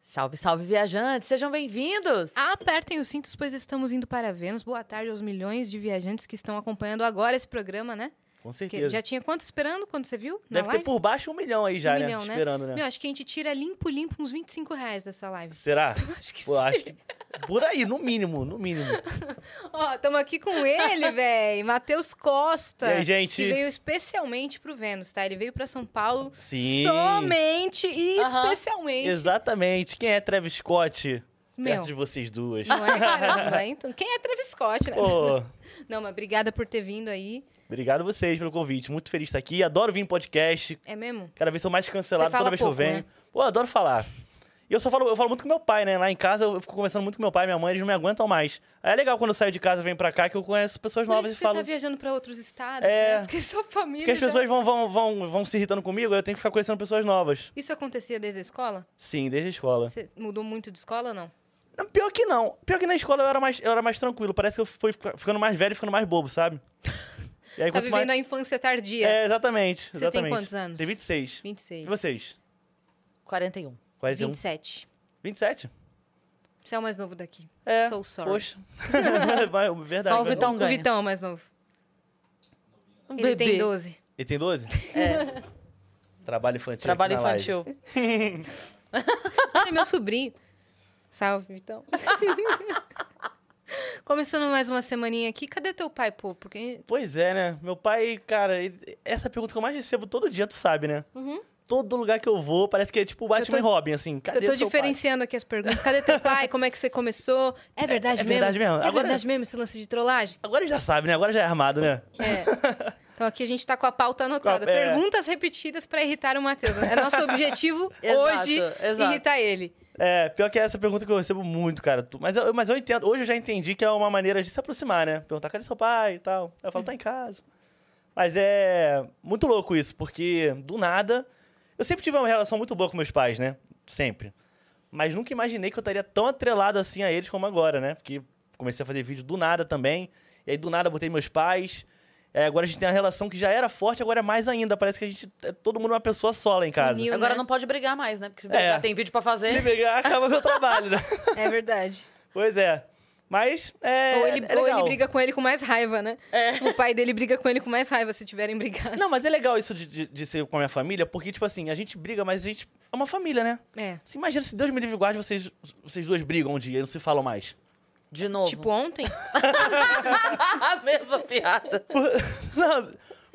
Salve, salve, viajantes! Sejam bem-vindos! Apertem os cintos, pois estamos indo para Vênus. Boa tarde aos milhões de viajantes que estão acompanhando agora esse programa, né? Com Porque certeza. já tinha quanto esperando quando você viu? Na Deve ter live? por baixo um milhão aí já, Um né? milhão, né? Esperando, né? Meu, acho que a gente tira limpo, limpo uns 25 reais dessa live. Será? Acho que Pô, sim. acho que por aí, no mínimo, no mínimo. Ó, estamos aqui com ele, velho. Matheus Costa. E aí, gente? Tá. Que veio especialmente pro Vênus, tá? Ele veio pra São Paulo Sim. somente e Aham. especialmente. Exatamente. Quem é Travis Scott? Meu, Perto de vocês duas. não é caramba, então. Quem é Travis Scott, né? Pô, Não, mas obrigada por ter vindo aí. obrigado vocês pelo convite. Muito feliz de estar aqui. Adoro vir em podcast. É mesmo? Cada vez sou mais Você cancelado fala toda vez pouco, né? que eu venho. Pô, eu adoro falar. E eu só falo, eu falo muito com meu pai, né? Lá em casa eu fico conversando muito com meu pai, e minha mãe, eles não me aguentam mais. Aí é legal quando eu saio de casa, venho pra cá, que eu conheço pessoas Por novas isso e que falo. você tá viajando pra outros estados, É. né? Porque sua família Porque as já- pessoas vão, vão, vão, vão se irritando comigo, eu tenho que ficar conhecendo pessoas novas. Isso acontecia desde a escola? Sim, desde a escola. Você mudou muito de escola ou não? Não, Pior que não. Pior que na escola eu era mais, eu era mais tranquilo. Parece que eu fui fica- ficando mais velho e ficando mais bobo, sabe? E aí, tá É, quanto vivendo mais... a infância tardia. É, exatamente. Você tem exatamente. quantos anos? Tem 26. 26. E vocês? 41. 41? 27. 27? Você é o mais novo daqui. É. Sou sorry. Poxa. Vai, Verdade. Só o vai- Vitão o ganha. Vitão é o mais novo. Um Ele tem 12. Ele tem 12? É, Trabalho infantil. trabalho aqui na live. infantil. Ele é meu sobrinho. Salve, Vitão. Começando mais uma semaninha aqui. Cadê teu pai, pô? Porque... Pois é, né? Meu pai, cara, ele- essa é pergunta que eu mais recebo todo dia, tu sabe, né? Todo lugar que eu vou, parece que é tipo o Batman Uhum. tô- e Robin, assim. Cadê eu tô seu pai? diferenciando aqui as perguntas. Cadê teu pai? Como é que você começou? É verdade é mesmo? verdade mesmo. É Agora- verdade mesmo esse lance de trollagem? Agora já sabe, né? Agora já é armado, né? É. Então aqui a gente tá com a pauta anotada. Com a- é. Perguntas repetidas pra irritar o Matheus. É nosso objetivo Exato, hoje exato. irritar ele. É, pior que é essa pergunta que eu recebo muito, cara. Tu- Mas eu, mas eu entendo. Hoje eu já entendi que é uma maneira de se aproximar, né? Perguntar, cadê seu pai e tal. Aí eu falo, tá em casa. Mas é muito louco isso, porque do nada. Eu sempre tive uma relação muito boa com meus pais, né? Sempre. Mas nunca imaginei que eu estaria tão atrelado assim a eles como agora, né? Porque comecei a fazer vídeo do nada também. E aí do nada botei meus pais. É, agora a gente tem uma relação que já era forte, agora é mais ainda. Parece que a gente é todo mundo uma pessoa só lá em casa. Uniu. Agora né? não pode brigar mais, né? Porque se brigar É. tem vídeo pra Se fazer. brigar, acaba meu trabalho, né? É verdade. Pois é. Mas é. ou, ele, é ou legal. É. ele briga com ele com mais raiva, né? O pai dele briga com ele com mais raiva se tiverem brigado. Não, mas é legal isso de, de, de ser com a minha família, porque, tipo assim, a gente briga, mas a gente. É uma família, né? É. Você imagina se Deus me livre e guarde, vocês, vocês dois brigam um dia e não se falam mais. De novo. Tipo ontem? a mesma piada. Não,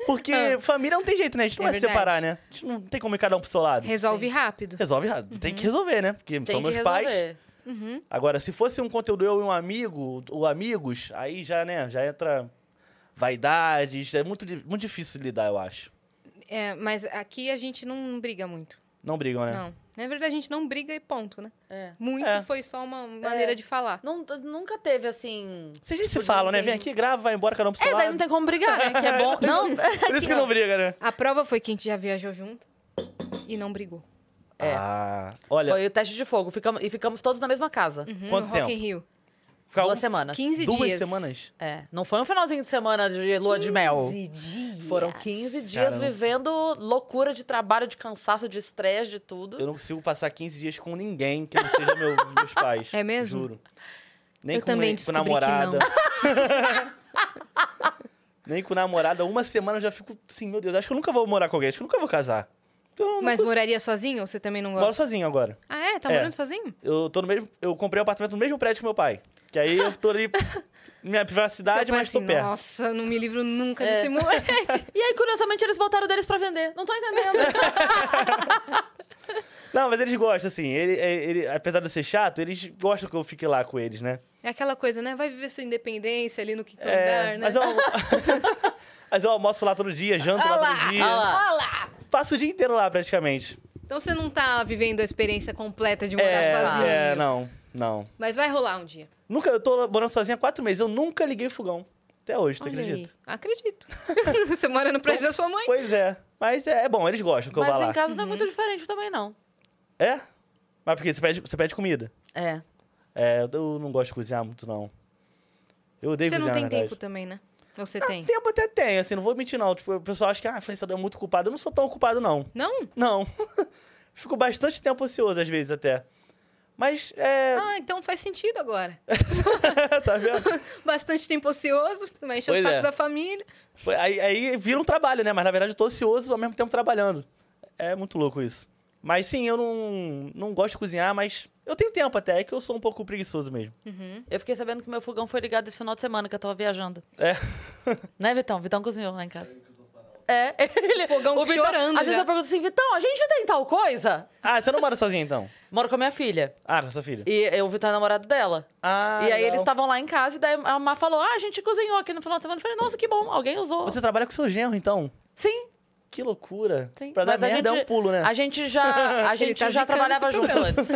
porque família não tem jeito, né? A gente não Ah. É vai se verdade. separar, né? A gente não tem como ir cada um pro seu lado. Resolve rápido. Resolve, ah, tem Uhum. que resolver, né? Porque Tem são que meus pais. resolver. Agora, se fosse um conteúdo eu e um amigo, ou amigos, aí já, né? Já entra vaidades. É muito, di- muito difícil lidar, eu acho. É, mas aqui a gente não briga muito. Não brigam, né? Não. Na verdade, a gente não briga e ponto, né? É. Muito É. foi só uma maneira de falar. Nun- nunca teve assim. Vocês nem se Podia falam, né? entender. Vem aqui, grava, vai embora, cada um pro tá seu É, daí não lado. tem como brigar, né? Que é bom. Não, Por isso que não briga, né? A prova foi que a gente já viajou junto e não brigou. É. Ah, olha, foi o teste de fogo. Ficamos, e ficamos todos na mesma casa. Uhum, Quanto no Rock tempo? in Rio. ficar Duas um- semanas. 15 duas dias. semanas. É. Não foi um finalzinho de semana de lua de mel. 15 dias. Foram 15 dias Caramba. vivendo loucura de trabalho, de cansaço, de estresse, de tudo. Eu não consigo passar 15 dias com ninguém que não seja meu- meus pais. É mesmo? Juro. Nem Eu com, também nem, com descobri que namorada. nem com namorada. Uma semana eu já fico assim, meu Deus, acho que eu nunca vou morar com alguém, acho que eu nunca vou casar. Eu não Mas consigo. moraria sozinho ou você também não Moro gosta? sozinho agora. Ah, é? Tá É. morando sozinho? Eu tô no mesmo. Eu comprei um apartamento no mesmo prédio que meu pai. Que aí eu tô ali. Minha privacidade, Seu pai mas tô assim, perto. Nossa, não me livro nunca desse moleque. E aí, curiosamente, eles botaram deles pra vender. Não tô entendendo. Não, mas eles gostam, assim. Ele, ele- apesar de eu ser chato, eles gostam que eu fique lá com eles, né? É aquela coisa, né? Vai viver sua independência ali no quinto É, andar, né? mas, eu, mas eu almoço lá todo dia, janto Ah lá, lá, todo dia. ah lá. Ah lá! Passo o dia inteiro lá, praticamente. Então você não tá vivendo a experiência completa de morar É, sozinho. é, não, não. Mas vai rolar um dia. Nunca, eu tô morando sozinha há quatro meses, eu nunca liguei o fogão. Até hoje, você Olha acredita? aí. Acredito. você mora no prédio da sua mãe. Pois é. Mas é, é bom, eles gostam que eu vá Mas lá. em casa não é muito diferente também, não. É? Mas porque você pede, você pede comida. É. É, eu não gosto de cozinhar muito, não. Eu odeio Você não cozinhar, tem na verdade. tempo também, né? Ou você Ah, tem? Tempo até tem, assim, não vou mentir, não. Tipo, o pessoal acha que, ah, influenciador é muito culpado. Eu não sou tão culpado, não. Não? Não. Fico bastante tempo ocioso, às vezes, até. Mas é. Ah, então faz sentido agora. tá vendo? Bastante tempo ocioso, vai encher o Pois saco é. da família. Foi- Aí, aí vira um trabalho, né? Mas na verdade eu tô ocioso ao mesmo tempo trabalhando. É muito louco isso. Mas sim, eu não, não gosto de cozinhar, mas eu tenho tempo até, é que eu sou um pouco preguiçoso mesmo. Eu fiquei sabendo que meu fogão foi ligado esse final de semana, que eu tava viajando. É. Né, Vitão? Vitão cozinhou lá em casa. É, ele... Fogão o Vitão, chorando Às vezes já. eu pergunto assim, Vitão, a gente tem tal coisa? Ah, você não mora sozinha então? Moro com a minha filha. Ah, com a sua filha. E eu, o Vitão é namorado dela. Ah, e aí legal. eles estavam lá em casa e daí a Má falou, ah, a gente cozinhou aqui no final de semana. Eu falei, nossa, que bom, alguém usou. Você trabalha com seu genro então? Sim, Que loucura. sim. Pra dar Mas a merda gente, é um pulo, né? A gente já, a Ele gente tá já zicando trabalhava esse junto programa. antes.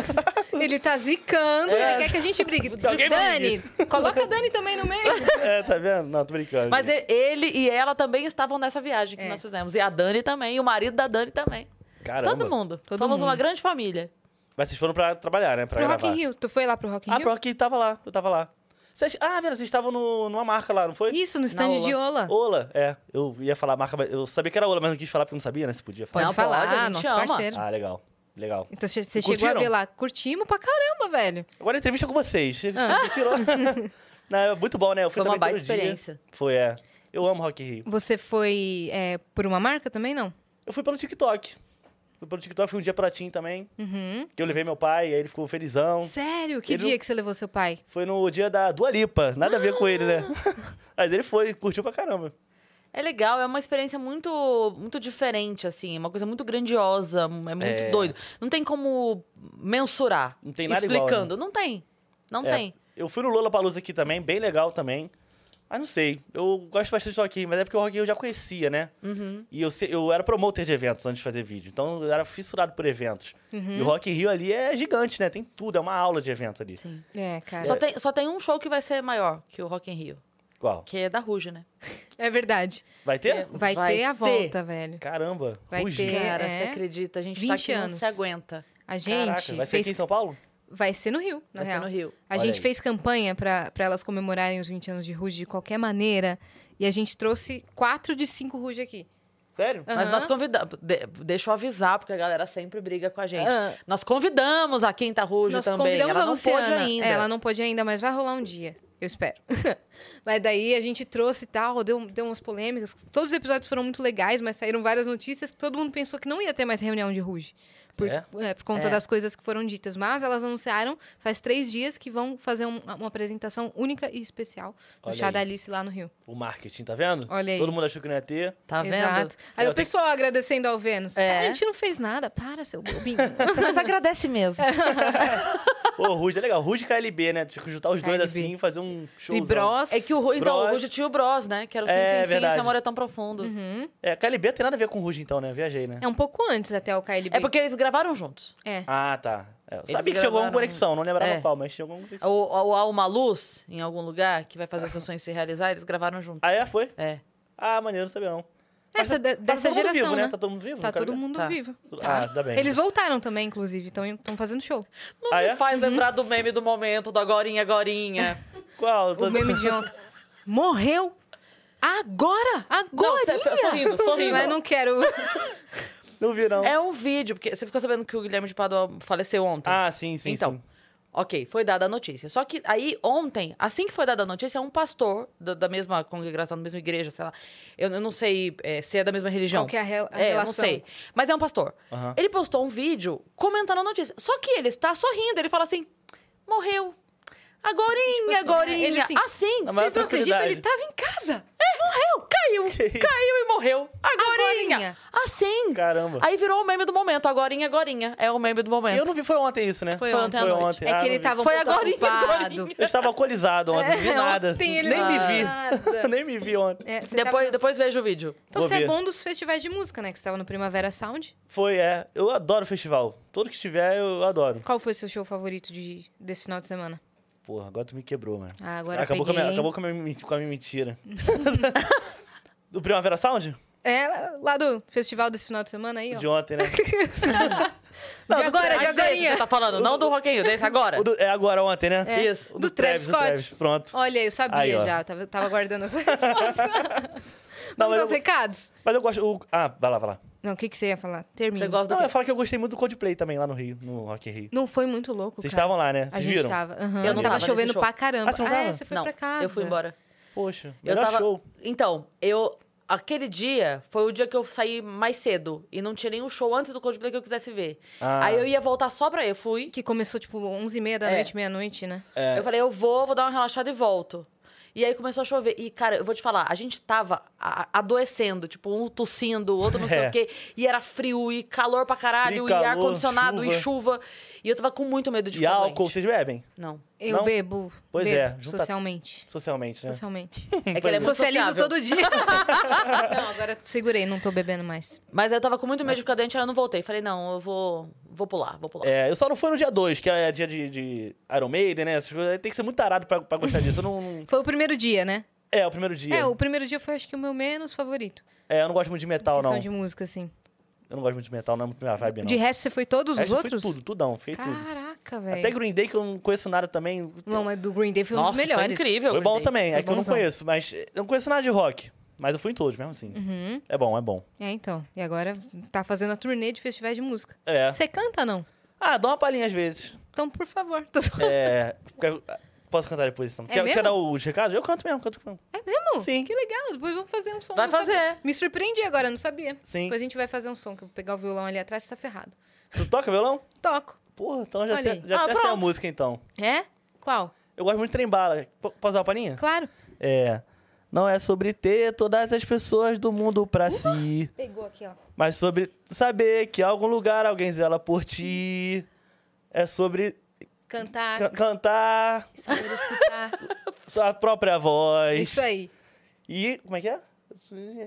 Ele tá zicando, É. ele quer que a gente brigue. alguém Dani, coloca a Dani também no meio. É, tá vendo? Não, tô brincando. Mas gente. e- ele e ela também estavam nessa viagem que É. nós fizemos. E a Dani também, e o marido da Dani também. Caramba. Todo mundo. Todo Fomos mundo. uma grande família. Mas vocês foram pra trabalhar, né? Pra Pro Rock gravar. in Rio. Tu foi lá pro Rock in Ah, Rio? pro Rock in Rio tava lá, eu tava lá. Vocês... Ah, velho, vocês estavam no- numa marca lá, não foi? Isso, no stand Ola. de Ola. Ola, é. Eu ia falar a marca, mas eu sabia que era Ola, mas não quis falar porque eu não sabia, né? Se podia falar. Pode Não, falar, pode, a gente nosso ama. parceiro. Ah, legal. Legal. Então você você E chegou a curtiram? ver lá. Curtimos pra caramba, velho. Agora entrevista é com vocês. Tirou. Não, é muito bom, né? Eu fui Ah. Foi uma também baita todo dia. experiência. Foi, é. Eu amo Rock in Rio. Você foi é, por uma marca também, não? Eu fui pelo TikTok. Fui pelo TikTok, fui um dia pra Tim também. Uhum. Que eu levei meu pai, aí ele ficou felizão. Sério? Que Ele dia não- que você levou seu pai? Foi no dia da Dua Lipa. Nada a ver com ele, né? Ah. Mas ele foi, curtiu pra caramba. É legal, é uma experiência muito muito diferente, assim. Uma coisa muito grandiosa, é muito É. doido. Não tem como mensurar. Não tem nada igual, né? Explicando. Não tem. Não É, tem. Eu fui no Lola Palusa aqui também, bem legal também. Mas não sei, eu gosto bastante do Rock in Rio, mas é porque o Rock in Rio eu já conhecia, né? Uhum. E eu, se- eu era promotor de eventos antes de fazer vídeo, então eu era fissurado por eventos. Uhum. E o Rock in Rio ali é gigante, né? Tem tudo, é uma aula de evento ali. Sim. É, cara. Só, tem, só tem um show que vai ser maior que o Rock in Rio. Qual? Que é da Ruge, né? É verdade. Vai ter? É. Vai, Vai ter a ter. volta, velho. Caramba, Vai Ruge. ter. Cara, é. você acredita? A gente 20 tá aqui, não anos. se aguenta. A Caraca, gente vai ser fez... aqui em São Paulo? Vai ser no Rio, na Vai ser real. no Rio. A Olha gente aí. fez campanha pra pra elas comemorarem os 20 anos de Ruge de qualquer maneira. E a gente trouxe quatro de cinco Ruge aqui. Sério? Mas Aham. nós convidamos. de- deixa eu avisar, porque a galera sempre briga com a gente. Ah. Nós convidamos a Quinta Ruge Nós também. convidamos ela a não Luciana. pôde ainda. É, ela não pôde ainda, mas vai rolar um dia. Eu espero. mas daí a gente trouxe e tal, deu, deu umas polêmicas. Todos os episódios foram muito legais, mas saíram várias notícias que todo mundo pensou que não ia ter mais reunião de Ruge. Por, É? é, por conta É. das coisas que foram ditas. Mas elas anunciaram faz três dias que vão fazer um- uma apresentação única e especial no Olha Chá da aí. Alice lá no Rio. O marketing, tá vendo? Olha aí. Todo mundo achou que não ia ter. Tá vendo? Exato. Aí Eu o tenho- pessoal agradecendo ao Vênus. É. "Ah, a gente não fez nada. Para, seu bobinho. Mas agradece mesmo. Ô, Ruge, é legal. Ruge e KLB, né? Tinha que juntar os dois KLB. assim e fazer um show. e Bros. É que o Ru- então, Bros. o Ruge tinha o Bros, né? Que era o Sim, É, Sim, Sim, verdade. Esse Amor é Tão Profundo. Uhum. É, KLB tem nada a ver com Ruge então, né? Viajei, né? É um pouco antes até o KLB. É porque eles gravaram juntos. É. Ah, tá. É, eu Eles sabia que tinha alguma gravaram- conexão, não lembrava É. qual, mas tinha alguma O, conexão. o, o Há Uma Luz, em algum lugar, que vai fazer seus sonhos se realizar, eles gravaram juntos. Ah, é? Foi? É. Ah, maneiro, não sabia não. Essa, de- Tá dessa todo mundo geração, vivo, né? Tá todo mundo vivo? Tá Não quero todo ligar. mundo Tá. vivo. Ah, tá bem. Eles voltaram também, inclusive. Estão fazendo show. Não Ah, me é? Uhum. faz lembrar do meme do momento, do agorinha, agorinha. Qual? O meme de ontem. Morreu! Agora! Não, Agora! cê- tá sorrindo, sorrindo. Mas não quero. Não vi, não. É um vídeo, porque você ficou sabendo que o Guilherme de Padua faleceu ontem. Ah, sim, sim, então, sim. ok, foi dada a notícia. Só que aí, ontem, assim que foi dada a notícia, um pastor da, da mesma congregação, da mesma igreja, sei lá. Eu, eu não sei eh, se é da mesma religião. Qual que é a rel- a É, eu não relação? sei. Mas é um pastor. Aham. Ele postou um vídeo comentando a notícia. Só que ele está sorrindo. Ele fala assim, morreu. Agorinha, assim, agorinha. ele assim- assim. É, Na maior Vocês não acreditam? tranquilidade. Ele tava em casa. Morreu, caiu. isso? Caiu e morreu. Agorinha. Agorinha. Assim. Caramba. Aí virou o meme do momento. Agorinha, agorinha. É o meme do momento. Eu não vi, foi ontem isso, né? Foi, Foi ontem. ontem à noite. ontem. É Ah, que ele não vi. tava um Foi pouco agorinha, ocupado. agorinha. Eu estava alcoolizado ontem, não vi É, nada. assim. ontem ele nem não me viu vi. nada. nem me vi ontem. É, você Depois, tava- depois veja o vídeo. Então Vou você é ver. bom dos festivais de música, né? Que você tava no Primavera Sound. Foi, é. Eu adoro festival. Todo que estiver, eu adoro. Qual foi seu show favorito de, desse final de semana? Porra, agora tu me quebrou, mano. Ah, agora eu peguei, acabou, com a minha, hein? acabou com a minha, com a minha mentira. Do Primavera Sound? É, lá do festival desse final de semana aí, ó. De ontem, né? de agora, de Mas desse que agorinha. Você tá falando, não do Rock in Rio, desse agora. O do- é agora ontem, né? É. Isso. O Do Travis Scott. pronto. Olha, eu sabia Aí, ó. já, tava, tava aguardando essa resposta. Não, Vamos mas aos eu- recados? Mas eu gosto. o- Ah, vai lá, vai lá. Não, o que, que você ia falar? Termina. Você gosta Não, do eu quê? falo que eu gostei muito do Coldplay também lá no Rio, no Rock in Rio. Não foi muito louco, Vocês cara. estavam lá, né? A Vocês gente viram? tava. aham. Eu não tava tava chovendo nesse show. pra caramba. Ah, você não é, tava? você foi não, pra casa. eu fui embora. Poxa, Eu melhor tava... show. Então, eu... Aquele dia foi o dia que eu saí mais cedo. E não tinha nenhum show antes do Coldplay que eu quisesse ver. Ah. Aí eu ia voltar só pra... Eu fui. Que começou, tipo, 11h30 da É. noite, meia-noite, né? É. Eu falei, eu vou, vou dar uma relaxada e volto. E aí começou a chover. E, cara, eu vou te falar, a gente tava a- adoecendo, tipo, um tossindo, o outro não sei É. o quê. E era frio, e calor pra caralho, Frio, e calor, ar-condicionado, e chuva. E eu tava com muito medo de E ficar álcool, doente. vocês bebem? Não. Eu Não? bebo. Pois bebo, é, junta- Socialmente. Socialmente, né? Socialmente. É que ela é muito Socializo sociável. todo dia. não, agora segurei, não tô bebendo mais. Mas eu tava com muito medo de ficar doente, aí eu não voltei. Falei, não, eu vou, vou pular, vou pular. É, eu só não fui no dia 2, que é dia de, de Iron Maiden, né? Essas coisas. Tem que ser muito tarado pra, pra gostar disso. Eu não... Foi o primeiro dia, né? É, o primeiro dia. É, o primeiro dia foi acho que o meu menos favorito. É, eu não gosto muito de metal, questão não. de música, assim. Eu não gosto muito de metal, não é muito minha vibe, não. De resto, você foi todos Acho os que outros? Fui tudo, tudão, fiquei tudo. Caraca, Até velho. Green Day, que eu não conheço nada também. Não, mas do Green Day foi um Nossa, dos melhores. foi incrível. Foi Green bom Day. também, né? Foi é que eu não bonzão. conheço, mas eu não conheço nada de rock. Mas eu fui em todos, mesmo assim. Uhum. É bom, é bom. É, então. E agora tá fazendo a turnê de festivais de música. É. Você canta, não? Ah, dá uma palhinha às vezes. Então, por favor. Tô zoando. É. quero- Posso cantar depois então? É quer, mesmo? quer dar os recados? Eu canto mesmo, canto mesmo. É mesmo? Sim. Que legal. Depois vamos fazer um som. Vai não sabia. fazer. Me surpreendi agora, não sabia. Sim. Depois a gente vai fazer um som, que eu vou pegar o violão ali atrás e tá ferrado. Tu toca violão? Toco. Porra, então já, Olha aí. até, já Ah, até sei a pronto. música então. É? Qual? Eu gosto muito de trembala. P- Posso dar uma palhinha? Claro. É. Não é sobre ter todas as pessoas do mundo Uh! pra si, Pegou aqui, ó. mas sobre saber que em algum lugar alguém zela por ti. É sobre Cantar, ca- cantar saber escutar. sua própria voz. Isso é. aí. E. Como é que é?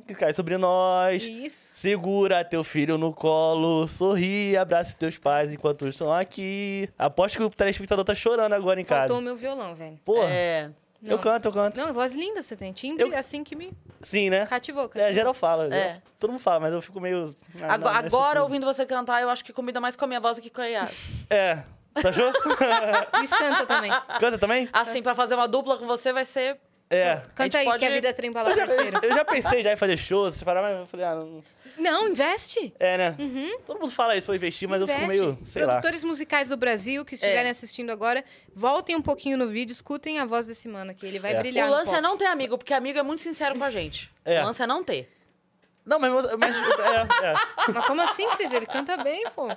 Que cai sobre nós. Isso. Segura teu filho no colo, sorri, abraça teus pais enquanto estão aqui. Aposto que o telespectador tá chorando agora em casa. Faltou o meu violão, velho. Porra, É. eu canto, eu canto. Não, voz linda você tem. Timbre assim que me Sim, né? cativou. cativou. É, geral fala. É. Todo mundo fala, mas eu fico meio. ah, Agora, não, nesse agora tudo. ouvindo você cantar, eu acho que combina mais com a minha voz do que com a Yas. É. Tá achou? Isso canta também. Canta também? Assim, pra fazer uma dupla com você vai ser... É. Canta aí, pode- que a vida é trembala, Eu já, parceiro. eu já pensei já em fazer shows, essas paradas, mas eu falei, ah, não. Não, investe. É, né? Todo mundo fala isso pra investir, mas eu Uhum. Investe. fico meio. Sei lá. É. Produtores musicais do Brasil que estiverem assistindo agora, voltem um pouquinho no vídeo, escutem a voz desse mano aqui. Ele vai É. brilhar. o no lance pop. é não ter amigo, porque amigo é muito sincero com a gente. É. O lance é não ter. Não, mas. mas é, é. Mas como assim, Cris? Ele canta bem, pô.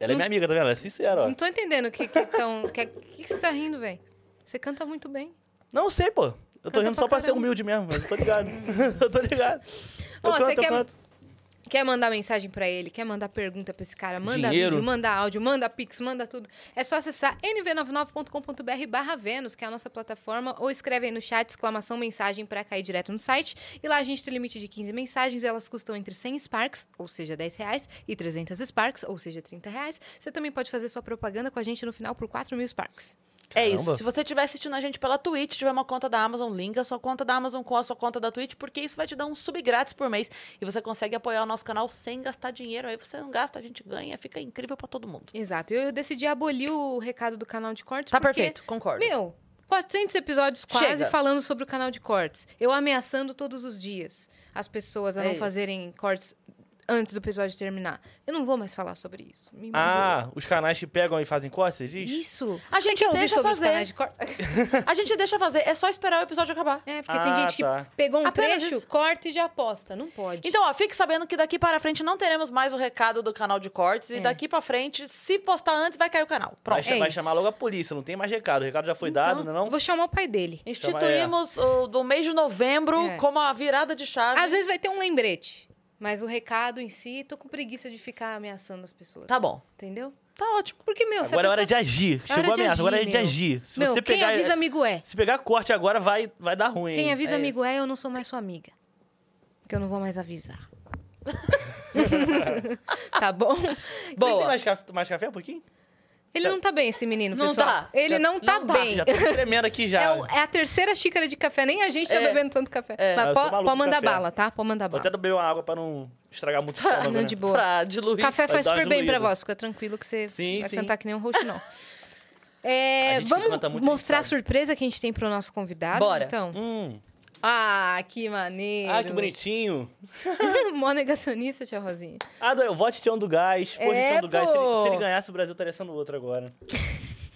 Ela é minha amiga, tá vendo? Ela é sincera, ó. Não tô entendendo o que que tão... O que, que que você tá rindo, velho? Você canta muito bem. Não sei, pô. Eu tô Canta rindo só pra pra ser caramba. humilde mesmo, mas eu tô ligado. eu tô ligado. Ó, Eu você canto, eu quer- canto. Quer mandar mensagem pra ele? Quer mandar pergunta pra esse cara? Manda Dinheiro. vídeo, manda áudio, manda pix, manda tudo. É só acessar nv99.com.br barra Vênus, que é a nossa plataforma, ou escreve aí no chat, exclamação, mensagem pra cair direto no site. E lá a gente tem limite de 15 mensagens, elas custam entre 100 Sparks, ou seja, 10 reais, e 300 Sparks, ou seja, 30 reais. Você também pode fazer sua propaganda com a gente no final por 4 mil Sparks. É Caramba. isso. Se você estiver assistindo a gente pela Twitch, tiver uma conta da Amazon, linka a sua conta da Amazon com a sua conta da Twitch, porque isso vai te dar um sub grátis por mês e você consegue apoiar o nosso canal sem gastar dinheiro. Aí você não gasta, a gente ganha, fica incrível pra todo mundo. Exato. Eu decidi abolir o recado do canal de cortes. Tá porque- perfeito, concordo. Meu, 400 episódios quase Chega. falando sobre o canal de cortes. Eu ameaçando todos os dias as pessoas a É não isso. fazerem cortes antes do episódio terminar. Eu não vou mais falar sobre isso. Me mandou. Ah, os canais que pegam e fazem corte, você diz? Isso. A Você gente quer ouvir deixa sobre os fazer. canais de cortes? A gente deixa fazer, é só esperar o episódio acabar. É, porque Ah, tem gente tá. que pegou um Apenas trecho, isso. corta e já aposta. Não pode. Então, ó, fique sabendo que daqui para frente não teremos mais o recado do canal de cortes É. e daqui pra frente, se postar antes, vai cair o canal. Vai, Pronto. cha- É vai isso. chamar logo a polícia, não tem mais recado. O recado já foi Então, dado, não é não? Vou chamar o pai dele. Instituímos Então o do mês de novembro É. como a virada de chave. Às vezes vai ter um lembrete, mas o recado em si, tô com preguiça de ficar ameaçando as pessoas. Tá bom. Entendeu? Tá ótimo. Porque, meu, se a Agora é hora pessoa- de agir. hora Chegou a de ameaça, agora é agir, de meu. agir. Se meu, você quem pegar. avisa amigo é. Se pegar corte agora, vai, vai dar ruim. Quem hein? avisa É amigo é, eu não sou mais sua amiga. Porque eu não vou mais avisar. tá bom? Você tem Boa. mais, caf- mais café um pouquinho? Ele não tá bem, esse menino, Não pessoal. tá. Ele Já- não tá não tá. bem. Já tô tremendo aqui já. É, o- é a terceira xícara de café, nem a gente tá É. bebendo tanto café. Ah, Mas eu sou pode, maluco pode de mandar café. bala, tá? Pode mandar Vou bala. até beber uma água pra não estragar muito o estômago. Não, né? de boa. Pra diluir. Café Vai faz dar uma super bem pra diluída. voz, fica tranquilo que você Sim, vai sim. cantar que nem um roxo, não. É, A gente que vamos canta muito, a gente mostrar a sabe. surpresa que a gente tem pro nosso convidado, Bora. então? Hum, Ah, que maneiro. Ah, que bonitinho. Mó negacionista, tia Rosinha. Adorei. Vote Tião um do Gás. Pô, É, Tião do Gás. Se ele, pô. se ele ganhasse, o Brasil estaria sendo outro agora.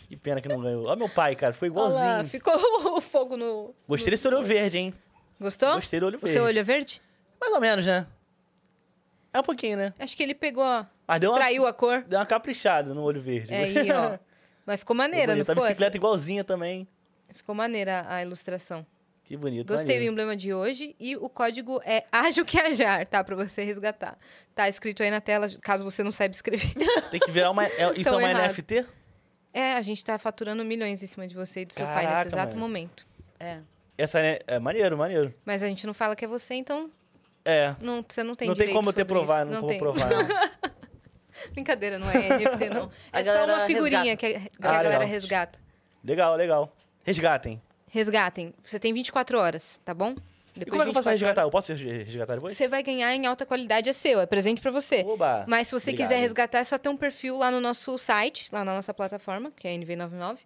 que pena que não ganhou. Olha meu pai, cara. Ficou Olha igualzinho. lá, ficou o fogo no... Gostei desse olho verde, hein? Gostou? Gostei do olho O verde. seu olho é verde? Mais ou menos, né? É um pouquinho, né? Acho que ele pegou, ó, Mas Ah, deu uma- extraiu a cor. Deu uma caprichada no olho verde. É aí, ó. Mas ficou maneira, não Bonito. A ficou? assim? bicicleta igualzinha também. essa? Ficou maneira a ilustração. Que bonito. Gostei do maneiro. emblema de hoje e o código é ágil que ajar, tá? Pra você resgatar. Tá escrito aí na tela, caso você não saiba escrever. Tem que virar uma. é- isso Tão é uma errado. NFT? É, a gente tá faturando milhões em cima de você e do seu pai Caraca, nesse exato mano. momento. É. Essa é, é maneiro, maneiro. Mas a gente não fala que é você, então É. não, você não tem não tem direito como eu ter sobre provar, isso. não, tem. como provar. não. Brincadeira, não é NFT, não. A É só uma galera figurinha que a, que a Ah, legal. galera resgata. legal, legal. Resgatem. Resgatem. Você tem 24 horas, tá bom? Depois e como é que eu faço 24 pra resgatar? Eu posso res- resgatar depois? Você vai ganhar em alta qualidade, é seu, é presente pra você. Oba. Mas se você Obrigado. quiser resgatar, é só ter um perfil lá no nosso site, lá na nossa plataforma, que é NV99,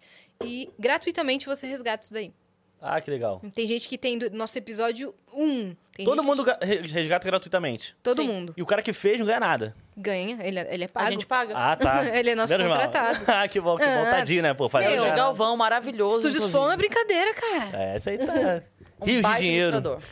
e gratuitamente você resgata isso daí. Ah, que legal. Tem gente que tem do nosso episódio 1. Tem Todo gente- mundo ga- re- resgata gratuitamente. Todo Sim. mundo E o cara que fez não ganha nada. ganha, ele, é- ele é pago. A gente paga. Ah, tá. Ele é nosso Menos mal. contratado. ah, que bom, que bom. Ah, Tadinho, né? Pô, fazer Meu, nada. Galvão, maravilhoso. Estúdios inclusive. Flow não é brincadeira, cara. É, essa aí tá. Um Rios de baita dinheiro. ilustrador.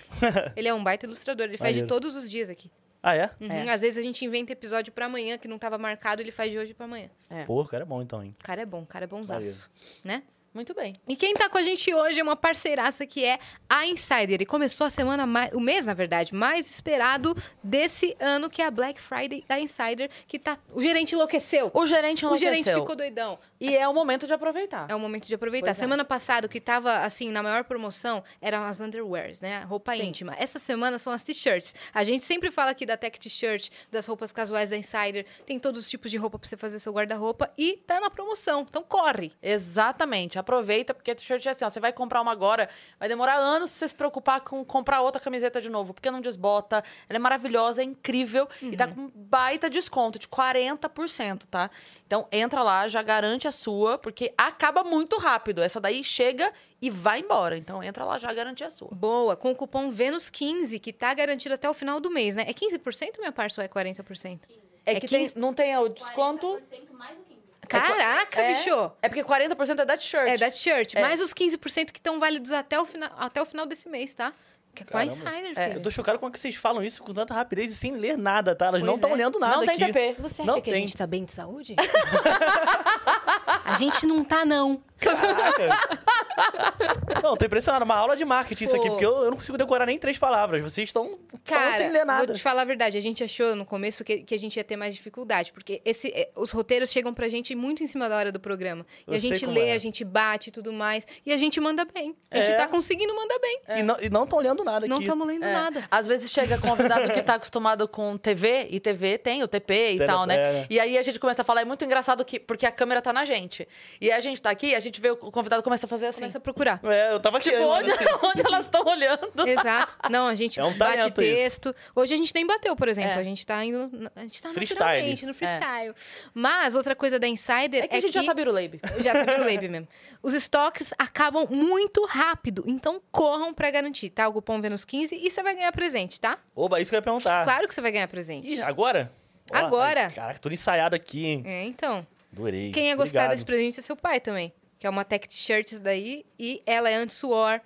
Ele é um baita ilustrador, ele faz de Maneiro. todos os dias aqui. Ah, é? Uhum, É. Às vezes a gente inventa episódio pra amanhã que não tava marcado, ele faz de hoje pra amanhã. É. Pô, o cara é bom então, hein? O cara é bom, o cara é bonzaço, né? Muito bem. E quem tá com a gente hoje é uma parceiraça que é a Insider. E começou a semana, mais, o mês, na verdade, mais esperado desse ano, que é a Black Friday da Insider, que tá. O gerente enlouqueceu. O gerente O enlouqueceu. gerente ficou doidão. E é o momento de aproveitar. É o momento de aproveitar. Pois é. semana passada, o que tava, assim, na maior promoção eram as underwears, né? A Roupa Sim. íntima. Essa semana são as t-shirts. A gente sempre fala aqui da Tech T-shirt, das roupas casuais da Insider. Tem todos os tipos de roupa pra você fazer seu guarda-roupa. E tá na promoção. Então corre. Exatamente. Aproveita, porque a t-shirt é assim, ó. Você vai comprar uma agora, vai demorar anos pra você se preocupar com comprar outra camiseta de novo, porque não desbota. Ela é maravilhosa, é incrível e tá com um baita desconto de 40%, tá? Então entra lá, já garante a sua, porque acaba muito rápido. Essa daí chega e vai embora. Então entra lá, já garante a sua. Boa, com o cupom VENUS15, que tá garantido até o final do mês, né? É 15%, minha parça, ou é 40%? É, É que 15 tem, não tem o desconto. 40% mais o 15. Caraca, é, bicho! É porque 40% é da t-shirt. É da t-shirt, É. mais os 15% que estão válidos até o, final, até o final desse mês, tá? Que é com a Caramba. Insider, filho. Eu tô chocado como é que vocês falam isso com tanta rapidez e sem ler nada, tá? Elas Pois não estão é. lendo nada Não tem aqui. TP. Você acha Não que a tem. gente tá bem de saúde? a gente não tá, não. Caraca. não, tô impressionado. Uma aula de marketing isso Pô. aqui, porque eu, eu não consigo decorar nem três palavras. Vocês estão falando Cara, sem ler nada. vou te falar a verdade. A gente achou no começo que, que a gente ia ter mais dificuldade, porque esse, eh, os roteiros chegam pra gente muito em cima da hora do programa. E Eu a gente sei como lê, é. a gente bate e tudo mais. E a gente manda bem. A gente É. tá conseguindo mandar bem. E não- E não estão lendo nada Não aqui. estamos lendo É. nada. Às vezes chega convidado que tá acostumado com TV, e TV tem o TP e Tele- tal, né? é, né? E aí a gente começa a falar, é muito engraçado que, porque a câmera tá na gente. E a gente tá aqui, a gente vê o convidado começa a fazer assim. Começa a procurar. É, eu tava aqui. Tipo, aí, mano, onde, assim, onde elas estão olhando? Exato. Não, a gente É um bate talento texto. Hoje a gente nem bateu, por exemplo. É. A gente tá indo. na- A gente tá Freestyle. naturalmente no freestyle. Mas outra coisa da Insider É que a gente já tá biruleibe. Já tá pelo Lab mesmo. Os estoques acabam muito rápido, então corram pra garantir, tá? O cupom Vênus 15 e você vai ganhar presente, tá? Oba, isso que eu ia perguntar. Claro que você vai ganhar presente. Ah. Ih, agora? Ó, Agora. ai, Caraca, tudo ensaiado aqui, hein? É, então. Adorei. Quem ia gostar Obrigado. desse presente é seu pai também, que é uma tech t-shirt isso daí e ela é anti-suor.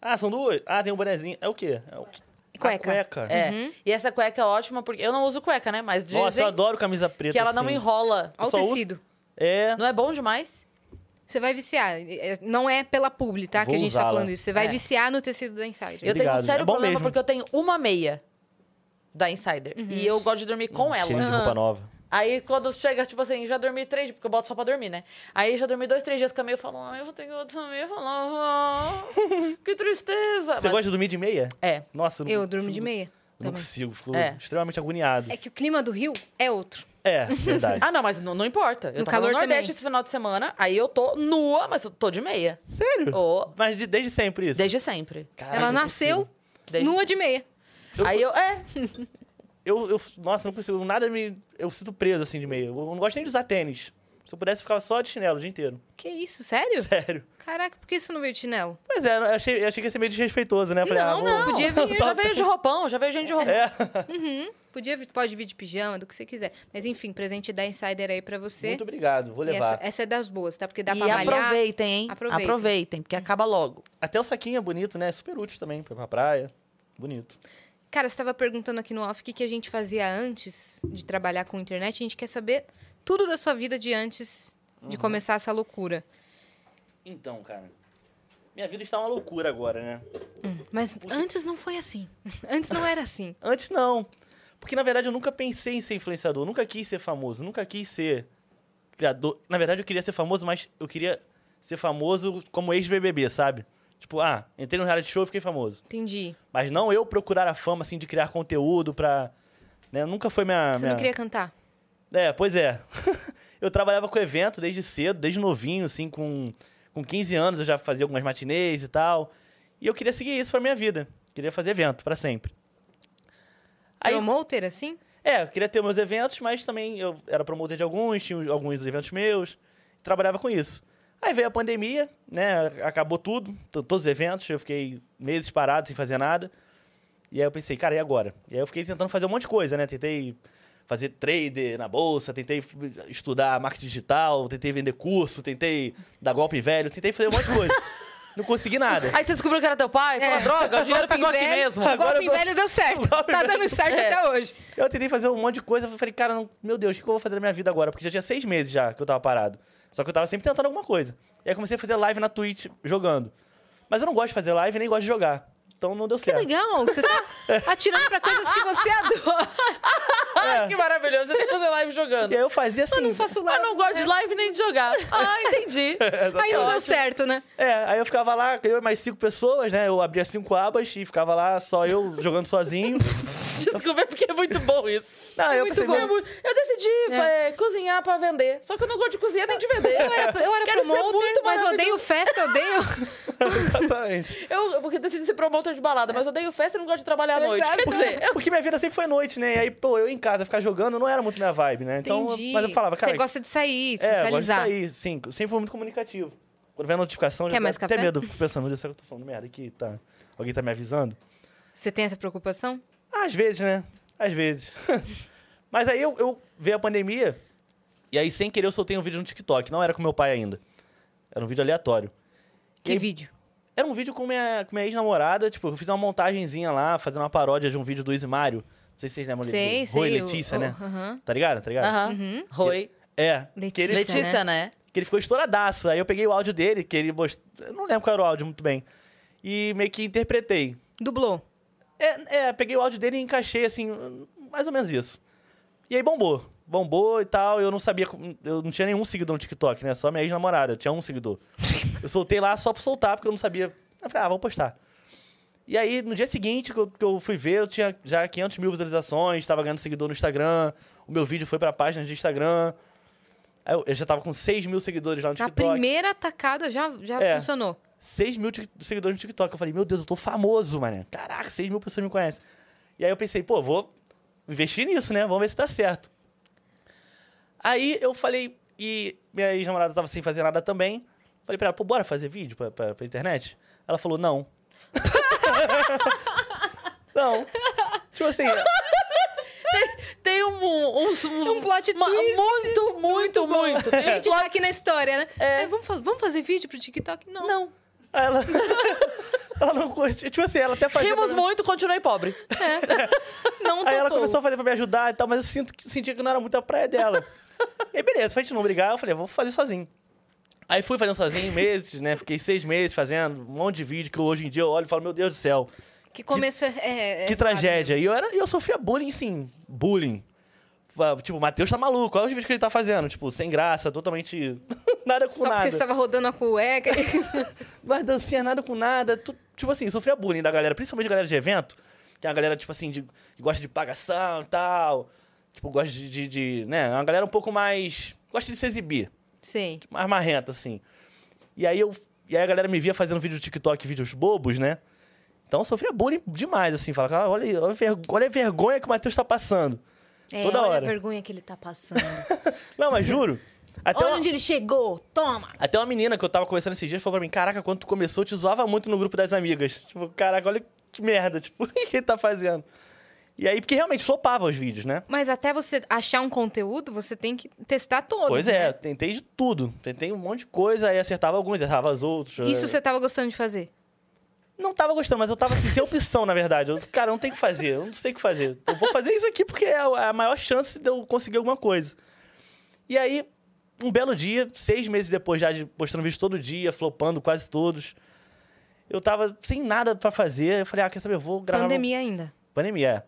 Ah, são duas? Ah, tem um bonezinho. É o quê? É o quê? Cueca. A cueca. É. E essa cueca é ótima, porque eu não uso cueca, né? Mas dizem Nossa, eu adoro camisa preta. que ela não assim. enrola. Olha o só uso- tecido. É. Não é bom demais? Você vai viciar. É, Não é pela publi, tá? Vou que a gente tá usá-la. falando isso. Você vai É. viciar no tecido da Insider. Eu tenho um Obrigado, sério é bom problema mesmo. porque eu tenho uma meia da Insider. E eu gosto de dormir com ela. Cheirinho de roupa nova. Aí quando chega, tipo assim, já dormi três dias, porque eu boto só pra dormir, né? Aí já dormi dois, três dias com a meia, eu falo, ah, eu vou ter que botar a meia, eu falo, ah, que tristeza. Você gosta de dormir de meia? Tá, É. Nossa, eu não Eu durmo consigo- de meia. eu Não também. consigo, fico É. extremamente agoniado. É que o clima do Rio é outro. É, verdade. Ah, não, mas não, não importa. Eu No tô tava no calor Nordeste também. esse final de semana, aí eu tô nua, mas eu tô de meia. Sério? Ô. Mas de- desde sempre isso? Desde sempre. Caraca, ela eu não consigo. nasceu Desde- nua de meia. Aí eu, é, Eu, eu, nossa, não consigo. Nada me. Eu sinto preso assim de meia. Eu não gosto nem de usar tênis. Se eu pudesse, eu ficava só de chinelo o dia inteiro. Que isso, sério? Sério. Caraca, por que você não veio de chinelo? Pois é, eu achei, eu achei que ia ser meio desrespeitoso, né? Eu falei, Não, ah, não, vou- podia vir. tá. Já veio de roupão, já veio gente de roupão. É. Uhum. Podia vir, pode vir de pijama, do que você quiser. Mas enfim, presente da Insider aí pra você. Muito obrigado, vou E levar. Essa, essa é das boas, tá? Porque dá e pra malhar. aproveitem, hein? Aproveitem. Aproveitem. porque acaba logo. Até o saquinho é bonito, né? É super útil também pra ir pra praia. Bonito. Cara, você tava perguntando aqui no off o que, que a gente fazia antes de trabalhar com internet. A gente quer saber tudo da sua vida de antes Uhum. de começar essa loucura. Então, cara. Minha vida está uma loucura agora, né? Mas antes não foi assim. Antes não era assim. Antes não. Porque, na verdade, eu nunca pensei em ser influenciador. Nunca quis ser famoso. Nunca quis ser criador. Na verdade, eu queria ser famoso, mas eu queria ser famoso como ex-BBB, sabe? Tipo, ah, entrei num reality show e fiquei famoso. Entendi. Mas não eu procurar a fama, assim, de criar conteúdo pra... Né? Nunca foi minha... Você minha... não queria cantar? É, pois é. eu trabalhava com evento desde cedo, desde novinho, assim, com, com 15 anos eu já fazia algumas matinês e tal. E eu queria seguir isso pra minha vida. Queria fazer evento pra sempre. Aí- Promoter, assim? É, eu queria ter meus eventos, mas também eu era promotor de alguns, tinha alguns dos eventos meus, trabalhava com isso. Aí veio a pandemia, né? Acabou tudo, to- todos os eventos, eu fiquei meses parado sem fazer nada. E aí eu pensei, cara, e agora? E aí eu fiquei tentando fazer um monte de coisa, né? Tentei fazer trader na bolsa, tentei f- estudar marketing digital, tentei vender curso, tentei dar golpe em velho, tentei fazer um monte de coisa. Não consegui nada. Aí você descobriu que era teu pai? Falou, É. droga, o dinheiro Golpe ficou aqui É. velho- mesmo. Agora Golpe eu tô- velho deu certo. Golpe Tá velho- dando certo É. até hoje. Eu tentei fazer um monte de coisa, eu falei, cara, não- meu Deus, o que que eu vou fazer na minha vida agora? Porque já tinha seis meses já que eu tava parado. Só que eu tava sempre tentando alguma coisa. E aí comecei a fazer live na Twitch jogando. Mas eu não gosto de fazer live nem gosto de jogar. Então não deu Que certo. legal. Você tá É. atirando pra coisas que você adora. Ai, Ah, que maravilhoso. Você tem que fazer live jogando. E aí eu fazia assim. Eu não faço Ah, live. não gosto de live nem de jogar. Ah, entendi. Tá Aí não deu Ótimo. certo, né? É, aí eu ficava lá, eu e mais cinco pessoas, né? Eu abria cinco abas e ficava lá só eu jogando sozinho. Desculpa, é porque é muito bom isso. Não, é eu muito pensei, bom. meu- Eu decidi eh, cozinhar pra vender. Só que eu não gosto de cozinhar nem de vender. É, Eu era, Eu era Quero ser promoter, muito mas maravilhoso. odeio festa, odeio. Exatamente. Eu, porque eu decidi ser promotor de balada, mas eu odeio festa e não gosto de trabalhar à noite. Exato. Quer dizer, eu- Porque minha vida sempre foi noite, né? E aí, pô, eu em casa ficar jogando não era muito minha vibe, né? Então, Entendi. mas eu falava, cara, Você gosta de sair, É, eu gosto de socializar. sair, sim. Eu sempre fui muito comunicativo. Quando vem a notificação, eu Quer já mais fico até café? medo. Eu Fico pensando, meu Deus, será que eu tô falando merda aqui? Tá. Alguém tá me avisando? Você tem essa preocupação? Às vezes, né? Às vezes. Mas aí eu, eu veio a pandemia, e aí sem querer eu soltei um vídeo no TikTok. Não era com meu pai ainda. Era um vídeo aleatório. Que aí- vídeo? Era um vídeo com minha, com minha ex-namorada, tipo, eu fiz uma montagenzinha lá, fazendo uma paródia de um vídeo do Izzy Mário. Não sei se vocês lembram Sei, do sei. Rui o- Letícia, o- né? aham. Tá ligado? Tá ligado? Aham. Roi. É. Que Letícia, ele Letícia, né? que ele ficou estouradaço. Aí eu peguei o áudio dele, que ele mostrou. Eu não lembro qual era o áudio muito bem. E meio que interpretei. Dublou. É, é, peguei o áudio dele e encaixei, assim, mais ou menos isso. E aí bombou. Bombou e tal. Eu não sabia. como- Eu não tinha nenhum seguidor no TikTok, né? Só minha ex-namorada. Eu tinha um seguidor. Eu soltei lá só pra soltar, porque eu não sabia. Eu falei, ah, vou postar. E aí, no dia seguinte que eu, que eu fui ver, eu tinha já 500 mil visualizações, tava ganhando seguidor no Instagram. O meu vídeo foi pra página de Instagram. Aí eu, eu já tava com 6 mil seguidores lá no Na TikTok. primeira atacada já, já É. funcionou. 6 mil tic- seguidores no TikTok. Eu falei, meu Deus, eu tô famoso, mané. Caraca, 6 mil pessoas me conhecem. E aí eu pensei, pô, vou investir nisso, né? Vamos ver se dá certo. Aí eu falei, e minha ex-namorada tava sem fazer nada também. Falei pra ela, pô, bora fazer vídeo pra, pra, pra internet? Ela falou, não. não. Tipo assim, Tem um. Um, É um, Um plot twist. Muito, muito, muito. A Tem gente tá aqui na história, né? É. Ai, vamos, fa- vamos fazer vídeo pro TikTok? Não. Não. ela. ela não curte. Tipo assim, ela até fazia. Rimos pra- muito, continuei pobre. Não Aí ela tocou. começou a fazer pra me ajudar e tal, mas eu sinto, que- sentia que não era muito a praia dela. e aí, beleza, pra gente não brigar, eu falei, vou fazer sozinho. Aí fui fazendo sozinho meses, né? Fiquei seis meses fazendo um monte de vídeo que hoje em dia eu olho e falo, meu Deus do céu, Que começo é- é, é que zoado tragédia. E eu, era, e eu sofria bullying, sim, bullying. Ah, Tipo, o Matheus tá maluco, olha os vídeos que ele tá fazendo, tipo, sem graça, totalmente nada com mesmo. Só nada. porque você tava rodando a cueca. Mas dancinha nada com nada. tu- tipo assim, sofria bullying da galera, principalmente galera de evento. Que é uma galera, tipo assim, de, que gosta de pagação e tal. Tipo, gosta de, de, de. né? É uma galera um pouco mais. Gosta de se exibir. Sei. Mais marrenta, assim. E aí eu. E aí a galera me via fazendo vídeo do TikTok, vídeos bobos, né? Então eu sofria bullying demais, assim. Falava, cara, olha, aí, olha, a vergo- olha a vergonha que o Matheus tá passando. É, Toda olha hora. a vergonha que ele tá passando. Não, mas juro. Até Olha uma- onde ele chegou, toma. Até uma menina que eu tava conversando esses dias falou pra mim: Caraca, quando tu começou, eu te zoava muito no grupo das amigas. Tipo, caraca, olha que merda, tipo, o que ele tá fazendo? E aí, porque realmente flopava os vídeos, né? Mas até você achar um conteúdo, você tem que testar todos. pois é, né? tentei de tudo. Tentei um monte de coisa, aí acertava alguns, acertava os outros. Isso eh, você tava gostando de fazer. Não tava gostando, mas eu tava assim, sem opção, na verdade. Eu, cara, eu não tem o que fazer, eu não sei o que fazer. Eu vou fazer isso aqui porque é a maior chance de eu conseguir alguma coisa. E aí, um belo dia, seis meses depois já de postando vídeo todo dia, flopando quase todos, eu tava sem nada pra fazer. Eu falei, ah, quer saber, eu vou gravar... meu- Pandemia ainda. Pandemia, é.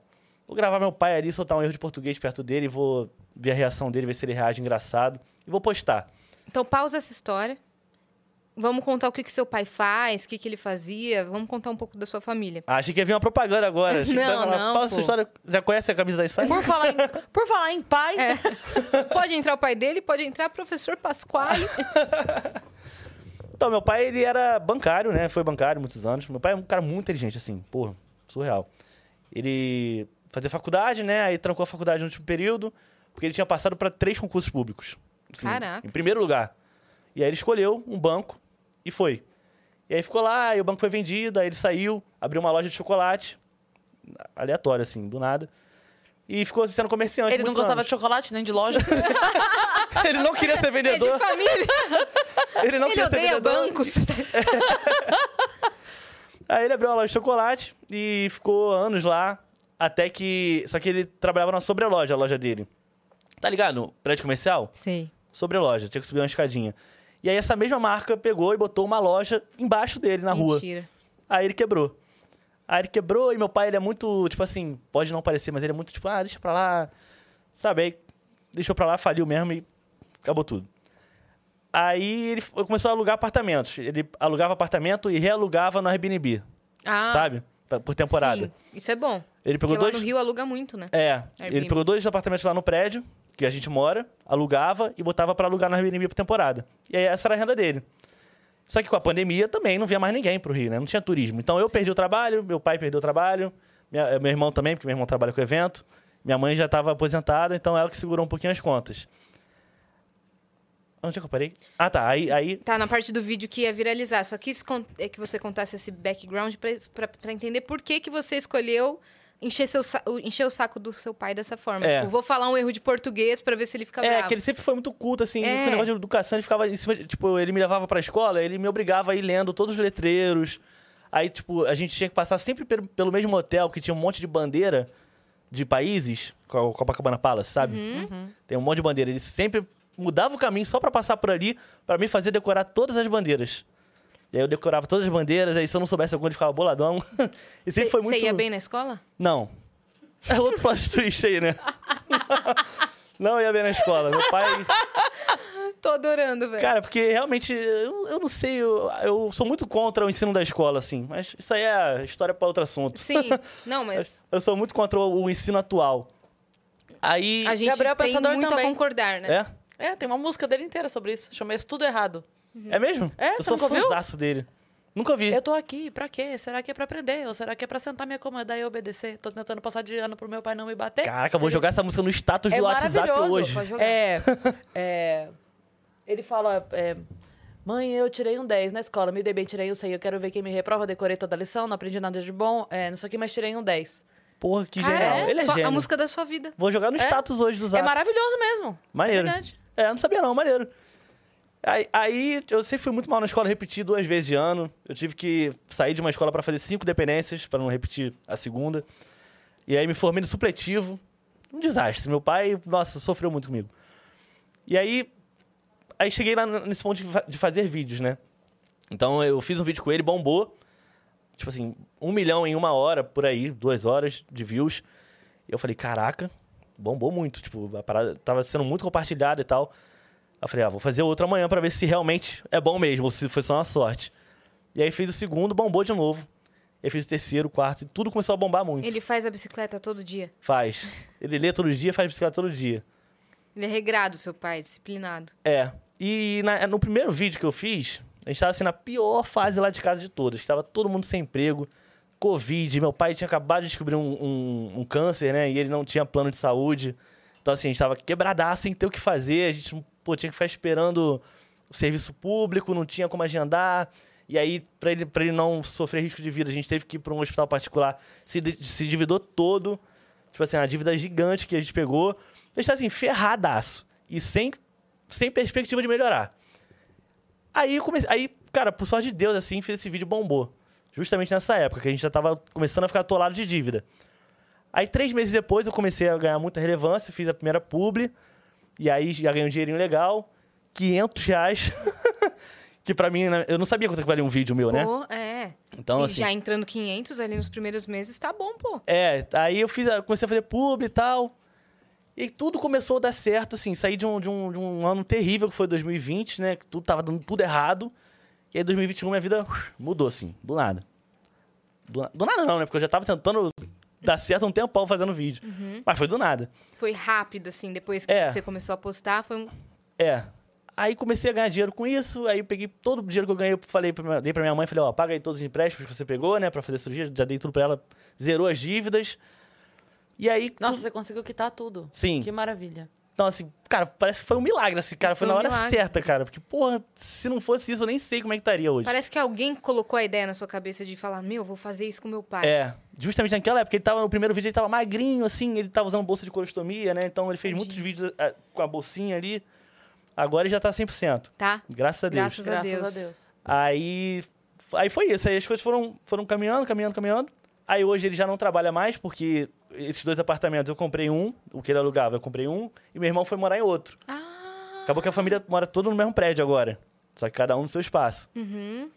Vou gravar meu pai ali, soltar um erro de português perto dele, vou ver a reação dele, ver se ele reage engraçado. E vou postar. Então pausa essa história. Vamos contar o que, que seu pai faz, o que, que ele fazia. Vamos contar um pouco da sua família. Ah, achei que ia vir uma propaganda agora. Achei que Não, tava lá, não, "Pausa essa pô. história, já conhece a camisa da Insight? Por falar em, por falar em pai, Pode entrar o pai dele, pode entrar o professor Pasquale. Então, meu pai, ele era bancário, né? Foi bancário muitos anos. Meu pai é um cara muito inteligente, assim, porra, surreal. Ele fazia faculdade, né? Aí trancou a faculdade no último período, porque ele tinha passado para três concursos públicos. Assim, Caraca. Em primeiro lugar. E aí ele escolheu um banco e foi. E aí ficou lá, e o banco foi vendido, aí ele saiu, abriu uma loja de chocolate, aleatório, assim, do nada. E ficou sendo comerciante. ele não muitos gostava de anos. chocolate nem de loja. Ele não queria ser É de vendedor. família. Ele não ele queria ser odeia vendedor. bancos. Aí ele abriu uma loja de chocolate e ficou anos lá, até que. Só que ele trabalhava na sobreloja, a loja dele. Tá ligado? Prédio comercial? Sei. Sobreloja, tinha que subir uma escadinha. E aí essa mesma marca pegou e botou uma loja embaixo dele na rua. Mentira. Aí ele quebrou. Aí ele quebrou e meu pai, ele é muito, tipo assim, pode não parecer, mas ele é muito tipo, ah, deixa pra lá. Sabe? Aí deixou pra lá, faliu mesmo e acabou tudo. Aí ele f- começou a alugar apartamentos. Ele alugava apartamento e realugava no Airbnb Ah, sabe? Pra- Por temporada. Sim, isso é bom. Ele pegou Porque lá dois. no Rio aluga muito, né? É, ele Airbnb. pegou dois apartamentos lá no prédio, que a gente mora, alugava e botava pra alugar no Airbnb por temporada. E aí essa era a renda dele. Só que com a pandemia também não via mais ninguém pro Rio, né? Não tinha turismo. Então eu perdi o trabalho, meu pai perdeu o trabalho, minha- eh, meu irmão também, porque meu irmão trabalha com evento. Minha mãe já estava aposentada, então ela que segurou um pouquinho as contas. Onde é que eu parei? Ah, tá. Aí, aí Tá na parte do vídeo que ia viralizar. Só quis con- é que você contasse esse background pra, pra, pra entender por que, que você escolheu encher, seu sa- o- encher o saco do seu pai dessa forma. É. Tipo, vou falar um erro de português pra ver se ele fica É, bravo. que ele sempre foi muito culto, assim, É. com o negócio de educação, ele ficava em cima, de- tipo, ele me levava pra escola, ele me obrigava a ir lendo todos os letreiros. Aí, tipo, a gente tinha que passar sempre pelo, pelo mesmo hotel, que tinha um monte de bandeira de países, com a Copacabana Palace, sabe? Uhum. Tem um monte de bandeira. Ele sempre mudava o caminho só pra passar por ali, pra me fazer decorar todas as bandeiras. E aí eu decorava todas as bandeiras, aí se eu não soubesse alguma, ele ficava boladão. e sempre foi Você muito... ia bem na escola? Não. É outro plot twist aí, né? Não ia bem na escola. Meu pai. Tô adorando, velho. Cara, porque realmente, eu, eu não sei, eu, eu sou muito contra o ensino da escola, assim. Mas isso aí é história pra outro assunto. Sim, não, mas Eu sou muito contra o ensino atual. Aí. a gente Gabriel tem Pensador muito também. a concordar, né? É? É, tem uma música dele inteira sobre isso. Chama Isso Tudo Errado. É mesmo? É, eu você sou nunca ouviu? fãzaço dele. Nunca vi. Eu tô aqui, pra quê? Será que é pra aprender? Ou será que é pra sentar, me acomodar e obedecer? Tô tentando passar de ano pro meu pai não me bater. Caraca, eu vou jogar essa música no status é do WhatsApp maravilhoso. hoje. Pode jogar. É, é, Ele fala. é, Mãe, eu tirei um 10 na escola, me dei bem, tirei um 100. Eu quero ver quem me reprova, decorei toda a lição, não aprendi nada de bom, é, não sei o que, mas tirei um 10. Porra, que Cara, genial. Ele é só- gênio. a música da sua vida. Vou jogar no status hoje do É Zap. maravilhoso mesmo. É Maneiro. verdade. É, eu não sabia não, maneiro. Aí, aí eu sempre fui muito mal na escola, repeti duas vezes de ano. Eu tive que sair de uma escola pra fazer cinco dependências, pra não repetir a segunda. E aí me formei no supletivo. Um desastre. Meu pai, nossa, sofreu muito comigo. E aí, aí cheguei lá n- nesse ponto de fa- de fazer vídeos, né? Então eu fiz um vídeo com ele, bombou. Tipo assim, um milhão em uma hora, por aí, duas horas de views. E eu falei, caraca, bombou muito. Tipo, a parada tava sendo muito compartilhada e tal. Aí Eu falei, ah, vou fazer outro amanhã pra ver se realmente é bom mesmo, ou se foi só uma sorte. E aí fiz o segundo, bombou de novo. E aí fiz o terceiro, o quarto, e tudo começou a bombar muito. Ele faz a bicicleta todo dia. Faz. Ele lê todo dia, faz bicicleta todo dia. Ele é regrado, seu pai, disciplinado. É. E na- no primeiro vídeo que eu fiz, a gente tava assim na pior fase lá de casa de todas. Tava todo mundo sem emprego, Covid, meu pai tinha acabado de descobrir um, um- um câncer, né? E ele não tinha plano de saúde. Então, assim, a gente tava quebradaço, sem ter o que fazer, a gente não pô, tinha que ficar esperando o serviço público, não tinha como agendar. E aí, pra ele, pra ele não sofrer risco de vida, a gente teve que ir pra um hospital particular, se, di- se endividou todo. Tipo assim, uma dívida gigante que a gente pegou. A gente tá assim, ferradaço. E sem, sem perspectiva de melhorar. Aí, eu comecei, aí, cara, por sorte de Deus, assim, fiz esse vídeo bombou. Justamente nessa época, que a gente já tava começando a ficar atolado de dívida. Aí, três meses depois, eu comecei a ganhar muita relevância, fiz a primeira publi. E aí, já ganhei um dinheirinho legal. 500 reais. que pra mim, né, eu não sabia quanto que valia um vídeo meu, né? Pô, é. Então, e assim. já entrando 500 ali nos primeiros meses, tá bom, pô. É, aí eu fiz, a- comecei a fazer pub e tal. E aí tudo começou a dar certo, assim. Saí de um, de um, de um ano terrível, que foi 2020, né? Que tudo tava dando tudo errado. E aí, 2021, minha vida uf, mudou, assim, do nada. Do, na- do nada não, né? Porque eu já tava tentando dar certo há um tempão fazendo vídeo. Mas foi do nada. Foi rápido, assim, depois que É. você começou a postar, foi um... É. Aí comecei a ganhar dinheiro com isso, aí eu peguei todo o dinheiro que eu ganhei, eu falei pra minha, dei pra minha mãe, falei, ó, paga aí todos os empréstimos que você pegou, né, pra fazer cirurgia, já dei tudo pra ela, zerou as dívidas. E aí... Nossa, você conseguiu quitar tudo. Sim. Que maravilha. Então, assim, cara, parece que foi um milagre, assim, cara. Foi, Foi na um hora milagre. certa, cara. Porque, porra, se não fosse isso, eu nem sei como é que estaria hoje. Parece que alguém colocou a ideia na sua cabeça de falar, meu, vou fazer isso com meu pai. É, justamente naquela época, ele tava no primeiro vídeo, ele tava magrinho, assim, ele tava usando bolsa de colostomia, né? Então, ele fez muitos vídeos eh, com a bolsinha ali. Agora ele já tá 100%. Tá? Graças a Deus. Graças a Graças Deus. a Deus. Aí, aí foi isso. Aí as coisas foram, foram caminhando, caminhando, caminhando. Aí hoje ele já não trabalha mais, porque esses dois apartamentos eu comprei um, o que ele alugava, eu comprei um, e meu irmão foi morar em outro. Ah, Acabou que a família mora todo no mesmo prédio agora. Só que cada um no seu espaço. uhum.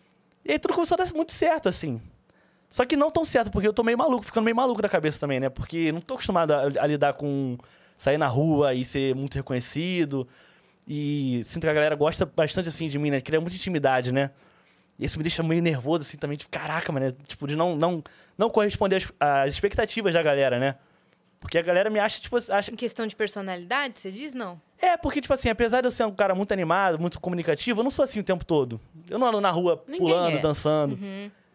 E aí tudo começou a dar muito certo, assim. Só que não tão certo, porque eu tô meio maluco, ficando meio maluco da cabeça também, né? Porque não tô acostumado a, a lidar com sair na rua e ser muito reconhecido. E sinto que a galera gosta bastante, assim, de mim, né? Cria muita intimidade, né? E isso me deixa meio nervoso, assim, também. Tipo, caraca, mano. né? Tipo, de não, não, não corresponder às, às expectativas da galera, né? Porque a galera me acha, tipo, acha, Em questão de personalidade, você diz? Não. é, porque, tipo assim, apesar de eu ser um cara muito animado, muito comunicativo, eu não sou assim o tempo todo. Eu não ando na rua Ninguém pulando, é. dançando.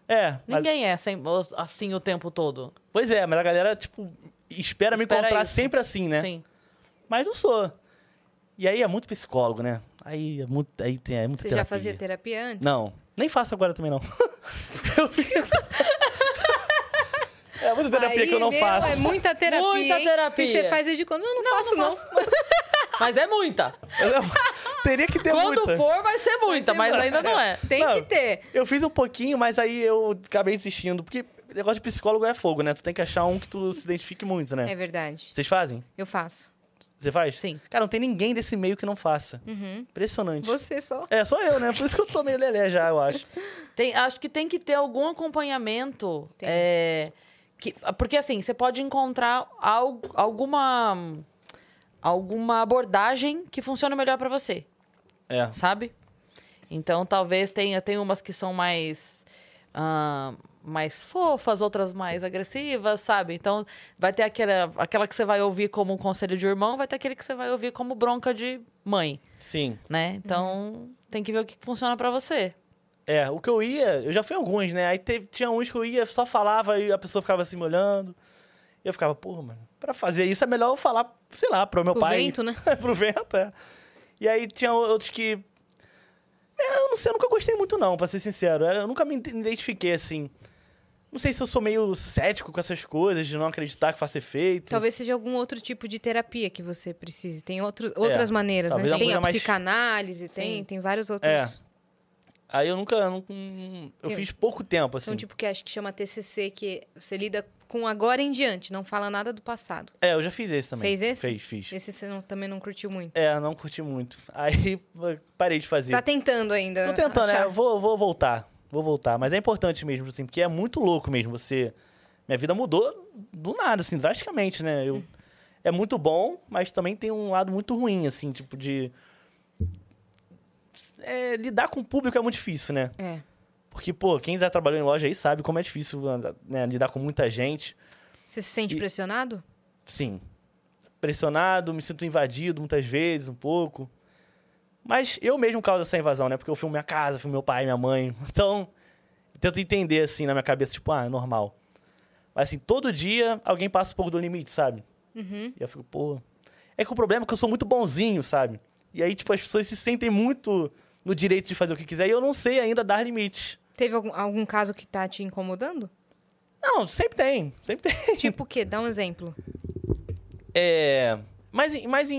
É, mas- Ninguém é sem- assim o tempo todo. pois é, mas a galera, tipo, espera, me Espera encontrar isso. sempre assim, né? Sim. Mas não sou. E aí é muito psicólogo, né? Aí é muito. Aí tem, é muito Você já fazia terapia antes? Não. Nem faço agora também, não. Eu fico- é muita terapia Aí, que eu não meu, faço. É muita terapia. Muita hein? terapia. E você faz desde quando? Não, não, faço, não. Mas é muita. Teria que ter Quando muita. for, vai ser muita, mas muita. ainda não é. Tem Não. que ter. Eu fiz um pouquinho, mas aí eu acabei desistindo. Porque negócio de psicólogo é fogo, né? Tu tem que achar um que tu se identifique muito, né? É verdade. Vocês fazem? Eu faço. Você faz? Sim. Cara, não tem ninguém desse meio que não faça. Impressionante. Uhum. Você só. É, só eu, né? Por isso que eu tô meio lelé já, eu acho. Tem- acho que tem que ter algum acompanhamento. Tem. é, que, porque assim, você pode encontrar al- alguma, alguma abordagem que funcione melhor pra você, É. sabe? Então talvez tenha, tenha umas que são mais. ah, mais fofas, outras mais agressivas, sabe? Então, vai ter aquela, aquela que você vai ouvir como um conselho de irmão, vai ter aquele que você vai ouvir como bronca de mãe, Sim. né? Então, tem que ver o que funciona pra você. É, o que eu ia, eu já fui em alguns, né? Aí teve- tinha uns que eu ia, só falava e a pessoa ficava assim me olhando. E eu ficava, porra, mano, pra fazer isso é melhor eu falar, sei lá, pro meu Pro pai. vento, né? pro vento, é. E aí tinha outros que. É, Eu não sei, eu nunca gostei muito, não, pra ser sincero. Eu nunca me identifiquei assim. Não sei se eu sou meio cético com essas coisas, de não acreditar que faça efeito. Talvez seja algum outro tipo de terapia que você precise. Tem outro, outras maneiras, É. talvez né? uma Tem coisa a mais- É. psicanálise, tem, Sim. tem vários outros. Aí eu nunca. nunca- hum, eu Eu- fiz pouco tempo, assim. Tem um tipo que acho que chama TCC, que você lida com agora em diante, não fala nada do passado. É, eu já fiz esse também. Fez esse? Fez, fiz. Esse você não- também não curtiu muito. É, não curti muito. Aí parei de fazer. Tá tentando ainda. Tô tentando, né? achar. Eu Vou, vou voltar. Vou voltar. Mas é importante mesmo, assim, porque é muito louco mesmo você. Minha vida mudou do nada, assim, drasticamente, né? Eu... É muito bom, mas também tem um lado muito ruim, assim, tipo, de. É, lidar com o público é muito difícil, né? É. Porque, pô, quem já trabalhou em loja aí sabe como é difícil né, lidar com muita gente. Você se sente E- pressionado? Sim. Pressionado, me sinto invadido muitas vezes, um pouco. Mas eu mesmo causo essa invasão, né? Porque eu filmo minha casa, filmo meu pai, minha mãe. Então, eu tento entender, assim, na minha cabeça, tipo, ah, é normal. Mas, assim, todo dia alguém Uhum. passa um pouco do limite, sabe? E eu fico, pô. É que o problema é que eu sou muito bonzinho, sabe? E aí, tipo, as pessoas se sentem muito no direito de fazer o que quiser e eu não sei ainda dar limite. Teve algum, algum caso que tá te incomodando? Não, sempre tem, sempre tem. tipo o quê? Dá um exemplo. É. Mas, em- mas em,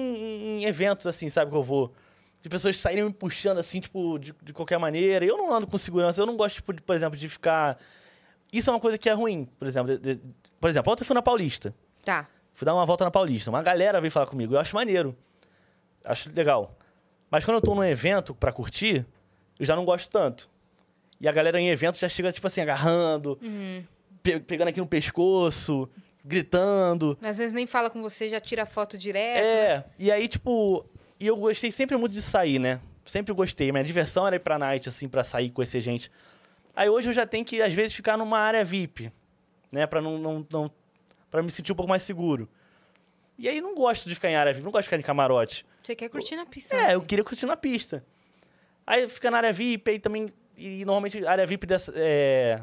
em eventos, assim, sabe, que eu vou. De pessoas saírem me puxando, assim, tipo, de, de qualquer maneira. Eu não ando com segurança, eu não gosto, tipo, de, por exemplo, de ficar. Isso é uma coisa que é ruim, por exemplo. de- de- Por exemplo, ontem eu fui na Paulista. Tá. Fui dar uma volta na Paulista. Uma galera veio falar comigo. Eu acho maneiro. Acho legal. Mas quando eu tô num evento pra curtir, eu já não gosto tanto. E a galera em evento já chega, tipo assim, agarrando, pe- pegando aqui no pescoço, gritando. Às vezes nem fala com você, já tira foto direto. né? É, e aí, tipo, e eu gostei sempre muito de sair, né? Sempre gostei. Minha diversão era ir pra night, assim, pra sair, conhecer gente. Aí hoje eu já tenho que, às vezes, ficar numa área VIP, né? Pra não. não, não pra me sentir um pouco mais seguro. E aí não gosto de ficar em área VIP, não gosto de ficar em camarote. Você quer curtir na pista. É, eu queria curtir na pista. Aí fica na área VIP, aí também. E normalmente a área VIP dessa, é,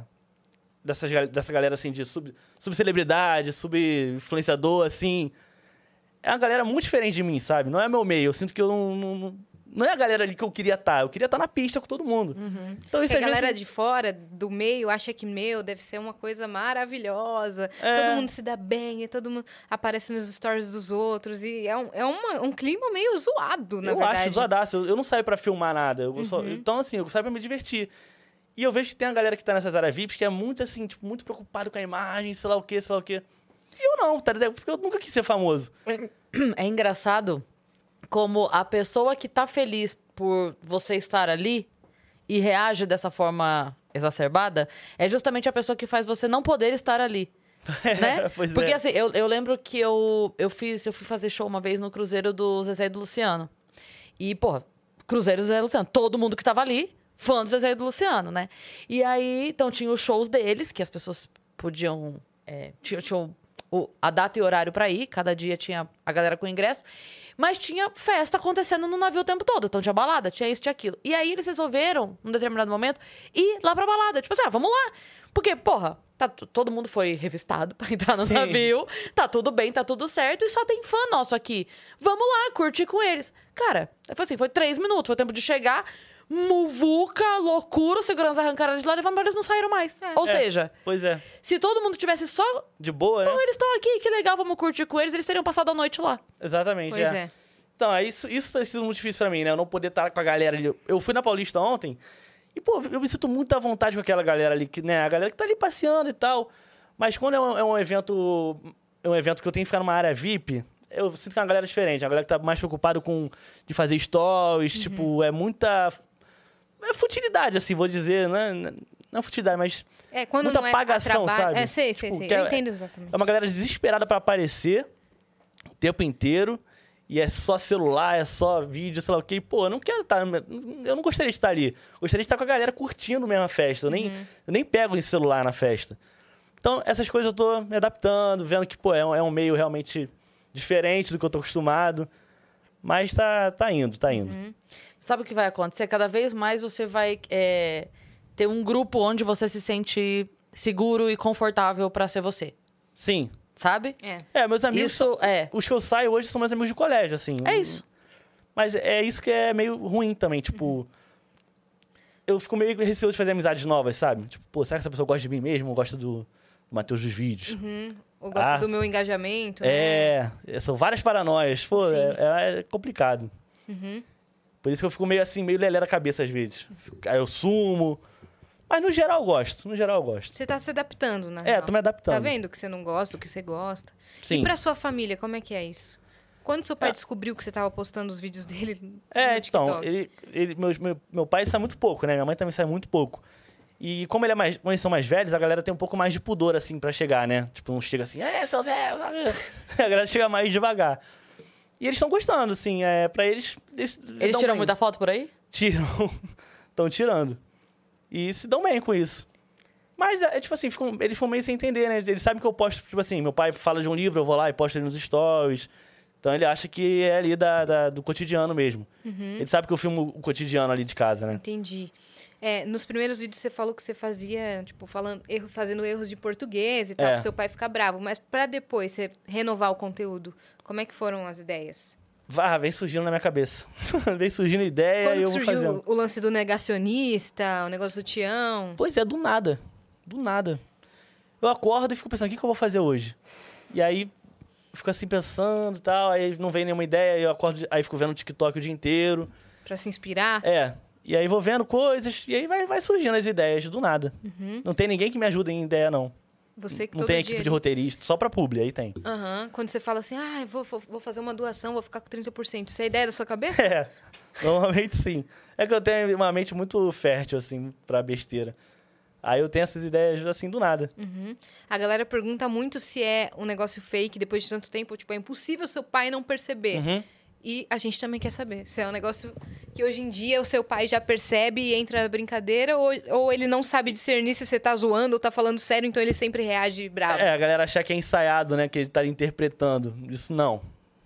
dessas gal- dessa galera assim de sub, subcelebridade, sub-influenciador, assim. É uma galera muito diferente de mim, sabe? Não é meu meio. Eu sinto que eu não. Não, não- não é a galera ali que eu queria estar. Eu queria estar na pista com todo mundo. Então Uhum. Porque isso a às vezes- galera de fora, do meio, acha que, meu, deve ser uma coisa maravilhosa. É. Todo mundo se dá bem, e todo mundo aparece nos stories dos outros. E é um, é uma- um clima meio zoado, tipo, na eu verdade. Uhum. acho zoadaço. Eu, eu não saio pra filmar nada. Eu só- então, assim, eu saio pra me divertir. E eu vejo que tem a galera que tá nessas áreas VIPs que é muito, assim, tipo, muito preocupado com a imagem, sei lá o quê, sei lá o quê. E eu não, tá ligado? Porque eu nunca quis ser famoso. É engraçado como a pessoa que tá feliz por você estar ali e reage dessa forma exacerbada é justamente a pessoa que faz você não poder estar ali. né? Pois é. Porque assim, eu, eu lembro que eu, eu fiz, eu fui fazer show uma vez no Cruzeiro do Zezé e do Luciano. E, porra, Cruzeiro do Zezé e do Luciano. Todo mundo que tava ali, fã do Zezé e do Luciano, né? E aí, então, tinha os shows deles, que as pessoas podiam. É, tinha- tinham o- a data e horário pra ir, cada dia tinha a galera com ingresso. Mas tinha festa acontecendo no navio o tempo todo. Então tinha balada, tinha isso, tinha aquilo. E aí eles resolveram, num determinado momento, ir lá pra balada. Tipo assim, ah, vamos lá. Porque, porra, tá, t- todo mundo foi revistado pra entrar no Sim. navio. Tá tudo bem, tá tudo certo. E só tem fã nosso aqui. Vamos lá, curtir com eles. Cara, foi assim, foi três minutos. Foi o tempo de chegar. Muvuca, loucura, os seguranças arrancaram de lá, levaram, mas eles não saíram mais. Ou seja, Pois é. se todo mundo tivesse só... De boa, né? Pô, eles estão aqui, que legal, vamos curtir com eles. Eles teriam passado a noite lá. Exatamente. Pois é. Então, é isso, isso tá sendo muito difícil pra mim, né? Eu não poder estar com a galera ali. Eu fui na Paulista ontem e, pô, eu me sinto muito à vontade com aquela galera ali, que, né? A galera que tá ali passeando e tal. Mas quando é um, é um evento. É um evento que eu tenho que ficar numa área VIP, eu sinto que é uma galera diferente. É uma galera que tá mais preocupada com de fazer stories, tipo, é muita. É futilidade, assim, vou dizer, né? Não é futilidade, mas. É, quando Muita não é apagação, trabalho... sabe? É, sei, sei, Tipo, sei. que Eu é- entendo exatamente. É uma galera desesperada pra aparecer o tempo inteiro. E é só celular, é só vídeo, sei lá o quê. Pô, eu não quero estar. Eu não gostaria de estar ali. Gostaria de estar com a galera curtindo mesmo a festa. Eu nem, Uhum. eu nem pego em celular na festa. Então, essas coisas eu tô me adaptando, vendo que, pô, é um, é um meio realmente diferente do que eu tô acostumado. Mas tá, tá indo, tá indo. Uhum. Sabe o que vai acontecer? Cada vez mais você vai é, ter um grupo onde você se sente seguro e confortável pra ser você, Sim. sabe? É. É, meus amigos. Isso é. Os que eu saio hoje são meus amigos de colégio, assim. É isso. Mas é isso que é meio ruim também, tipo. Eu fico meio receoso de fazer amizades novas, sabe? Tipo, pô, será que essa pessoa gosta de mim mesmo? Ou gosta do Matheus dos vídeos? Eu gosto Ah, do sim. meu engajamento. né? É, é, são várias paranoias. Pô, Sim. é, é complicado. Por isso que eu fico meio assim, meio lelé da cabeça às vezes. Fico- Aí eu sumo. Mas no geral eu gosto, no geral eu gosto. Você tá se adaptando, na É, real. tô me adaptando. Tá vendo o que você não gosta, o que você gosta. Sim. E pra sua família, como é que é isso? Quando seu pai descobriu que você tava postando os vídeos dele É, no então, TikTok? ele, ele- meus- meu, meu pai sai muito pouco, né? Minha mãe também sai muito pouco. E como ele é mais, como eles são mais velhos, a galera tem um pouco mais de pudor, assim, pra chegar, né? Tipo, não chega assim, é, seu Zé! A galera chega mais devagar. E eles estão gostando, assim, é, pra eles... Eles, Eles dão tiram bem. muita foto por aí? Tiram. Estão tirando. E se dão bem com isso. Mas, é tipo assim, ficam- eles ficam meio sem entender, né? Eles sabem que eu posto, tipo assim, meu pai fala de um livro, eu vou lá e posto ele nos stories. Então ele acha que é ali da, da- do cotidiano mesmo. Uhum. Ele sabe que eu filmo o cotidiano ali de casa, né? Entendi. É, nos primeiros vídeos você falou que você fazia, tipo, falando, erro, fazendo erros de português e tal, É. pro seu pai ficar bravo. Mas pra depois você renovar o conteúdo, como é que foram as ideias? Vá, vem surgindo na minha cabeça. vem surgindo ideia Quando que e É, eu vou surgiu fazendo. o lance do negacionista, o negócio do Tião? Pois é, do nada. Do nada. Eu acordo e fico pensando, o que, que eu vou fazer hoje? E aí, fico assim pensando e tal, aí não vem nenhuma ideia, aí eu acordo, aí fico vendo TikTok o dia inteiro. Pra se inspirar? É. E aí vou vendo coisas, e aí vai, vai surgindo as ideias do nada. Não tem ninguém que me ajude em ideia, não. Você que Não Uhum. todo tem dia... equipe de roteirista, só pra publi, aí tem. Aham, quando você fala assim, ah, eu vou, vou- vou fazer uma doação, vou ficar com 30%. Isso é a ideia da sua cabeça? É, normalmente sim. É que eu tenho uma mente muito fértil, assim, pra besteira. Aí eu tenho essas ideias, assim, do nada. A galera pergunta muito se é um negócio fake depois de tanto tempo. Tipo, é impossível seu pai não perceber. Uhum. E a gente também quer saber se é um negócio que hoje em dia o seu pai já percebe e entra na brincadeira ou, ou ele não sabe discernir se você tá zoando ou tá falando sério, então ele sempre reage bravo. É, a galera achar que é ensaiado, né? Que ele tá interpretando. Isso não.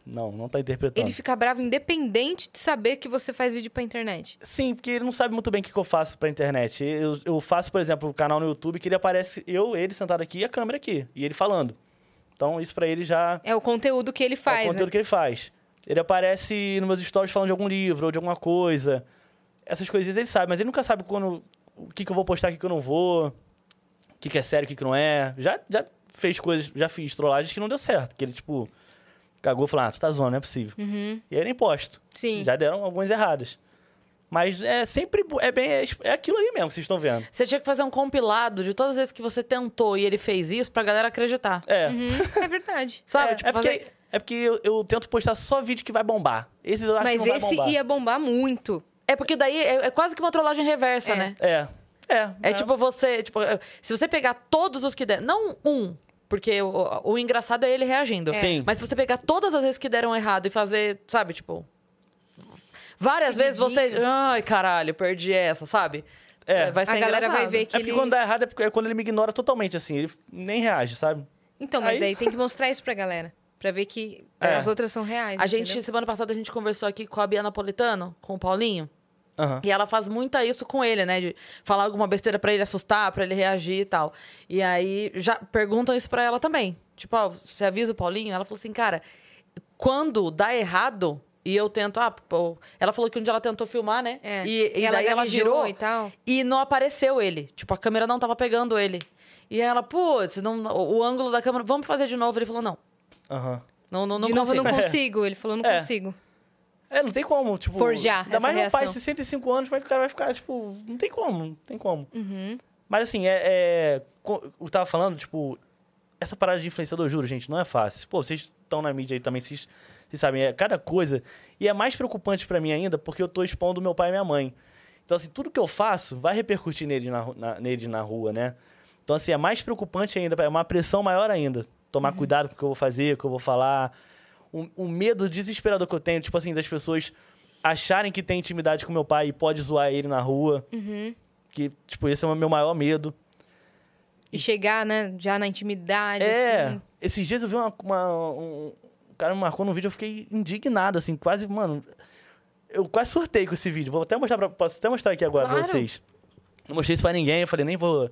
Não, não tá interpretando. Ele fica bravo independente de saber que você faz vídeo pra internet. Sim, porque ele não sabe muito bem o que, que eu faço pra internet. Eu, eu faço, por exemplo, um canal no YouTube que ele aparece eu, ele sentado aqui e a câmera aqui. E ele falando. Então, isso pra ele já É o conteúdo que ele faz, é o conteúdo né? que ele faz. Ele aparece nos meus stories falando de algum livro ou de alguma coisa. Essas coisinhas ele sabe, mas ele nunca sabe quando, o que, que eu vou postar, o que, que eu não vou, o que, que é sério, o que, que não é. Já, já fez coisas, já fiz trollagens que não deu certo. Que ele, tipo, cagou e falou: Ah, tu tá zoando, não é possível. Uhum, E aí eu nem posto. sim. Já deram algumas erradas. Mas é sempre. bo- É bem. É, é aquilo ali mesmo que vocês estão vendo. Você tinha que fazer um compilado de todas as vezes que você tentou e ele fez isso pra galera acreditar. É. Uhum, é verdade. Sabe? é, tipo, é porque, fazer... é porque eu, eu tento postar só vídeo que vai bombar. Esses eu acho Mas que não vai esse bombar. ia bombar muito. é porque daí é, é quase que uma trollagem reversa, É. né? É. É. É, tipo você, tipo, se você pegar todos os que deram, não um, porque o, o engraçado é ele reagindo. É. Sim. Mas se você pegar todas as vezes que deram errado e fazer, sabe, tipo, várias vezes você, Seguidinho. ai, caralho, perdi essa, sabe? É. vai ser a galera vai engraçado. ver É que porque ele... quando dá errado é, porque, é quando ele me ignora totalmente, assim. Ele nem reage, sabe? Então, mas Aí- daí tem que mostrar isso pra galera. Pra ver que É. as outras são reais. A gente, entendeu? semana passada, a gente conversou aqui com a Bia Napolitano, com o Paulinho. Aham. E ela faz muito isso com ele, né? De falar alguma besteira pra ele assustar, pra ele reagir e tal. E aí já perguntam isso pra ela também. Tipo, ó, você avisa o Paulinho? Ela falou assim, cara, quando dá errado e eu tento. Ah, pô, ela falou que um dia ela tentou filmar, né? É. E, e daí ela gaguejou virou e tal. e não apareceu ele. Tipo, a câmera não tava pegando ele. E ela, putz, não- o, o ângulo da câmera, vamos fazer de novo. Ele falou, não. Aham. Não, não, não De novo, eu consigo. não consigo. Ele falou, não É. consigo. É, não tem como, tipo... Forjar Ainda essa mais meu pai, reação. 65 anos, como é que o cara vai ficar, tipo... Não tem como, não tem como. Uhum. Mas assim, é... é co- eu tava falando, tipo... Essa parada de influenciador, eu juro, gente, não é fácil. Pô, vocês estão na mídia aí também, vocês, vocês sabem, é cada coisa. E é mais preocupante pra mim ainda, porque eu tô expondo meu pai e minha mãe. Então, assim, tudo que eu faço vai repercutir nele na, ru- na, nele na rua, né? Então, assim, é mais preocupante ainda, é uma pressão maior ainda. Tomar cuidado com o que eu vou fazer, com o que eu vou falar. Um, um medo desesperador que eu tenho, tipo assim, das pessoas acharem que tem intimidade com meu pai e pode zoar ele na rua. Que, tipo, esse é o meu maior medo. E chegar, né, já na intimidade, É, assim. esses dias eu vi uma, uma- um, um cara me marcou num vídeo, eu fiquei indignado, assim, quase, mano. Eu quase surtei com esse vídeo. Vou até mostrar pra, posso até mostrar aqui agora Claro. pra vocês. Não mostrei isso pra ninguém, eu falei, nem vou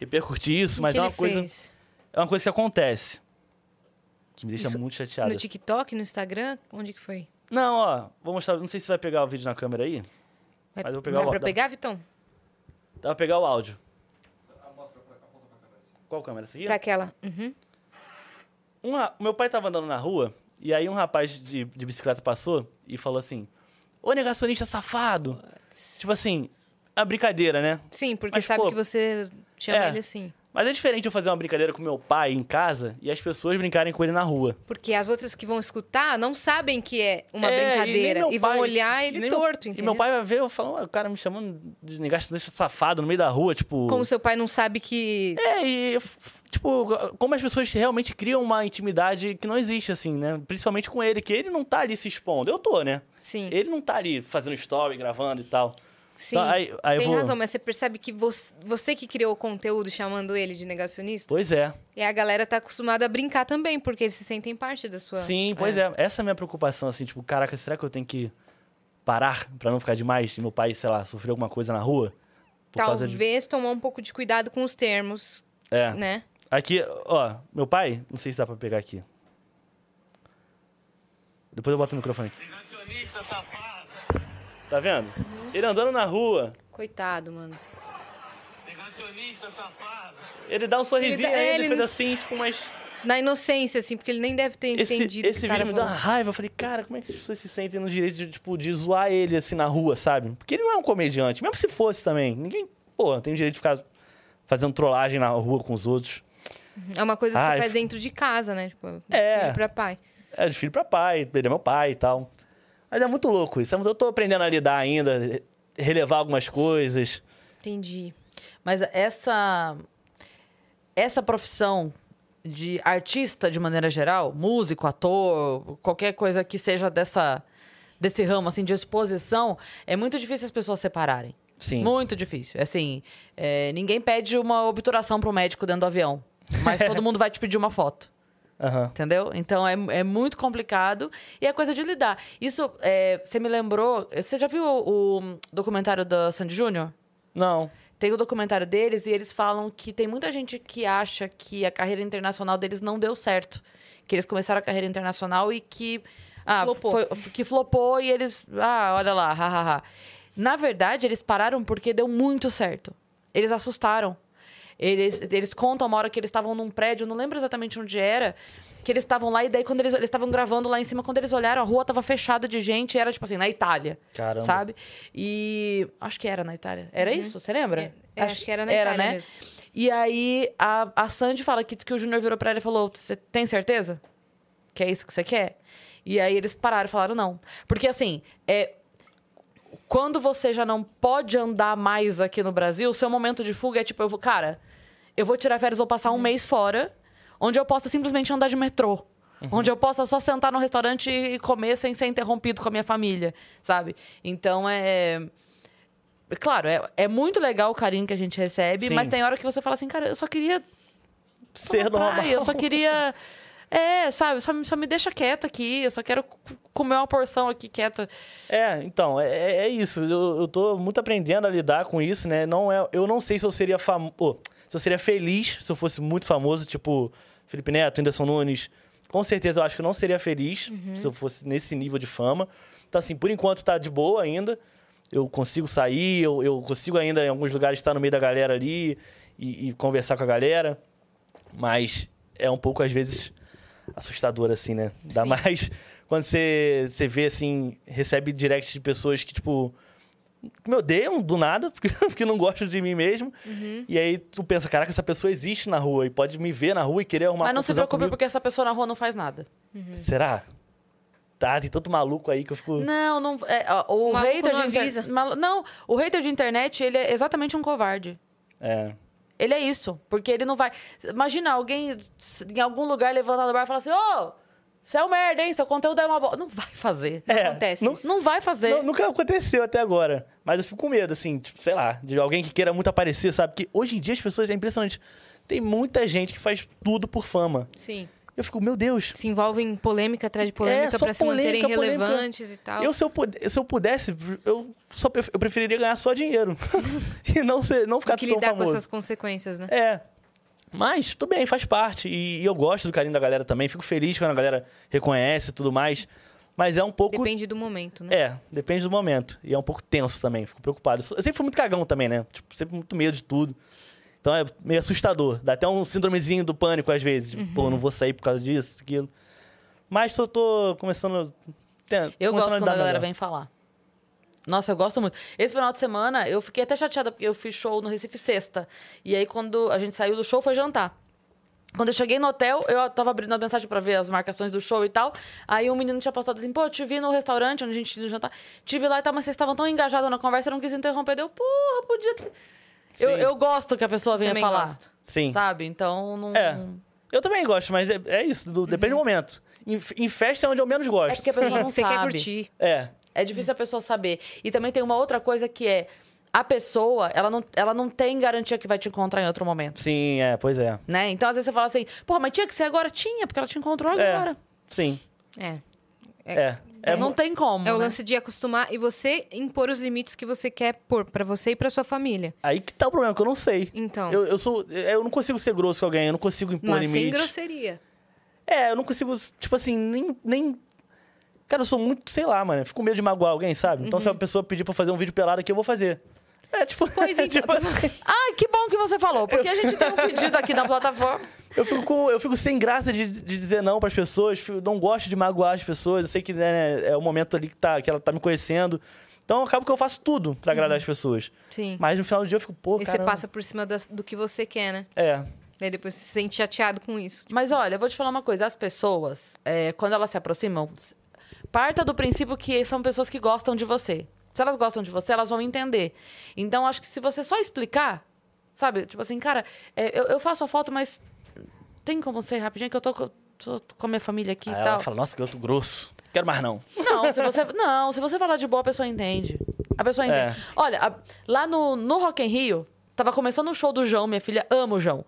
repercutir O isso, que mas que é uma ele coisa. fez? É uma coisa que acontece. Que me deixa Isso muito chateado. No TikTok, no Instagram? Onde que foi? Não, ó, vou mostrar. Não sei se vai pegar o vídeo na câmera aí. Vai- Mas eu vou pegar Dá o- pra dá- pegar, Vitão? Dá pra pegar o áudio. Qual câmera? Essa aqui? Pra aquela. Uhum. Um ra- meu pai tava andando na rua e aí um rapaz de, de bicicleta passou e falou assim: Ô negacionista safado! Tipo assim, a brincadeira, né? Sim, porque Mas, sabe pô, que você chama é. ele assim. Mas é diferente eu fazer uma brincadeira com meu pai em casa e as pessoas brincarem com ele na rua. Porque as outras que vão escutar não sabem que é uma É, e nem brincadeira. meu E, vão pai- olhar e ele nem meu- torto, entendeu? E meu pai vai ver eu falo, "Ué, o cara me chamando de negacionista safado no meio da rua, tipo. Como seu pai não sabe que... É, e f- f- tipo, como as pessoas realmente criam uma intimidade que não existe, assim, né? Principalmente com ele, que ele não tá ali se expondo. Eu tô, né? Sim, Ele não tá ali fazendo story, gravando e tal. sim. Então, aí, aí eu Tem vou- razão, mas você percebe que você, você que criou o conteúdo chamando ele de negacionista, Pois é. e a galera tá acostumada a brincar também, porque eles se sentem parte da sua. Sim, pois é. Essa é a minha preocupação, assim, tipo, caraca, será que eu tenho que parar pra não ficar demais? E meu pai, sei lá, sofreu alguma coisa na rua? Por causa de. Talvez tomar um pouco de cuidado com os termos, É. né? Aqui, ó, meu pai, não sei se dá pra pegar aqui. Depois eu boto o microfone aqui. Tá vendo? Ele andando na rua, Coitado, mano. ele dá um sorrisinho dá- é, ainda, ele fez não- assim, tipo, mas. Na inocência, assim, porque ele nem deve ter Esse, entendido esse que o vídeo cara me deu uma falou. raiva. Eu falei, cara, como é que as pessoas se sentem no direito de, tipo, de zoar ele assim na rua, sabe? Porque ele não é um comediante. Mesmo se fosse também. Ninguém, pô, tem o direito de ficar fazendo trollagem na rua com os outros. É uma coisa que Ai, você faz f- dentro de casa, né? Tipo, de É. filho pra pai. É de filho pra pai, ele é meu pai e tal. Mas é muito louco isso. Eu tô aprendendo a lidar ainda, re- relevar algumas coisas. Entendi. Mas essa essa profissão de artista de maneira geral, músico, ator, qualquer coisa que seja dessa desse ramo assim de exposição, é muito difícil as pessoas separarem. Sim. Muito difícil. Assim, é, ninguém pede uma obturação para o médico dentro do avião, mas todo mundo vai te pedir uma foto. Aham. Entendeu? Então é, é muito complicado e é coisa de lidar. Isso, é, você me lembrou. Você já viu o, o documentário da Sandy Júnior? Não. Tem o documentário deles e eles falam que tem muita gente que acha que a carreira internacional deles não deu certo. Que eles começaram a carreira internacional e que. Ah, Flopou. foi- que flopou e eles. Ah, olha lá, hahaha. Na verdade, eles pararam porque deu muito certo. Eles assustaram. Eles, eles contam uma hora que eles estavam num prédio, não lembro exatamente onde era, que eles estavam lá e daí quando eles eles estavam gravando lá em cima, quando eles olharam, a rua tava fechada de gente e era tipo assim, na Itália. Caramba. Sabe? E acho que era na Itália. Era isso? Você lembra? É, é, acho que era na Itália mesmo. né? E aí a, a Sandy fala que diz que o Júnior virou pra ela e falou: Você tem certeza? Que é isso que você quer? E aí eles pararam e falaram: Não. Porque assim, é. Quando você já não pode andar mais aqui no Brasil, seu momento de fuga é tipo, eu vou, cara, eu vou tirar férias, vou passar Uhum. um mês fora, onde eu possa simplesmente andar de metrô. Uhum. Onde eu possa só sentar no restaurante e comer sem ser interrompido com a minha família, sabe? Então é. Claro, é, é muito legal o carinho que a gente recebe, Sim. mas tem hora que você fala assim, cara, eu só queria Ser Então, tomar normal. praia, Eu só queria. É, sabe, só, me- só me deixa quieta aqui. Eu só quero c- comer uma porção aqui quieta. É, então, é- é, é isso. Eu, eu tô muito aprendendo a lidar com isso, né? Não é, eu não sei se eu seria famoso. se eu seria feliz se eu fosse muito famoso, tipo Felipe Neto, Whindersson Nunes. Com certeza eu acho que eu não seria feliz se eu fosse nesse nível de fama. Então, assim, por enquanto tá de boa ainda. Eu consigo sair, eu, eu consigo ainda em alguns lugares estar no meio da galera ali e- e conversar com a galera. Mas é um pouco, às vezes, assustador, assim, né? Ainda Sim. mais quando você, você vê, assim, recebe directs de pessoas que, tipo, que me odeiam do nada, porque, porque não gostam de mim mesmo. Uhum. E aí tu pensa, caraca, essa pessoa existe na rua e pode me ver na rua e querer arrumar mas não se confusão preocupe, comigo. porque essa pessoa na rua não faz nada. Será? Tá, tem tanto maluco aí que eu fico... Não, não. é, ó, o, O maluco hater não de inter- avisa. mal- Não, o hater de internet, ele é exatamente um covarde. É, Ele é isso, porque ele não vai. Imagina alguém s- em algum lugar levantar do bar e falar assim: ô, você é um merda, hein? Seu conteúdo é uma bola. Não vai fazer. É, Acontece não- isso. Não vai fazer. Não, nunca aconteceu até agora. Mas eu fico com medo, assim, tipo, sei lá, de alguém que queira muito aparecer, sabe? Porque hoje em dia as pessoas, é impressionante, tem muita gente que faz tudo por fama. Sim. Eu fico, meu Deus, Se envolvem em polêmica atrás de polêmica É, só pra se manterem polêmica, polêmica. relevantes e tal. eu se eu, pude- se eu pudesse, eu, só, pref- eu preferiria ganhar só dinheiro. e não, ser, não ficar que tão lidar famoso. com essas consequências, né? É. Mas, tudo bem, faz parte. E, e eu gosto do carinho da galera também. Fico feliz quando a galera reconhece e tudo mais. Mas é um pouco Depende do momento, né? É, depende do momento. E é um pouco tenso também, fico preocupado. Eu sou- eu sempre fui muito cagão também, né? Tipo, sempre muito medo de tudo. Então é meio assustador. Dá até um síndromezinho do pânico às vezes. Tipo, Uhum. Pô, não vou sair por causa disso, aquilo. Mas eu tô começando. Tem, Eu gosto começando quando lidar a galera melhor. vem falar. Nossa, eu gosto muito. Esse final de semana eu fiquei até chateada, porque eu fiz show no Recife sexta. E aí, quando a gente saiu do show, foi jantar. Quando eu cheguei no hotel, eu tava abrindo a mensagem pra ver as marcações do show e tal. Aí um menino tinha postado assim, pô, eu te vi no restaurante onde a gente ia jantar. Te vi lá e tal, mas vocês estavam tão engajados na conversa, eu não quis interromper. Deu, porra, podia... ter-" Eu, Sim. eu gosto que a pessoa venha Também falar, gosto. Sim. sabe? Então, não... É. Eu também gosto, mas é, é isso, do- depende do momento. Em, em festa é onde eu menos Uhum. É gosto. porque a pessoa não Você quer sabe. curtir. É. É difícil a pessoa saber. E também tem uma outra coisa que é a pessoa, ela não, ela não tem garantia que vai te encontrar em outro momento, Sim, é, pois é. né? Então às vezes você fala assim, porra, mas tinha que ser agora, tinha, porque ela te encontrou É. agora. Sim. É. É. É, não mu- tem como. É o né? lance de acostumar e você impor os limites que você quer pôr pra você e pra sua família. Aí que tá o problema, que eu não sei. Então. Eu, eu sou. Eu não consigo ser grosso com alguém, eu não assim, consigo impor Mas sem limites. grosseria. É, eu não consigo, tipo assim, nem. nem... Cara, eu sou muito, sei lá, mano. eu Fico com medo de magoar alguém, sabe? Então, se a pessoa pedir pra eu fazer um vídeo pelado aqui, eu vou fazer. É, tipo, Uhum. Pois então, tipo tô- assim, Ah, que bom que você falou, porque a gente tem um pedido aqui da plataforma. eu fico, com- eu fico sem graça de, de dizer não pras pessoas, fico- não gosto de magoar as pessoas. Eu sei que né, é o momento ali que, tá, que ela tá me conhecendo. Então, acaba que eu faço tudo pra agradar as pessoas. Uhum. Sim. Mas no final do dia eu fico, pô, e cara. você passa por cima das- do que você quer, né? É. Daí depois você se sente chateado com isso. Ah, Mas olha, eu vou te falar uma coisa. As pessoas, é, quando elas se aproximam, s- parta do princípio que são pessoas que gostam de você. Se elas gostam de você, elas vão entender. Então, acho que se você só explicar, sabe? Tipo assim, cara, é, eu, eu faço a foto, mas tem como ser rapidinho que eu tô, co- tô com a minha família aqui Aí e ela tal. fala, nossa, que outro grosso. Quero mais não. Não, se você, não, se você falar de boa, a pessoa entende. A pessoa entende. É. Olha, a- lá no, no Rock in Rio, tava começando o show do João, minha filha ama o João.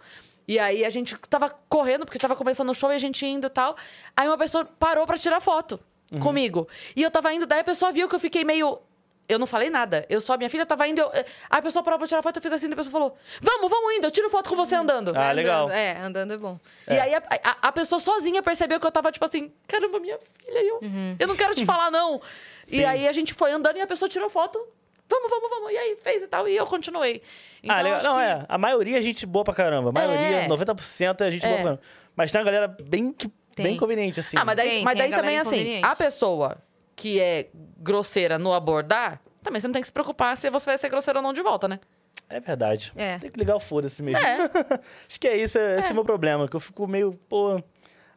E aí a gente tava correndo, porque tava começando o show e a gente indo e tal. Aí uma pessoa parou pra tirar foto Uhum. comigo. E eu tava indo, daí a pessoa viu que eu fiquei meio. Eu não falei nada. Eu só, minha filha tava indo. Eu, eh, aí a pessoa parou pra tirar foto, eu fiz assim, daí a pessoa falou: Vamos, vamos indo, eu tiro foto com você andando. Ah, Vai legal. andando. É, andando é bom. E aí a, a- a pessoa sozinha percebeu que eu tava, tipo assim, caramba, minha filha, eu, Uhum. eu não quero te falar, não. Sim. E aí a gente foi andando e a pessoa tirou foto. Vamos, vamos, vamos. E aí fez e tal. E eu continuei. Então, ah, legal. acho Não, que- é. A maioria é gente boa pra caramba. A maioria, É. 90% é gente boa É. pra caramba. Mas tem uma galera bem, que- Tem. bem conveniente, assim. Ah, mas daí, Tem, mas tem daí a também, galera assim, inconveniente. a pessoa que é grosseira no abordar, também você não tem que se preocupar se você vai ser grosseiro ou não de volta, né? É verdade. É. Tem que ligar o foda-se mesmo. É. Acho que é isso, é, esse é o meu problema. Que eu fico meio, pô,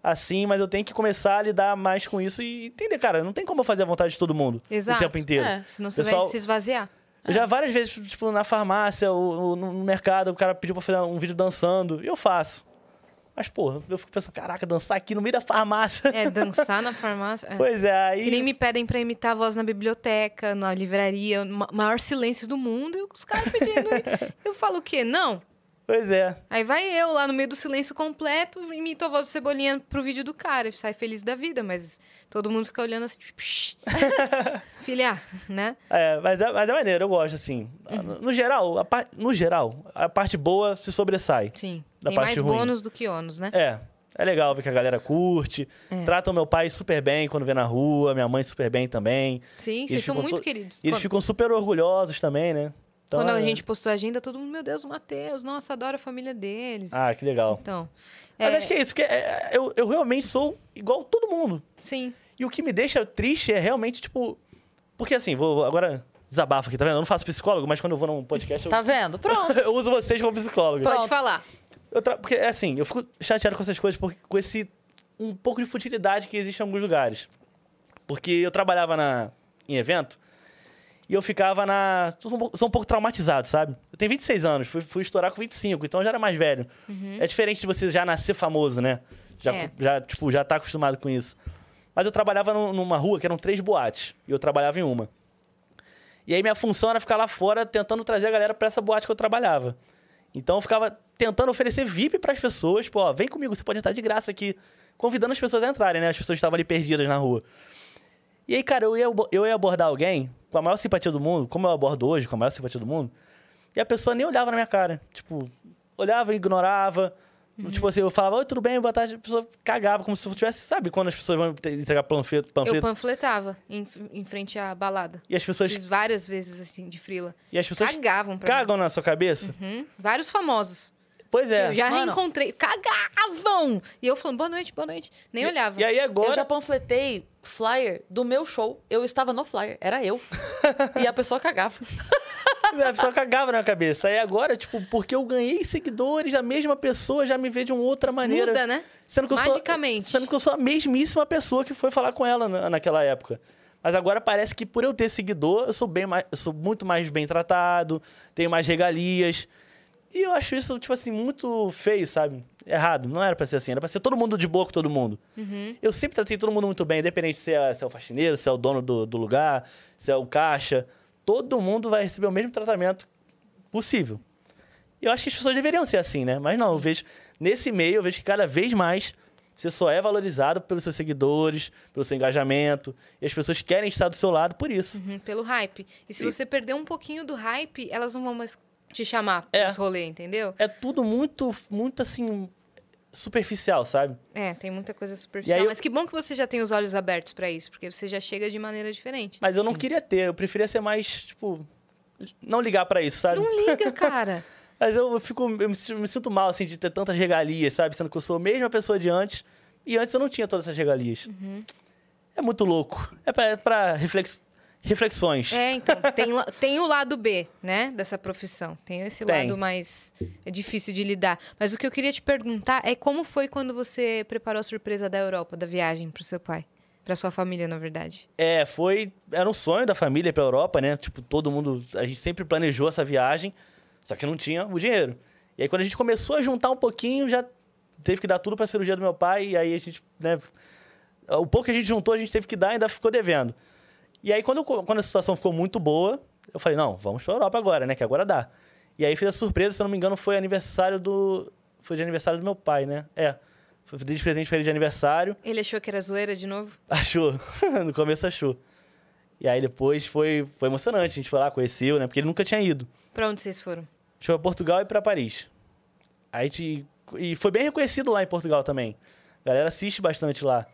assim, mas eu tenho que começar a lidar mais com isso e entender, cara. Não tem como eu fazer a vontade de todo mundo Exato. o tempo inteiro. É. Senão você Pessoal- vai se esvaziar. Eu já várias vezes, tipo, na farmácia ou, ou no no mercado, o cara pediu pra fazer um vídeo dançando. E eu faço. Mas, porra, eu fico pensando, caraca, dançar aqui no meio da farmácia. É, dançar na farmácia. é. Pois é, aí. Que nem me pedem pra imitar a voz na biblioteca, na livraria, ma- maior silêncio do mundo, e os caras pedindo. eu falo o quê? Não. Pois é. Aí vai eu lá no meio do silêncio completo, imito a voz do Cebolinha pro vídeo do cara, e sai feliz da vida, mas todo mundo fica olhando assim, tipo, "Shh." filha, né? É, mas é, mas é maneiro, eu gosto, assim. Uhum. No, no geral, a par- no geral, a parte boa se sobressai. Sim. Da tem parte mais ruim. bônus do que ônus, né? É. É legal ver que a galera curte. É. Tratam meu pai super bem quando vê na rua, minha mãe super bem também. Sim, É. Eles vocês são ficam muito to- queridos. E eles Quando- ficam super orgulhosos também, né? Então, Quando a é- gente postou a agenda, todo mundo, meu Deus, o Matheus, nossa, adoro a família deles. Ah, que legal. Então, Mas é, acho que é isso, que é- eu, eu realmente sou igual todo mundo. sim, E o que me deixa triste é realmente, tipo. Porque assim, vou agora desabafo aqui, tá vendo? Eu não faço psicólogo, mas quando eu vou num podcast, eu, Tá vendo? Pronto. eu uso vocês como psicólogo. pode falar. Eu tra- Porque, é assim, eu fico chateado com essas coisas, porque, com esse um pouco de futilidade que existe em alguns lugares. Porque eu trabalhava na... em evento e eu ficava na... Sou um pouco, sou um pouco traumatizado, sabe? Eu tenho 26 anos, fui, fui estourar com 25, então eu já era mais velho. É diferente de você já nascer famoso, né? Já, É. já, tipo, já tá acostumado com isso. Mas eu trabalhava num- numa rua que eram três boates, e eu trabalhava em uma. E aí minha função era ficar lá fora tentando trazer a galera pra essa boate que eu trabalhava. Então eu ficava tentando oferecer VIP pras pessoas, tipo, ó, vem comigo, você pode entrar de graça aqui, convidando as pessoas a entrarem, né? As pessoas estavam ali perdidas na rua. E aí, cara, eu ia, abo- eu ia abordar alguém com a maior simpatia do mundo, como eu abordo hoje, com a maior simpatia do mundo, e a pessoa nem olhava na minha cara. Tipo, olhava, ignorava. Uhum. Tipo assim, eu falava, oi, tudo bem, boa tarde. A pessoa cagava, como se eu tivesse, sabe, quando as pessoas vão te- entregar panfleto, Eu panfleto panfletava em, em frente à balada. e as pessoas, Fiz várias vezes, assim, de frila. e as pessoas Cagavam pra cagam na sua cabeça? mim. Hum, Vários famosos. Pois é. eu já Mano. reencontrei. Cagavam! E eu falando, boa noite, boa noite. Nem olhava. E aí agora. Eu já panfletei flyer do meu show. Eu estava no flyer, era eu. e a pessoa cagava. Pois é, a pessoa cagava na minha cabeça. Aí agora, tipo, porque eu ganhei seguidores, a mesma pessoa já me vê de uma outra maneira. Muda, né? Sendo que eu Magicamente. Sou, sendo que eu sou a mesmíssima pessoa que foi falar com ela na- naquela época. Mas agora parece que por eu ter seguidor, eu sou, bem mais, eu sou muito mais bem tratado, tenho mais regalias. E eu acho isso, tipo assim, muito feio, sabe? Errado. Não era pra ser assim. Era pra ser todo mundo de boa com todo mundo. Eu sempre tratei todo mundo muito bem, independente se é, se é o faxineiro, se é o dono do, do lugar, se é o caixa. Todo mundo vai receber o mesmo tratamento possível. E eu acho que as pessoas deveriam ser assim, né? Mas não, eu vejo. Nesse meio, eu vejo que cada vez mais você só é valorizado pelos seus seguidores, pelo seu engajamento. E as pessoas querem estar do seu lado por isso. Uhum, pelo hype. E se E- você perder um pouquinho do hype, elas não vão mais te chamar É. pros rolê, entendeu? É tudo muito, muito assim. superficial, sabe? É, tem muita coisa superficial. E aí eu- Mas que bom que você já tem os olhos abertos pra isso, porque você já chega de maneira diferente. Mas eu não queria ter, eu preferia ser mais, tipo, não ligar pra isso, sabe? Não liga, cara. Mas eu fico, eu me, sinto- me sinto mal, assim, de ter tantas regalias, sabe? Sendo que eu sou a mesma pessoa de antes, e antes eu não tinha todas essas regalias. É muito louco. É pra, é pra reflex, reflexões. É, então, tem, la- tem o lado B, né, dessa profissão. Tem esse Tem. lado mais é difícil de lidar. Mas o que eu queria te perguntar é como foi quando você preparou a surpresa da Europa, da viagem pro seu pai? Pra sua família, na verdade. É, foi. Era um sonho da família pra Europa, né? Tipo, todo mundo. A gente sempre planejou essa viagem, só que não tinha o dinheiro. E aí, quando a gente começou a juntar um pouquinho, já teve que dar tudo pra cirurgia do meu pai, e aí a gente, né? O pouco que a gente juntou, a gente teve que dar e ainda ficou devendo. E aí, quando, eu- quando a situação ficou muito boa, eu falei, não, vamos pra Europa agora, né? Que agora dá. E aí fiz a surpresa, se eu não me engano, foi aniversário do. Foi de aniversário do meu pai, né? É. Foi de presente pra ele de aniversário. Ele achou que era zoeira de novo? Achou. no começo achou. E aí depois foi, foi emocionante. A gente foi lá, conheceu, né? Porque ele nunca tinha ido. Pra onde vocês foram? A gente foi Tipo, pra Portugal e pra Paris. Aí a gente... E foi bem reconhecido lá em Portugal também. A galera assiste bastante lá.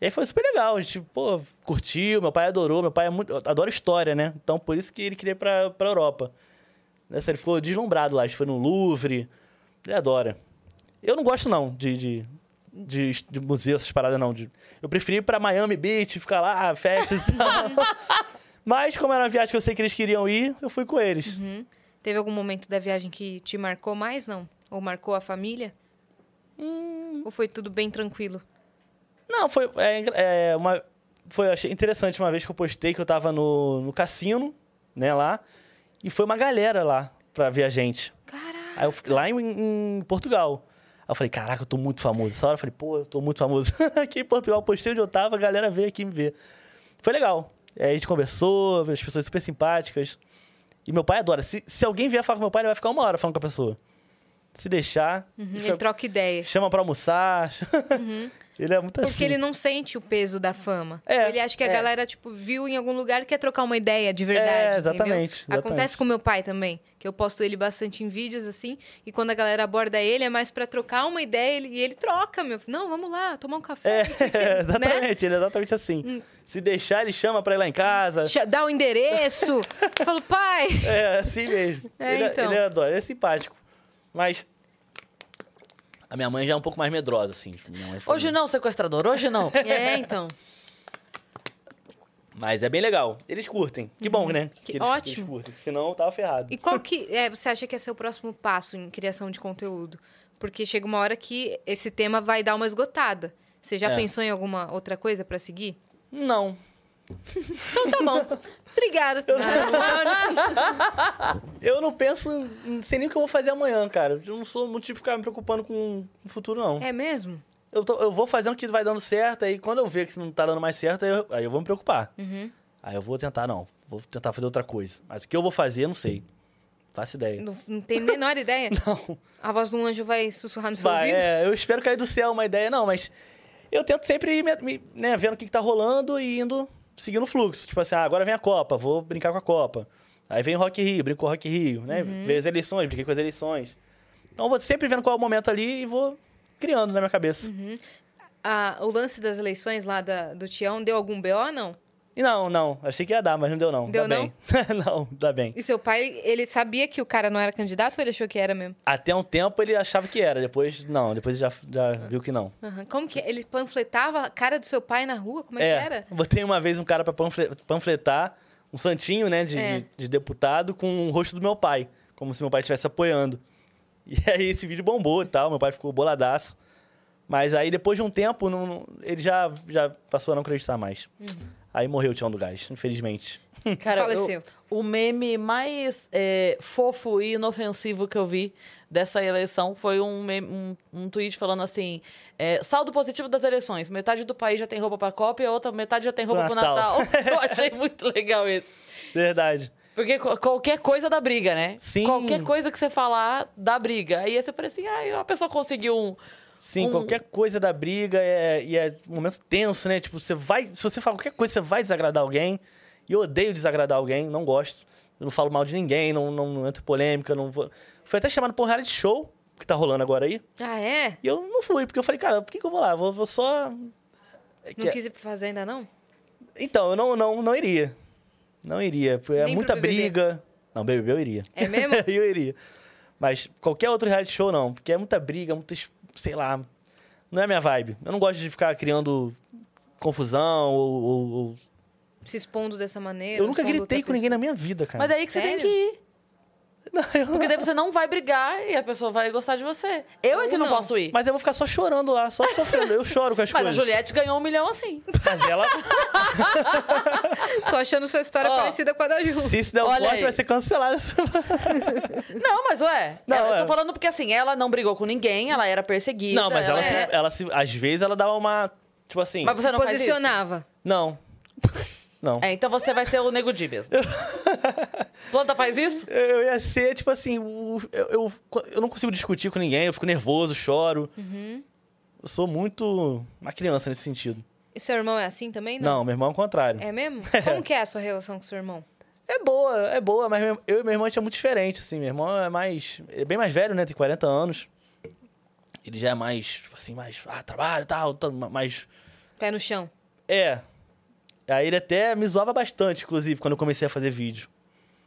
E aí foi super legal. A gente, pô, curtiu. Meu pai adorou. Meu pai é muito, adora história, né? Então por isso que ele queria ir pra, pra Europa. Nessa, ele ficou deslumbrado lá. A gente foi no Louvre. Ele adora. Eu não gosto, não, de, de, de, de museu, essas paradas, não. De- eu preferi ir pra Miami Beach, ficar lá, festas e tal. Mas, como era uma viagem que eu sei que eles queriam ir, eu fui com eles. Teve algum momento da viagem que te marcou mais, não? Ou marcou a família? Ou foi tudo bem tranquilo? Não, foi. É, engra- é, uma, foi achei interessante uma vez que eu postei que eu tava no, no cassino, né, lá. E foi uma galera lá pra ver a gente. Caraca! Aí eu fiquei lá em, em Portugal. Aí eu falei, caraca, eu tô muito famoso. Essa hora eu falei, pô, eu tô muito famoso. aqui em Portugal, postei onde eu tava, a galera veio aqui me ver. Foi legal. Aí a gente conversou, as pessoas super simpáticas. E meu pai adora. Se, se alguém vier falar com meu pai, ele vai ficar uma hora falando com a pessoa. Se deixar, ele Uhum. Ele fica- troca ideias. chama pra almoçar. ele é muito Porque assim. ele não sente o peso da fama. É, ele acha que a é. galera, tipo, viu em algum lugar e quer trocar uma ideia de verdade. É, exatamente, entendeu? exatamente. Acontece com meu pai também, que eu posto ele bastante em vídeos, assim, e quando a galera aborda ele, é mais pra trocar uma ideia ele- e ele troca, meu. Não, vamos lá, tomar um café. não sei o quê, É, né? Hum. exatamente, ele é exatamente assim. Se deixar, ele chama pra ir lá em casa. Cha- Dá o endereço. Eu falo, pai. É, assim mesmo. É, ele, então. ele adora, ele é simpático. Mas a minha mãe já é um pouco mais medrosa, assim. tipo, minha mãe fala- Hoje não, sequestrador, hoje não. É, então. Mas é bem legal. Eles curtem. Que bom, né? Uhum. Que eles, ótimo. eles curtem, senão eu tava ferrado. E qual que é, você acha que é seu próximo passo em criação de conteúdo? Porque chega uma hora que esse tema vai dar uma esgotada. Você já É. pensou em alguma outra coisa pra seguir? Não. Então tá bom. Obrigada. Eu não penso, em- não sei nem o que eu vou fazer amanhã, cara. Eu não sou muito de ficar me preocupando com o futuro, não. É mesmo? Eu, tô- eu vou fazendo o que vai dando certo, aí quando eu ver que isso não tá dando mais certo, aí eu, aí eu vou me preocupar. Uhum. Aí eu vou tentar, não. Vou tentar fazer outra coisa. Mas o que eu vou fazer, eu não sei. Faço ideia. Não, não tem a menor ideia? Não. A voz de um anjo vai sussurrar no seu Vai, ouvido? é, eu espero cair do céu uma ideia, não, mas eu tento sempre ir me- me- né, vendo o que, que tá rolando e indo seguindo o fluxo. Tipo assim, ah, agora vem a Copa, vou brincar com a Copa. Aí vem o Rock in Rio, brinco com o Rock in Rio, né? Uhum. Vem as eleições, brinquei com as eleições. Então eu vou sempre vendo qual é o momento ali e vou criando na minha cabeça. Uhum. Ah, o lance das eleições lá da- do Tião deu algum BO, não? E não, não, achei que ia dar, mas não deu não. Deu dá não? bem. não, dá bem. E seu pai, ele sabia que o cara não era candidato ou ele achou que era mesmo? Até um tempo ele achava que era, depois não, depois já, já viu que não. Aham. Como que é? Ele panfletava a cara do seu pai na rua? Como é, que era? Botei uma vez um cara pra panfle- panfletar, um santinho, né, de, É. de- de deputado, com o rosto do meu pai, como se meu pai estivesse apoiando. E aí esse vídeo bombou e tal, meu pai ficou boladaço. Mas aí depois de um tempo, não- não- ele já, já passou a não acreditar mais. Uhum. Aí morreu o Tião do Gás, infelizmente. Cara, Faleceu. eu- o meme mais é, fofo e inofensivo que eu vi dessa eleição foi um, meme- um, um tweet falando assim: é, saldo positivo das eleições. Metade do país já tem roupa pra Copa e a outra metade já tem roupa pro Pro Natal. Natal. eu achei muito legal isso. Verdade. Porque co- qualquer coisa dá briga, né? Sim. Qualquer coisa que você falar dá briga. Aí você parece assim: ah, a pessoa conseguiu um. Sim, Um- qualquer coisa da briga é, e é um momento tenso, né? Tipo, você vai. Se você falar qualquer coisa, você vai desagradar alguém. E eu odeio desagradar alguém, não gosto. Eu não falo mal de ninguém, não, não, não entro em polêmica, não vou. Fui até chamado pra um reality show que tá rolando agora aí. Ah, é? E eu não fui, porque eu falei, cara, por que, que eu vou lá? Vou, vou só. É que- Não quis ir pra fazenda, não? Então, eu não, não, não iria. Não iria. porque É Nem pro muita BBB. briga. Não, BBB eu iria. É mesmo? eu iria. Mas qualquer outro reality show, não. Porque é muita briga, muita. es- Sei lá. Não é a minha vibe. Eu não gosto de ficar criando confusão ou. ou- ou- Se expondo dessa maneira. Eu nunca expondo gritei outra com ninguém na minha vida, cara. Mas daí que você tem Sério? que ir. É. Não, eu- Porque daí você não vai brigar e a pessoa vai gostar de você. Eu é que não, Ou não. posso ir. Mas, Mas eu vou ficar só chorando lá, só sofrendo. Eu choro com as a coisas. Juliette ganhou um milhão assim. Mas ela, pessoa. Tô achando sua história Ó, parecida com a da Ju. se isso der um Olha corte, aí. vai ser cancelada. Não, mas ué. Não, ela- eu é. tô falando porque assim, ela não brigou com ninguém, ela era perseguida. Não, mas ela, se, é- ela se. Às vezes ela dá uma. Tipo assim. Mas você não faz isso? Posicionava. Não. Não. É, então você vai ser o Nego Di mesmo. Planta faz isso? Eu ia ser, tipo assim, o- eu, eu, eu não consigo discutir com ninguém, eu fico nervoso, choro. Eu sou muito uma criança nesse sentido. E seu irmão é assim também? Não, meu irmão é o contrário. É. É mesmo? Como que é a sua relação com seu irmão? boa, é boa, mas meu- eu e meu irmão a gente é muito diferente, assim. Meu irmão é mais. Ele é bem mais velho, né? Tem 40 anos. Ele já é mais, tipo assim, mais. Ah, trabalho e tal, tal, ma- mais. Pé no chão. É. Aí ele até me zoava bastante, inclusive, quando eu comecei a fazer vídeo.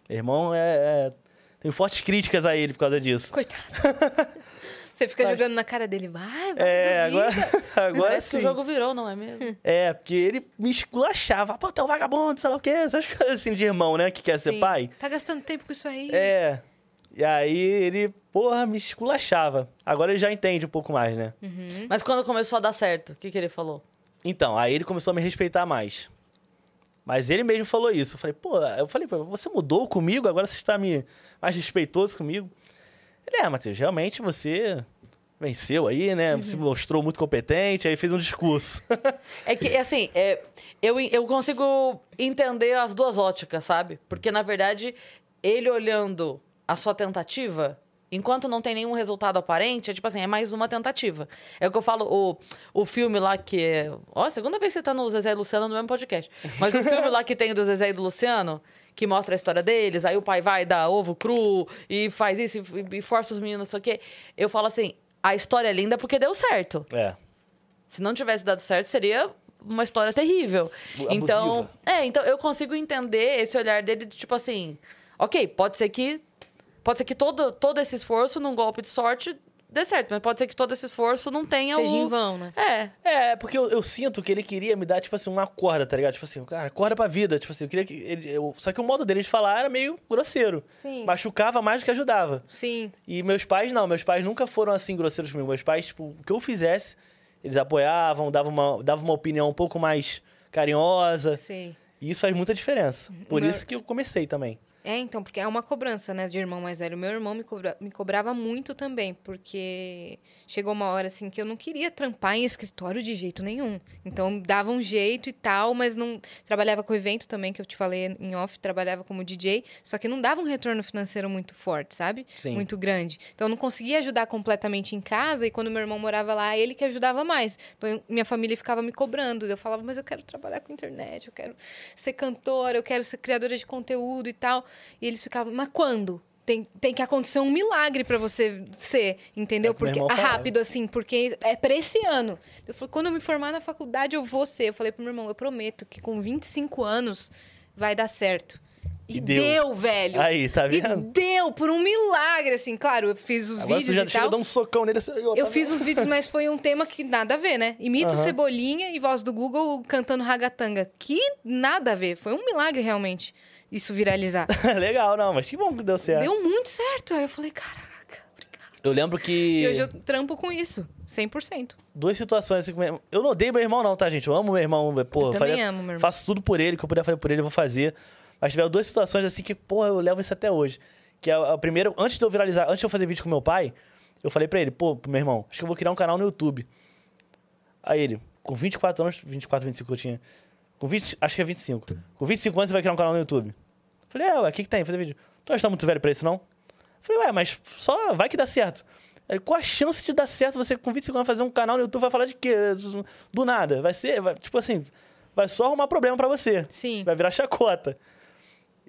Meu irmão é. é... Tenho fortes críticas a ele por causa disso. Coitado. Você fica Mas- jogando na cara dele. Vai, vai. É, duvida. agora, agora Tá Parece sim. que o jogo virou, não é mesmo? É, porque ele me esculachava. Pô, tu é um vagabundo, sei lá o quê. Essas coisas assim de irmão, né? Que quer ser Sim. pai. Tá gastando tempo com isso aí. É. E aí ele, porra, me esculachava. Agora ele já entende um pouco mais, né? Hum. Mas quando começou a dar certo, o que, que ele falou? Então, aí ele começou a me respeitar mais. Mas ele mesmo falou isso. Eu falei, pô, eu falei, pô, você mudou comigo, agora você está me mais respeitoso comigo. Ele, é, Matheus, realmente você venceu aí, né? Uhum. Se mostrou muito competente, aí fez um discurso. É que, assim, é, eu, eu consigo entender as duas óticas, sabe? Porque, na verdade, ele olhando a sua tentativa, enquanto não tem nenhum resultado aparente, é tipo assim, é mais uma tentativa. É o que eu falo, o, o filme lá que é... Ó, segunda vez que você tá no Zezé e Luciano no mesmo podcast. Mas o filme lá que tem o do Zezé e do Luciano... Que mostra a história deles, aí o pai vai dar ovo cru e faz isso e, e força os meninos, não sei o quê. Eu falo assim: a história é linda porque deu certo. É. Se não tivesse dado certo, seria uma história terrível. Abusiva. Então, é, então eu consigo entender esse olhar dele de tipo assim, OK, pode ser que pode ser que todo todo esse esforço num golpe de sorte dê certo, mas pode ser que todo esse esforço não tenha Seja o em vão, né? É. É, porque eu, eu sinto que ele queria me dar, tipo assim, uma corda, tá ligado? Tipo assim, cara, corda pra vida. Tipo assim, eu queria que. Ele, eu- só que o modo dele de falar era meio grosseiro. Sim. Machucava mais do que ajudava. Sim. E meus pais, não, meus pais nunca foram assim grosseiros comigo. Meus pais, tipo, o que eu fizesse, eles apoiavam, davam uma, davam uma opinião um pouco mais carinhosa. Sei. E isso faz muita diferença. Por Meu- isso que eu comecei também. É, então, porque é uma cobrança, né, de irmão mais velho. Meu irmão me, cobra- me cobrava muito também, porque chegou uma hora, assim, que eu não queria trampar em escritório de jeito nenhum. Então, dava um jeito e tal, mas não... Trabalhava com evento também, que eu te falei em off, trabalhava como DJ, só que não dava um retorno financeiro muito forte, sabe? Sim. Muito grande. Então, eu não conseguia ajudar completamente em casa, e quando meu irmão morava lá, ele que ajudava mais. Então, eu- minha família ficava me cobrando. Eu falava, mas eu quero trabalhar com internet, eu quero ser cantora, eu quero ser criadora de conteúdo e tal. E eles ficavam, mas quando? Tem, tem que acontecer um milagre pra você ser, entendeu? É o que meu porque irmão falava. rápido assim, porque é pra esse ano. Eu falei, quando eu me formar na faculdade eu vou ser. Eu falei pro meu irmão, eu prometo que com 25 anos vai dar certo. E, E deu. deu. velho. Aí, tá e vendo? deu por um milagre assim, claro, eu fiz os Agora tu vídeos já e chega tal. a dar um socão nele assim. Eu fiz os vídeos, mas foi um tema que nada a ver, né? Imito Aham. Cebolinha e voz do Google cantando ragatanga. Que nada a ver. Foi um milagre, realmente, isso viralizar. Legal, não, mas que bom que deu certo. Deu um muito certo. Aí eu falei, caraca, obrigada. Eu lembro que. E hoje eu trampo com isso, 100%. duas situações assim, com meu irmão. Eu não odeio meu irmão, não, tá, gente? Eu amo meu irmão. Pô, Eu também amo meu irmão. Faço tudo por ele, que eu puder fazer por ele, eu vou fazer. Mas tiveram duas situações assim que, porra, eu levo isso até hoje. Que é a, a primeira, antes de eu viralizar, antes de eu fazer vídeo com meu pai, eu falei pra ele, pô, pro meu irmão, acho que eu vou criar um canal no YouTube. Aí ele, com 24 anos, 24, 25 que eu tinha. Com 20, acho que é 25. Com 25 anos você vai criar um canal no YouTube. Falei, é, ué, o que, que tem? Fazer vídeo. Tu acha que tá muito velho pra isso, não? Falei, ué, mas só vai que dá certo. Ele, qual a chance de dar certo você com 25 anos fazer um canal no YouTube vai falar de quê? Do nada. Vai ser, vai- tipo assim, vai só arrumar problema pra você. Sim. Vai virar chacota.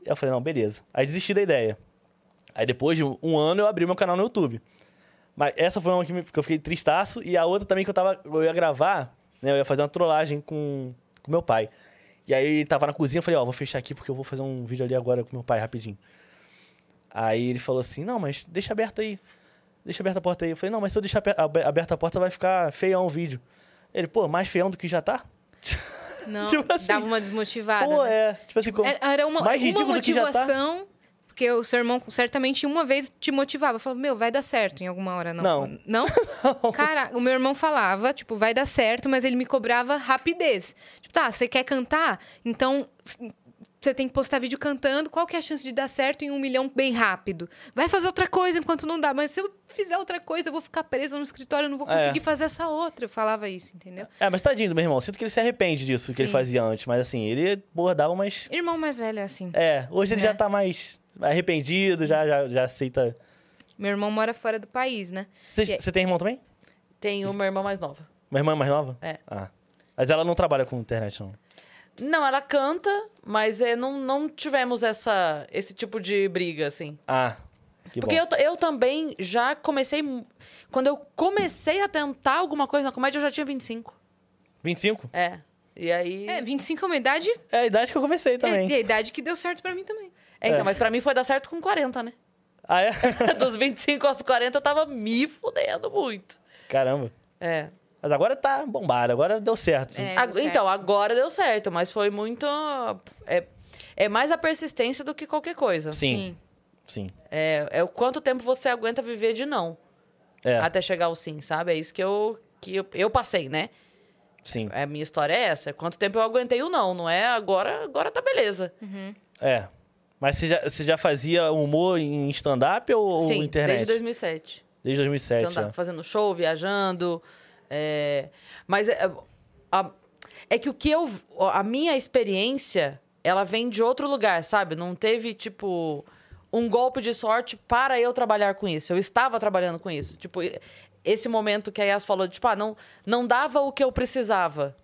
Eu falei, não, beleza. Aí desisti da ideia. Aí depois de um ano eu abri meu canal no YouTube. Mas essa foi uma que, me- que eu fiquei tristaço. E a outra também que eu tava. Eu ia gravar, né? Eu ia fazer uma trollagem com, com meu pai. E aí ele tava na cozinha, eu falei, ó, vou fechar aqui porque eu vou fazer um vídeo ali agora com meu pai, rapidinho. Aí ele falou assim, não, mas deixa aberto aí. Deixa aberta a porta aí. Eu falei, não, mas se eu deixar abe- abe- aberta a porta, vai ficar feião o vídeo. Ele, pô, mais feião do que já tá? Não, Tipo assim, dava uma desmotivada. pô, né? é. Tipo assim, como... Era- Era uma, mais uma ridículo do que já tá. motivação, porque o seu irmão certamente uma vez te motivava. Falava, meu, vai dar certo em alguma hora. Não? Não. Não? Cara, o meu irmão falava, tipo, vai dar certo, mas ele me cobrava rapidez. Tipo, tá, você quer cantar? Então... s- Você tem que postar vídeo cantando. Qual que é a chance de dar certo em um milhão bem rápido? Vai fazer outra coisa enquanto não dá. Mas se eu fizer outra coisa, eu vou ficar presa no escritório, eu não vou É. conseguir fazer essa outra. Eu falava isso, entendeu? É, mas tadinho do meu irmão. Sinto que ele se arrepende disso que ele Sim. fazia antes. Mas assim, ele bordava umas... Irmão mais velho é assim. É, hoje ele Né? já tá mais arrependido, já, já, já aceita... Meu irmão mora fora do país, né? Você E aí? você tem irmão também? Tem uma irmã mais nova. Uma irmã mais nova? É. Ah. Mas ela não trabalha com internet, não. Não, ela canta, mas é, não, não tivemos essa, esse tipo de briga, assim. Ah, que Porque bom. eu, t- eu também já comecei. mu- Quando eu comecei a tentar alguma coisa na comédia, eu já tinha 25. 25? É. E aí. É, 25 é uma idade É a idade que eu comecei E, e a também. idade que deu certo pra mim também. É, então, É. mas pra mim foi dar certo com 40, né? Ah, é? Dos 25 aos 40, eu tava me fudendo muito. Caramba. É. Mas agora tá bombado, agora deu certo. É, A- deu certo. então, agora deu certo, mas foi muito. É, é mais a persistência do que qualquer coisa. Sim, sim. É, é o quanto tempo você aguenta viver de não É, até chegar ao sim, sabe? É isso que eu, que eu, eu passei, né? sim. A minha história é essa. Quanto tempo eu aguentei o não, não é? Agora, agora tá beleza. É. Mas você já, você já fazia humor em stand-up ou sim, internet? desde 2007. Desde 2007. stand-up, né? fazendo show, viajando. é, Mas é, a- é que o que eu. A minha experiência, ela vem de outro lugar, sabe? Não teve, tipo, um golpe de sorte para eu trabalhar com isso. Eu estava trabalhando com isso. Tipo, e- esse momento que a Yas falou, tipo, ah, não, não dava o que eu precisava.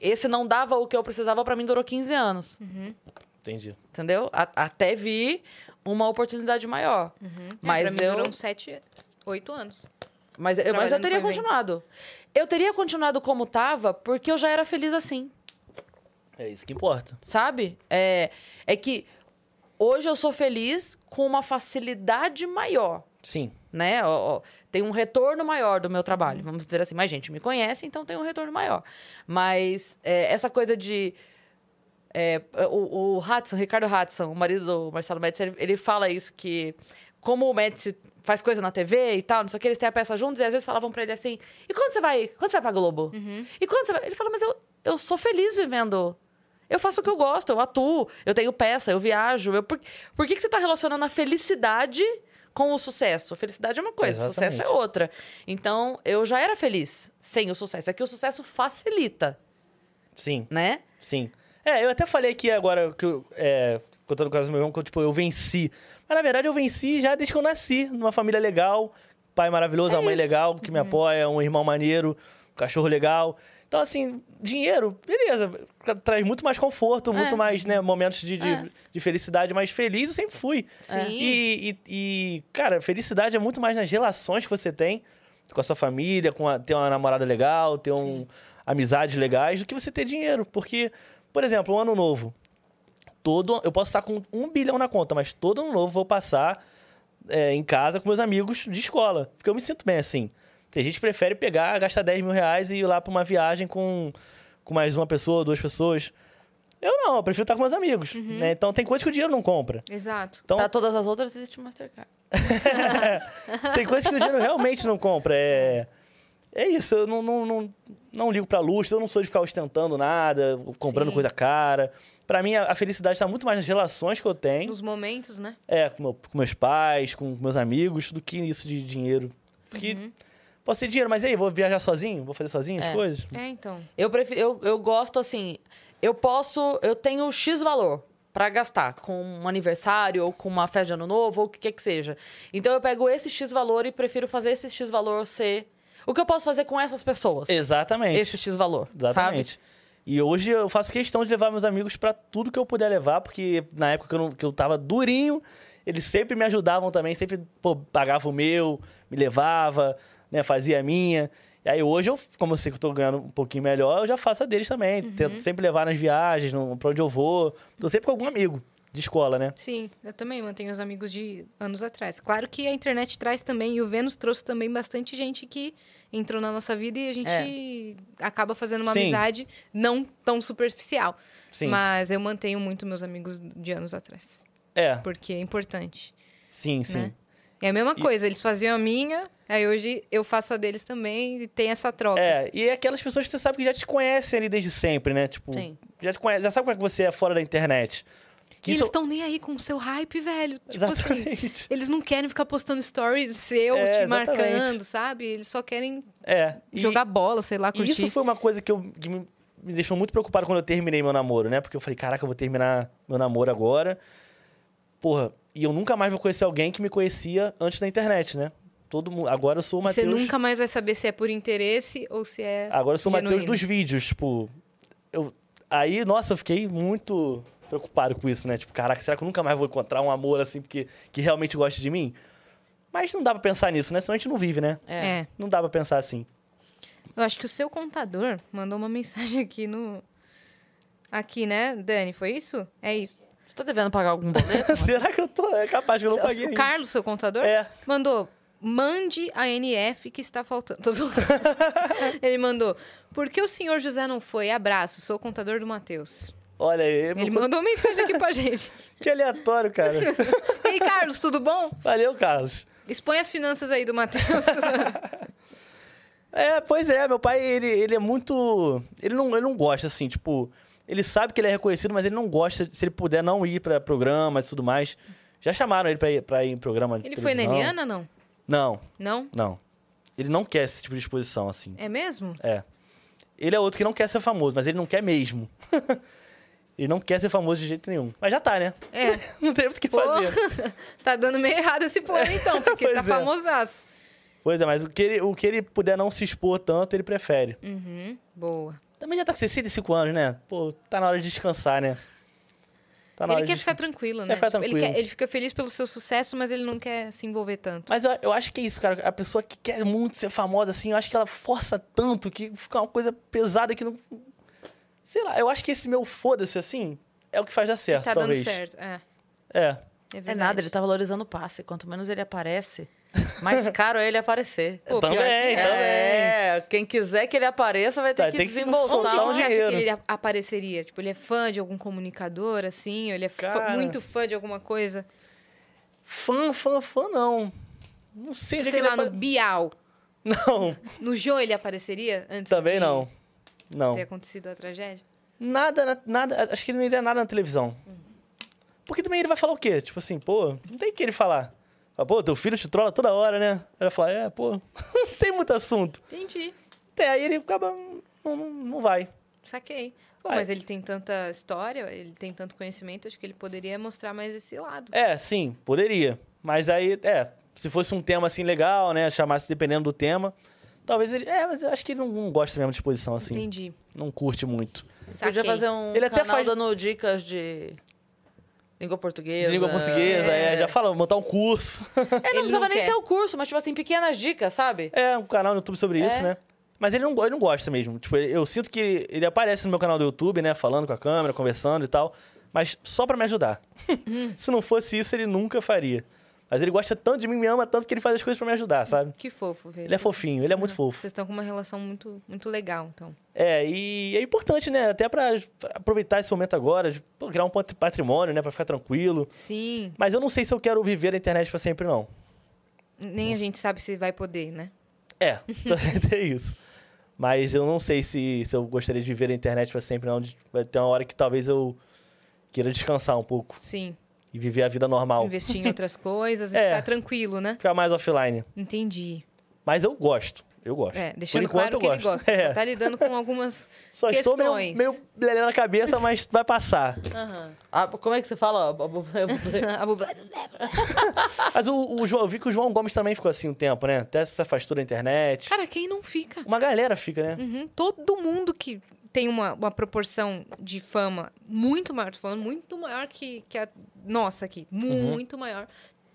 Esse não dava o que eu precisava, para mim durou 15 anos Uhum. Entendi. entendeu? A- até vir uma oportunidade maior. Uhum. É, pra Mas mim eu, durou uns 7, 8 anos. mas, eu, mas eu trabalhando teria com evento. continuado. Eu teria continuado como tava, porque eu já era feliz assim, É isso que importa. sabe? É, é que hoje eu sou feliz com uma facilidade maior, Sim. né? Ó, ó, tem um retorno maior do meu trabalho, vamos dizer assim. Mais gente me conhece, então tem um retorno maior. Mas é, essa coisa de É, o, o Hudson, Ricardo Hudson, o marido do Marcelo Médici, ele, ele fala isso, que como o Médici faz coisa na TV e tal, não sei o que, eles têm a peça juntos, e às vezes falavam pra ele assim, e quando você vai, quando você vai pra Globo? E quando você vai? Ele fala, mas eu, eu sou feliz vivendo... Eu faço o que eu gosto, eu atuo, eu tenho peça, eu viajo. Eu, por por que, que você tá relacionando a felicidade com o sucesso? Felicidade é uma coisa, Exatamente. sucesso é outra. Então, eu já era feliz sem o sucesso. É que o sucesso facilita, Sim. né? Sim. É, eu até falei aqui agora, que eu, é, contando o caso do meu irmão, que eu, tipo, eu venci. Mas, na verdade, eu venci já desde que eu nasci, numa família legal, pai maravilhoso, a mãe legal, que me apoia, um irmão maneiro, um cachorro legal. Então, assim, dinheiro, beleza, tra- traz muito mais conforto, muito mais, né, momentos de, de, de felicidade, mas feliz eu sempre fui. Sim. E, e- e, cara, felicidade é muito mais nas relações que você tem com a sua família, com a- ter uma namorada legal, ter um, amizades legais, do que você ter dinheiro. Porque, por exemplo, um ano novo. Todo, eu posso estar com um bilhão na conta, mas todo ano novo eu vou passar é, em casa com meus amigos de escola. Porque eu me sinto bem assim. Tem gente que prefere pegar, gastar 10 mil reais e ir lá pra uma viagem com, com mais uma pessoa, duas pessoas. Eu não, eu prefiro estar com meus amigos. né? Então tem coisa que o dinheiro não compra. Exato. Então, Pra todas as outras existe o Mastercard. Tem coisa que o dinheiro realmente não compra. É, é isso, eu não, não, não, não ligo pra luxo, eu não sou de ficar ostentando nada, comprando Sim. coisa cara. Pra mim, a, a felicidade tá muito mais nas relações que eu tenho, Nos momentos, né? é, com, meu- com meus pais, com meus amigos, do que isso de dinheiro. Porque posso ter dinheiro, mas e aí, vou viajar sozinho? Vou fazer sozinho as É. coisas? É, então. Eu, prefiro, eu, eu gosto assim. Eu posso. Eu tenho X valor pra gastar com um aniversário ou com uma festa de ano novo ou o que quer que seja. Então eu pego esse X valor e prefiro fazer esse X valor ser. O que eu posso fazer com essas pessoas? Exatamente. Esse X valor. Exatamente. Sabe? E hoje eu faço questão de levar meus amigos pra tudo que eu puder levar, porque na época que eu, não, que eu tava durinho, eles sempre me ajudavam também, sempre pô, pagavam o meu, me levava, né? Fazia a minha. E aí hoje, eu, como eu sei que eu tô ganhando um pouquinho melhor, eu já faço a deles também. Uhum. Tento sempre levar nas viagens, no, pra onde eu vou. Tô sempre com algum amigo de escola, né? Sim, eu também mantenho os amigos de anos atrás. Claro que a internet traz também, e o Vênus trouxe também bastante gente que entrou na nossa vida e a gente acaba fazendo uma É. Sim. amizade não tão superficial. Sim. Mas eu mantenho muito meus amigos de anos atrás, É, porque é importante. sim, sim. Né? É a mesma coisa, eles faziam a minha, aí hoje eu faço a deles também e tem essa troca. É, e é aquelas pessoas que você sabe que já te conhecem ali desde sempre, né? Tipo, Sim. já te conhece, já sabe como é que você é fora da internet. e eles estão nem aí com o seu hype, velho. Tipo assim, Exatamente. eles não querem ficar postando stories seus, É, te exatamente. marcando, sabe? Eles só querem É. E, jogar bola, sei lá, e curtir. isso foi uma coisa que, eu, que me, me deixou muito preocupado quando eu terminei meu namoro, né? Porque eu falei, caraca, eu vou terminar meu namoro agora. Porra, e eu nunca mais vou conhecer alguém que me conhecia antes da internet, né? Todo mundo. Agora eu sou o Você Matheus. nunca mais vai saber se é por interesse ou se é. Agora eu sou o Matheus genuíno. dos vídeos, tipo. Eu, aí, nossa, eu fiquei muito preocupado com isso, né? Tipo, caraca, será que eu nunca mais vou encontrar um amor assim porque, que realmente goste de mim? Mas não dá pra pensar nisso, né? Senão a gente não vive, né? É. É. Não dá pra pensar assim. Eu acho que o seu contador mandou uma mensagem aqui no. Aqui, né, Dani? Foi isso? É isso. Você tá devendo pagar algum boleto? será que eu tô? É capaz que eu não O- paguei. o ainda. Carlos, seu contador, É. mandou. Mande a NF que está faltando. Tô zoando. Ele mandou. Por que o senhor José não foi? Abraço, sou o contador do Matheus. Olha aí, é Ele mandou uma mensagem aqui pra gente. que aleatório, cara. Ei, Carlos, tudo bom? Valeu, Carlos. Expõe as finanças aí do Matheus. É, pois é, meu pai, ele, ele é muito. Ele não, ele não gosta, assim, tipo. Ele sabe que ele é reconhecido, mas ele não gosta, se ele puder não ir pra programas e tudo mais. Já chamaram ele pra ir, pra ir em programa de Ele foi na televisão. Eliana, não? Não, Não? não. Ele não quer esse tipo de exposição, assim. É mesmo? É. Ele é outro que não quer ser famoso, mas ele não quer mesmo. ele não quer ser famoso de jeito nenhum. Mas já tá, né? É. Não tem muito o que Pô. fazer. Tá dando meio errado esse plano, então, porque ele tá Pois é. famosaço. Pois é, mas o que, ele, o que ele puder não se expor tanto, ele prefere. Uhum, boa. Também já tá com 65 anos, né? Pô, tá na hora de descansar, né? Tá ele quer de ficar descan- tranquilo, Quer né? ficar Tipo, ele, tranquilo. quer- ele fica feliz pelo seu sucesso, mas ele não quer se envolver tanto. Mas eu, eu acho que é isso, cara. A pessoa que quer muito ser famosa, assim, eu acho que ela força tanto que fica uma coisa pesada que não. Sei lá, eu acho que esse meu foda-se, assim, é o que faz dar certo, E tá talvez. dando certo. É, É. é É verdade. nada, ele tá valorizando o passe. Quanto menos ele aparece, mais caro é ele aparecer. Pô, pior também, que também. é. É, quem quiser que ele apareça vai ter Tá, que tem que desembolsar. Onde que soltar um um- você acha dinheiro. que ele a- apareceria? Tipo, ele é fã de algum comunicador, assim? Ou ele é fã- Cara. muito fã de alguma coisa? Fã, fã, fã, não. Não sei onde é Sei que lá, ele no apare- Bial. Não, No Jô ele apareceria antes também de não. Não. ter acontecido a tragédia? Nada, na- nada. Acho que ele não iria nada na televisão. Porque também ele vai falar o quê? Tipo assim, pô, não tem o que ele falar. Fala, pô, teu filho te trola toda hora, né? Ele vai falar, é, pô, não tem muito assunto. Entendi. Até aí ele acaba. Não, não, não vai. Saquei. Pô, Aí- mas ele tem tanta história, ele tem tanto conhecimento, acho que ele poderia mostrar mais esse lado. É, sim, poderia. Mas aí, é, se fosse um tema assim legal, né? Chamasse dependendo do tema. Talvez ele. É, mas eu acho que ele não, não gosta mesmo de exposição assim. Entendi. Não curte muito. Podia Saquei. fazer um Ele até canal faz- dando dicas de língua portuguesa. De língua portuguesa, é, já fala, montar um curso. É, Ele não precisava não nem quer. ser o curso, mas tipo assim, pequenas dicas, sabe? É, um canal no YouTube sobre É. isso, né? Mas ele não, go- ele não gosta mesmo. Tipo, ele- eu sinto que ele aparece no meu canal do YouTube, né? Falando com a câmera, conversando e tal. Mas só pra me ajudar. Se não fosse isso, ele nunca faria. Mas ele gosta tanto de mim, me ama tanto que ele faz as coisas pra me ajudar, sabe? Que fofo, velho. Ele é fofinho, ele é muito fofo. Vocês estão com uma relação muito, muito legal, então. É, e é importante, né? Até pra pra aproveitar esse momento agora, de, pô, criar um pat- patrimônio, né? Pra ficar tranquilo. Sim, Mas eu não sei se eu quero viver na internet pra sempre, não. nem a gente sabe se vai poder, né? É, é isso. Mas eu não sei se, se eu gostaria de viver na internet pra sempre, não. De- Vai ter uma hora que talvez eu queira descansar um pouco Sim, e viver a vida normal. investir em outras coisas e É. ficar tranquilo, né? Ficar mais offline. Entendi. Mas eu gosto. Eu gosto. É, deixando Por enquanto claro que eu ele gosto. gosta. Só É, tá lidando com algumas só estou meio, questões. meio lelé na cabeça, mas vai passar. Aham. Ah, como é que você fala? A bubla- Mas o, o João, eu vi que o João Gomes também ficou assim um tempo, né? Até se afastou da internet. Cara, quem não fica? Uma galera fica, né? Uhum, Todo mundo que tem uma, uma proporção de Uhum. fama muito maior, tô falando muito maior que, que a nossa aqui, muito maior,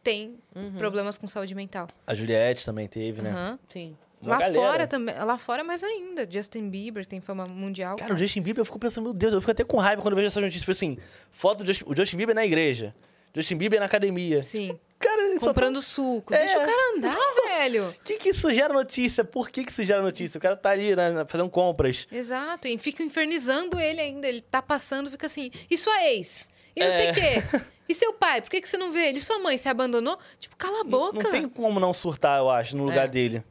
tem problemas com saúde mental. A Juliette também teve, né? Aham. Sim. Uma Lá galera. fora também. Lá fora, mais ainda. Justin Bieber tem fama mundial. Cara, o Justin Bieber, eu fico pensando, meu Deus, eu fico até com raiva quando eu vejo essas notícias. Tipo assim, foto do Justin, o Justin Bieber na igreja, Justin Bieber na academia. Sim. Cara, ele só Comprando suco. É. Deixa o cara andar, velho. O que, que isso gera notícia? Por que, que isso gera notícia? O cara tá ali né, fazendo compras. Exato, e fica infernizando ele ainda. Ele tá passando, fica assim, e sua ex? E não É. sei o quê? E seu pai? Por que, que você não vê ele? E sua mãe se abandonou? Tipo, cala a boca. Não tem como não surtar, eu acho, no lugar É. dele.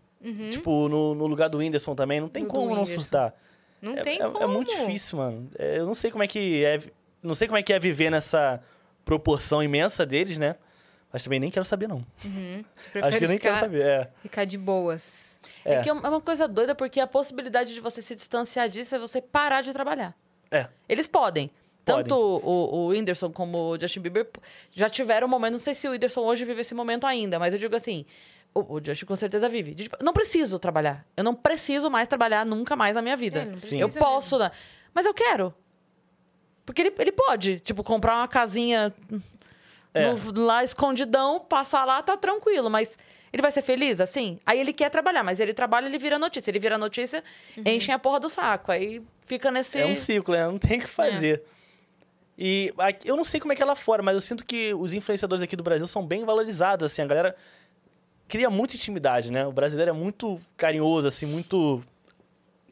Tipo, no, no lugar do Whindersson também, não tem Uhum. No do como não Whindersson. surtar. Não é, tem é- como. é muito difícil, mano. É, eu não sei como é que é. vi- Não sei como é que é viver nessa proporção imensa deles, né? Mas também nem quero saber, não. Prefere acho que eu nem ficar, quero saber. É. ficar de boas. É. É. que é uma coisa doida, porque a possibilidade de você se distanciar disso é você parar de trabalhar. É. Eles podem. Podem. Tanto o, o Whindersson como o Justin Bieber p- já tiveram um momento. Não sei se o Whindersson hoje vive esse momento ainda, mas eu digo assim: o, o Justin com certeza vive. De, tipo, não preciso trabalhar. Eu não preciso mais trabalhar nunca mais na minha vida. É, não Sim. Eu precisa posso, né? mas eu quero. Porque ele, ele pode, tipo, comprar uma casinha É. no- lá escondidão, passar lá, tá tranquilo, mas ele vai ser feliz assim? Aí ele quer trabalhar, mas ele trabalha, ele vira notícia. Ele vira notícia, Uhum. enchem a porra do saco. Aí fica nesse. É um ciclo, né? Não tem o que fazer. E aqui- eu não sei como é que é lá fora, mas eu sinto que os influenciadores aqui do Brasil são bem valorizados, assim. A galera cria muita intimidade, né? O brasileiro é muito carinhoso, assim, muito...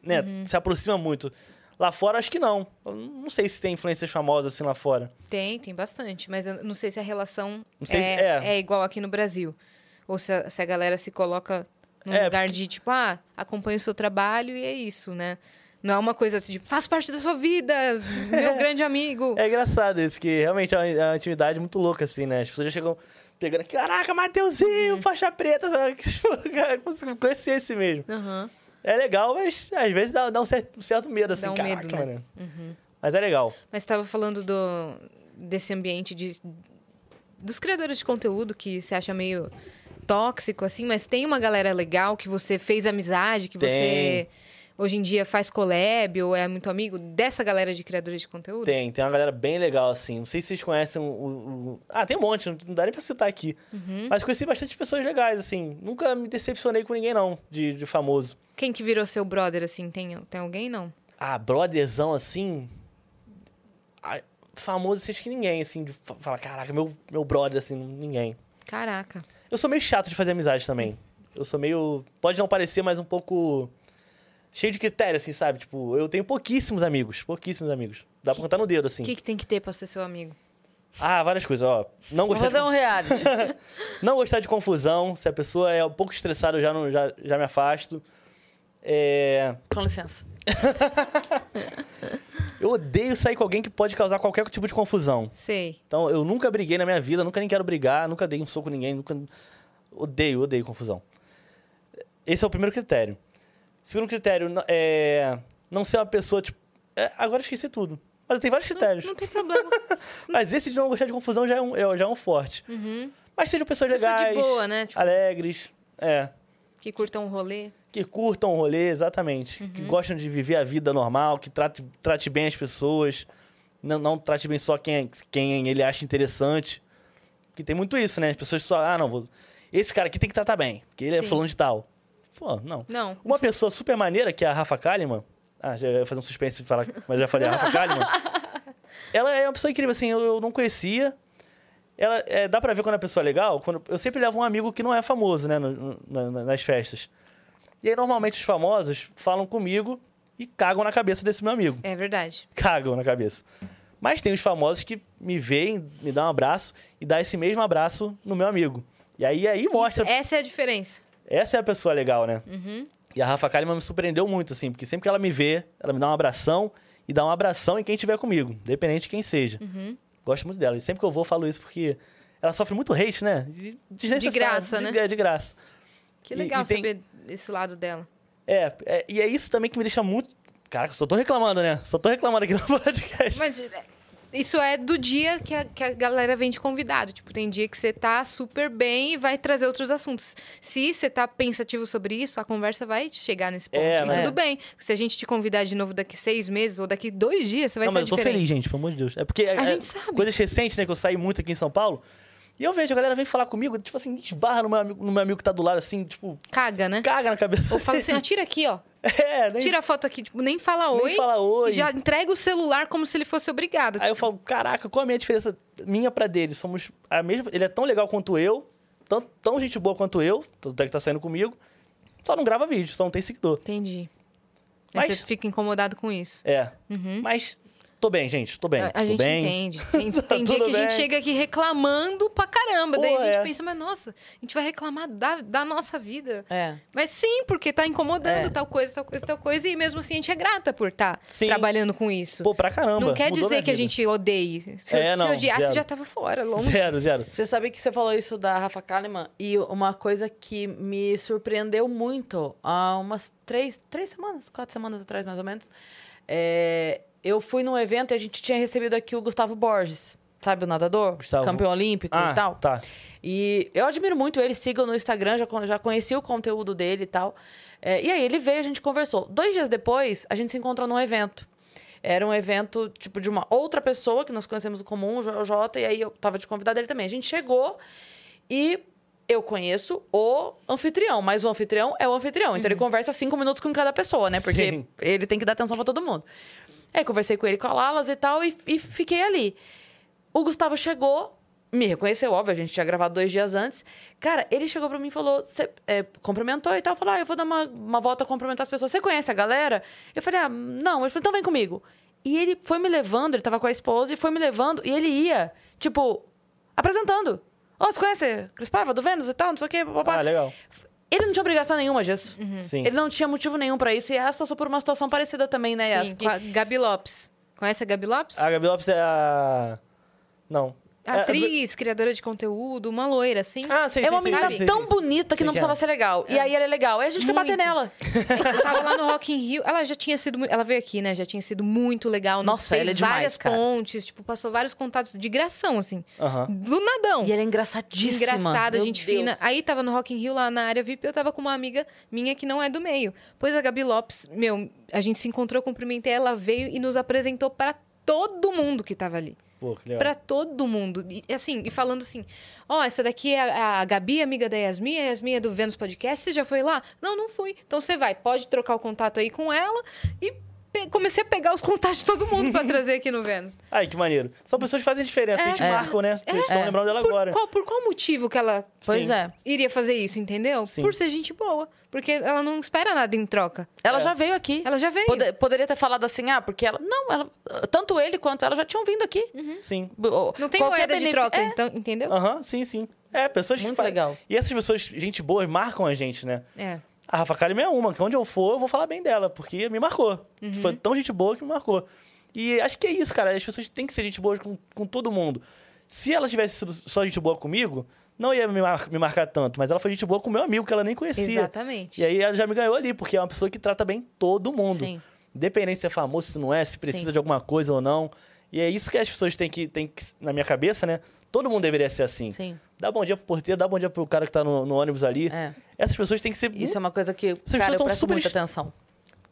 Né? Se aproxima muito. Lá fora, acho que não. Eu não sei se tem influências famosas, assim, lá fora. Tem, tem bastante. Mas eu não sei se a relação Não sei se- é, é. é igual aqui no Brasil. Ou se a, se a galera se coloca num É, lugar de, tipo, ah, acompanho o seu trabalho e é isso, né? Não é uma coisa de, faço parte da sua vida, meu grande amigo. É engraçado isso, que realmente é uma, é uma intimidade muito louca, assim, né? As pessoas já chegam pegando... Caraca, Mateuzinho, faixa preta, sabe? Tipo, Conheci esse mesmo. Aham. É legal, mas às vezes dá, dá um certo, um certo medo, assim, Dá um caraca, medo, né? mano. Mas é legal. Mas estava falando do, desse ambiente de, dos criadores de conteúdo que se acha meio tóxico, assim, mas tem uma galera legal que você fez amizade, que você hoje em dia faz collab ou é muito amigo dessa galera de criadores de conteúdo? Tem, tem uma galera bem legal, assim. Não sei se vocês conhecem o... o- o- Ah, tem um monte, não, não dá nem pra citar aqui. Uhum. Mas conheci bastante pessoas legais, assim. Nunca me decepcionei com ninguém, não, de, de famoso. Quem que virou seu brother, assim? Tem, tem alguém, não? Ah, brotherzão, assim... ah, famoso, assim, acho que ninguém, assim. De fa- falar, caraca, meu, meu brother, assim, ninguém. Caraca. Eu sou meio chato de fazer amizade também. Eu sou meio. Pode não parecer, mas um pouco. Cheio de critério, assim, sabe? Tipo, eu tenho pouquíssimos amigos. Pouquíssimos amigos. Dá pra contar no dedo, assim. O que, que tem que ter pra ser seu amigo? Ah, várias coisas, ó. Não Vou gostar, de... fazer um reality. um- não gostar de confusão. Se a pessoa é um pouco estressada, eu já, não, já, já me afasto. É... Com licença. Eu odeio sair com alguém que pode causar qualquer tipo de confusão. Sei. Então, eu nunca briguei na minha vida, nunca nem quero brigar, nunca dei um soco em ninguém, nunca. Odeio, odeio confusão. Esse é o primeiro critério. Segundo critério n- é. Não ser uma pessoa, tipo. é, agora eu esqueci tudo. Mas tem vários critérios. Não tem problema. Mas esse de não gostar de confusão já é um, é- já é um forte. Mas sejam pessoas Uhum. Pessoa de legais, boa, né? Tipo- alegres, é, que curtam um rolê. que curtam o rolê, exatamente. Que gostam de viver a vida normal, que trate, trate bem as pessoas. Não, não trate bem só quem, é, quem ele acha interessante. Porque tem muito isso, né? As pessoas só, ah, não, vou. Esse cara aqui tem que tratar bem, porque ele é Sim. fulano de tal. Pô, não. Não. Uma pessoa super maneira, que é a Rafa Kalimann. Ah, já ia fazer um suspense e falar, mas já falei a Rafa Kalimann. Ela é uma pessoa incrível, assim, eu, eu não conhecia. Ela, é, dá pra ver quando a pessoa é legal? Quando, eu sempre levo um amigo que não é famoso, né, no- no- na- nas festas. E aí, normalmente, os famosos falam comigo e cagam na cabeça desse meu amigo. É verdade. Cagam na cabeça. Mas tem os famosos que me veem, me dão um abraço e dá esse mesmo abraço no meu amigo. E aí, aí mostra Isso- essa é a diferença. essa é a pessoa legal, né? Uhum. E a Rafa Kalimann me surpreendeu muito, assim, porque sempre que ela me vê, ela me dá um abração e dá um abração em quem estiver comigo, independente de quem seja. Uhum. Gosto muito dela. E sempre que eu vou, eu falo isso porque ela sofre muito hate, né? De, desnecessário, De graça, de- né? É, de graça. Que E- legal e tem- saber esse lado dela. É, é, e é isso também que me deixa muito. Caraca, eu só tô reclamando, né? Só tô reclamando aqui no podcast. Mas é, isso é do dia que a, que a galera vem de convidado. Tipo, tem dia que você tá super bem e vai trazer outros assuntos. Se você tá pensativo sobre isso, a conversa vai chegar nesse ponto. É, e mas- tudo bem. Se a gente te convidar de novo daqui seis meses ou daqui dois dias, você vai Não, estar mas eu tô diferente. feliz, gente, pelo amor de Deus. É porque. A gente sabe. Coisas recentes, né? Que eu saí muito aqui em São Paulo. E eu vejo, a galera vem falar comigo, tipo assim, esbarra no meu amigo, no meu amigo que tá do lado, assim, tipo, Caga, né? caga na cabeça. Ou fala assim, ah, tira aqui, ó. é, nem, Tira a foto aqui. Tipo, nem fala nem oi. fala oi. E já entrega o celular como se ele fosse obrigado. Aí eu Tipo, falo, caraca, qual a minha diferença minha pra dele? Somos a mesma. Ele é tão legal quanto eu, tão, tão gente boa quanto eu, tanto é que tá saindo comigo, só não grava vídeo, só não tem seguidor. Entendi. Mas- Aí você fica incomodado com isso. É. Uhum. Mas tô bem, gente, tô bem. a, a tô gente bem. Tá entende. Tem, tem dia que Tudo a gente bem. chega aqui reclamando pra caramba. Daí Pô, a gente é. pensa, mas nossa, a gente vai reclamar da, da nossa vida. É. Mas sim, porque tá incomodando É. tal coisa, tal coisa, tal coisa. E mesmo assim a gente é grata por estar Sim. trabalhando com isso. Pô, pra caramba. não quer mudou minha dizer que a vida. gente é odeie. Se, É, se não, odiasse, zero. já tava fora, longe. Zero, zero. Você sabe que você falou isso da Rafa Kalimann e uma coisa que me surpreendeu muito há umas três, três semanas, quatro semanas atrás mais ou menos. é, eu fui num evento e a gente tinha recebido aqui o Gustavo Borges, sabe o nadador, Gustavo. campeão olímpico Ah, e tal. tá. E eu admiro muito ele, sigam no Instagram, já, con- já conheci o conteúdo dele e tal. É, e aí ele veio, a gente conversou. Dois dias depois, a gente se encontrou num evento. Era um evento, tipo, de uma outra pessoa que nós conhecemos em comum, o Jo- o Jota, e aí eu tava de convidado dele também. A gente chegou e eu conheço o anfitrião, mas o anfitrião é o anfitrião. Então ele conversa cinco minutos com cada pessoa, né? Porque Uhum. Sim. ele tem que dar atenção pra todo mundo. Aí conversei com ele, com a Lalas e tal, e, e fiquei ali. O Gustavo chegou, me reconheceu, óbvio, a gente tinha gravado dois dias antes. Cara, ele chegou pra mim e falou, cê, é, cumprimentou e tal, falou, ah, eu vou dar uma, uma volta cumprimentar as pessoas. Você conhece a galera? Eu falei, ah, não. Ele falou, então vem comigo. E ele foi me levando, ele tava com a esposa, e foi me levando, e ele ia, tipo, apresentando. Ó, você conhece Cris Paiva, do Vênus e tal, não sei o quê, papapá. Ah, legal. Ele não tinha obrigação nenhuma disso. Uhum. Sim. Ele não tinha motivo nenhum pra isso. E a Yas passou por uma situação parecida também, né, Yas? Sim, Que- assim, com a Gabi Lopes. Conhece a Gabi Lopes? A Gabi Lopes é a. Não. É- Atriz, criadora de conteúdo, uma loira, assim. Ah, sei, É uma sei, sei, menina sei, sei, tão sei. bonita que não Sei precisava que ser legal. E aí ela é legal. E a gente quer bater Muito. nela. Eu tava lá no Rock in Rio. Ela já tinha sido. mu- Ela veio aqui, né? Já tinha sido muito legal. nos Nossa, fez ela é demais, várias cara. pontes, tipo, passou vários contatos de gração, assim. Aham. Do nadão. E ela é engraçadíssima. Engraçada, Meu gente Deus. fina. Aí tava no Rock in Rio, lá na área VIP, eu tava com uma amiga minha que não é do meio. Pois a Gabi Lopes, meu, a gente se encontrou, cumprimentei, ela veio e nos apresentou pra todo mundo que tava ali. Pô, que legal. Pra todo mundo. E assim, e falando assim: "Ó, essa daqui é a, a Gabi, amiga da Yasmin, a Yasmin é do Vênus Podcast, você já foi lá?" "Não, não fui". Então você vai, pode trocar o contato aí com ela e pe- comecei a pegar os contatos de todo mundo pra trazer aqui no Vênus. Ai, que maneiro. São pessoas que fazem diferença, a gente É. marcam, né? Vocês estão É. lembrando dela Por agora. qual, por qual motivo que ela Pois Sim. é. iria fazer isso, entendeu? Sim. Por ser gente boa, porque ela não espera nada em troca. É. Ela já veio aqui. Ela já veio. Pode- poderia ter falado assim, ah, porque ela. Não, ela. Tanto ele quanto ela já tinham vindo aqui. Sim. Uhum. Não tem moeda de troca, É. então, entendeu? Aham, sim, sim. É, pessoas que Muito fazem- legal. E essas pessoas, gente boa, marcam a gente, né? É. A Rafa Kalimann é uma, que onde eu for, eu vou falar bem dela, porque me marcou. Foi Uhum. tão gente boa que me marcou. E acho que é isso, cara. As pessoas têm que ser gente boa com, com todo mundo. Se ela tivesse sido só gente boa comigo, não ia me, mar- me marcar tanto. Mas ela foi gente boa com meu amigo, que ela nem conhecia. Exatamente. E aí ela já me ganhou ali, porque é uma pessoa que trata bem todo mundo. Sim. Independente se é famoso, se não é, se precisa Sim. de alguma coisa ou não. E é isso que as pessoas têm que, têm que na minha cabeça, né? Todo mundo deveria ser assim. Sim. Dá bom dia pro porteiro, dá bom dia pro cara que tá no, no ônibus ali. É. Essas pessoas têm que ser. Isso é uma coisa que, Vocês cara, eu estão presto super muita est- atenção.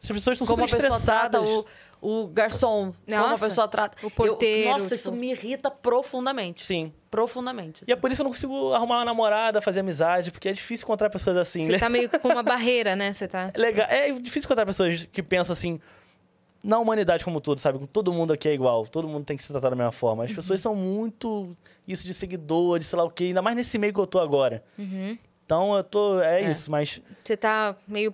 Essas pessoas estão Como super a pessoa trata estressadas. o, o garçom, como a Nossa, pessoa trata. o porteiro, Eu- nossa, tipo- isso me irrita profundamente. Sim. Profundamente. E é por isso que eu não consigo arrumar uma namorada, fazer amizade, porque é difícil encontrar pessoas assim. Você né? tá meio com uma barreira, né? Você tá. É Legal. É difícil encontrar pessoas que pensam assim na humanidade como um todo, sabe? Todo mundo aqui é igual, todo mundo tem que se tratar da mesma forma. As pessoas são muito isso de seguidor, de sei lá o quê, ainda mais nesse meio que eu tô agora. Então eu tô. É, É. isso, mas. Você tá meio.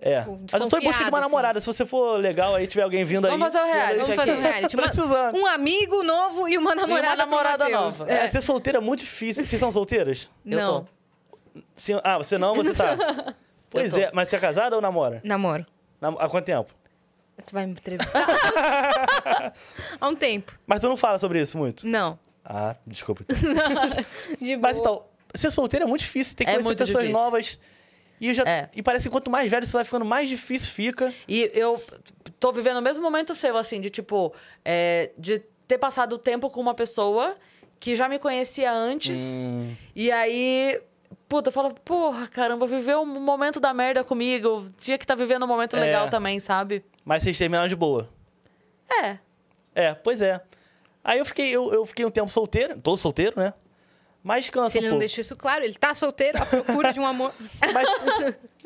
É. Tipo, Mas eu tô em busca de desconfiado, uma assim. namorada. Se você for legal aí, tiver alguém vindo Vamos aí. fazer o reality Vamos aqui. fazer um reality. Tô Uma- precisando. um amigo novo e uma namorada. pro namorada Matheus. nova. É, ser solteira é muito difícil. Vocês são solteiras? Eu Não. tô. Sim- ah, você não, você tá. Pois tô. é, mas você é casada ou namora? Namoro. Nam- Há quanto tempo? Tu vai me entrevistar? Há um tempo. Mas tu não fala sobre isso muito? Não. Ah, desculpa. De Mas boa. então, ser solteiro é muito difícil, tem que É conhecer muito pessoas difícil. novas. E, eu já, É. e parece que quanto mais velho você vai ficando, mais difícil fica. E eu tô vivendo o mesmo momento seu, assim, de tipo, é, de ter passado tempo com uma pessoa que já me conhecia antes. Hum. E aí, puta, eu falo, porra, caramba, viveu um momento da merda comigo. Tinha que estar vivendo um momento É. legal também, sabe? Mas vocês terminaram de boa. É. É, pois é. Aí eu fiquei, eu, eu fiquei um tempo solteiro, tô solteiro, né? Mas cansa Se um ele não pouco. deixou isso claro, ele tá solteiro à procura de um amor. Mas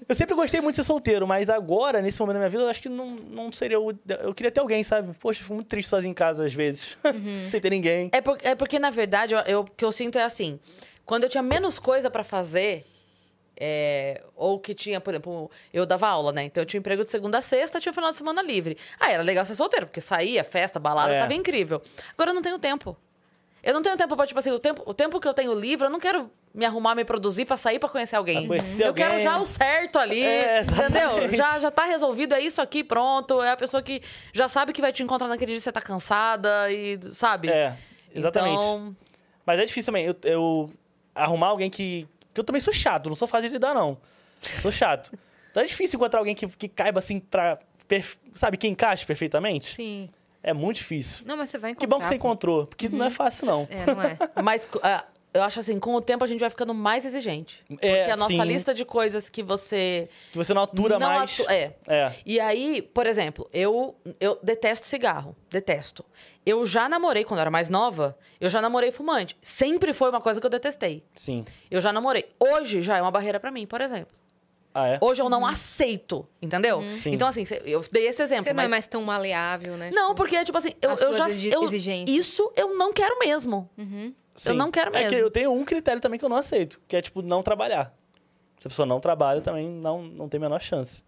eu sempre gostei muito de ser solteiro, mas agora, nesse momento da minha vida, eu acho que não, não seria o. Eu queria ter alguém, sabe? Poxa, eu fico muito triste sozinho em casa às vezes. Uhum. Sem ter ninguém. É, por- é porque, na verdade, eu, eu- o que eu sinto é assim: quando eu tinha menos coisa pra fazer, é, ou que tinha, por exemplo, eu dava aula, né? Então eu tinha emprego de segunda a sexta, tinha um final de semana livre. Ah, era legal ser solteiro, porque saía, festa, balada, É. tava incrível. Agora eu não tenho tempo. Eu não tenho tempo pra, tipo assim, o tempo, o tempo que eu tenho livre, eu não quero me arrumar, me produzir pra sair pra conhecer alguém. Pra conhecer eu alguém. quero já o certo ali, É, entendeu? exatamente. Já, já tá resolvido, é isso aqui, pronto. É a pessoa que já sabe que vai te encontrar naquele dia, você tá cansada e, sabe? É, exatamente. Então, Mas é difícil também. Eu, eu arrumar alguém que. Que eu também sou chato, não sou fácil de lidar, não. Sou chato. Então é difícil encontrar alguém que, que caiba assim pra. perf- Sabe, que encaixe perfeitamente? Sim. É muito difícil. Não, mas você vai Que é encontrar. bom que você pô. encontrou, porque não é Uhum. fácil, não. É, não é. mas ah, eu acho assim, com o tempo a gente vai ficando mais exigente. Porque É, a nossa sim. lista de coisas que você Que você não atura não mais. atu- é. É. E aí, por exemplo, eu, eu detesto cigarro. Detesto. Eu já namorei, quando eu era mais nova, eu já namorei fumante. Sempre foi uma coisa que eu detestei. Sim. Eu já namorei. Hoje já é uma barreira pra mim, por exemplo. Ah, é? Hoje eu Uhum. não aceito, entendeu? Sim. Então, assim, cê- eu dei esse exemplo. Você não é mas... mais tão maleável, né? Não, porque é tipo assim, eu, As eu suas já. exi- eu- exigências. Uhum. isso eu não quero mesmo. Eu não quero É mesmo. que eu tenho um critério também que eu não aceito, que é, tipo, não trabalhar. Se a pessoa não trabalha, também não, não tem a menor chance.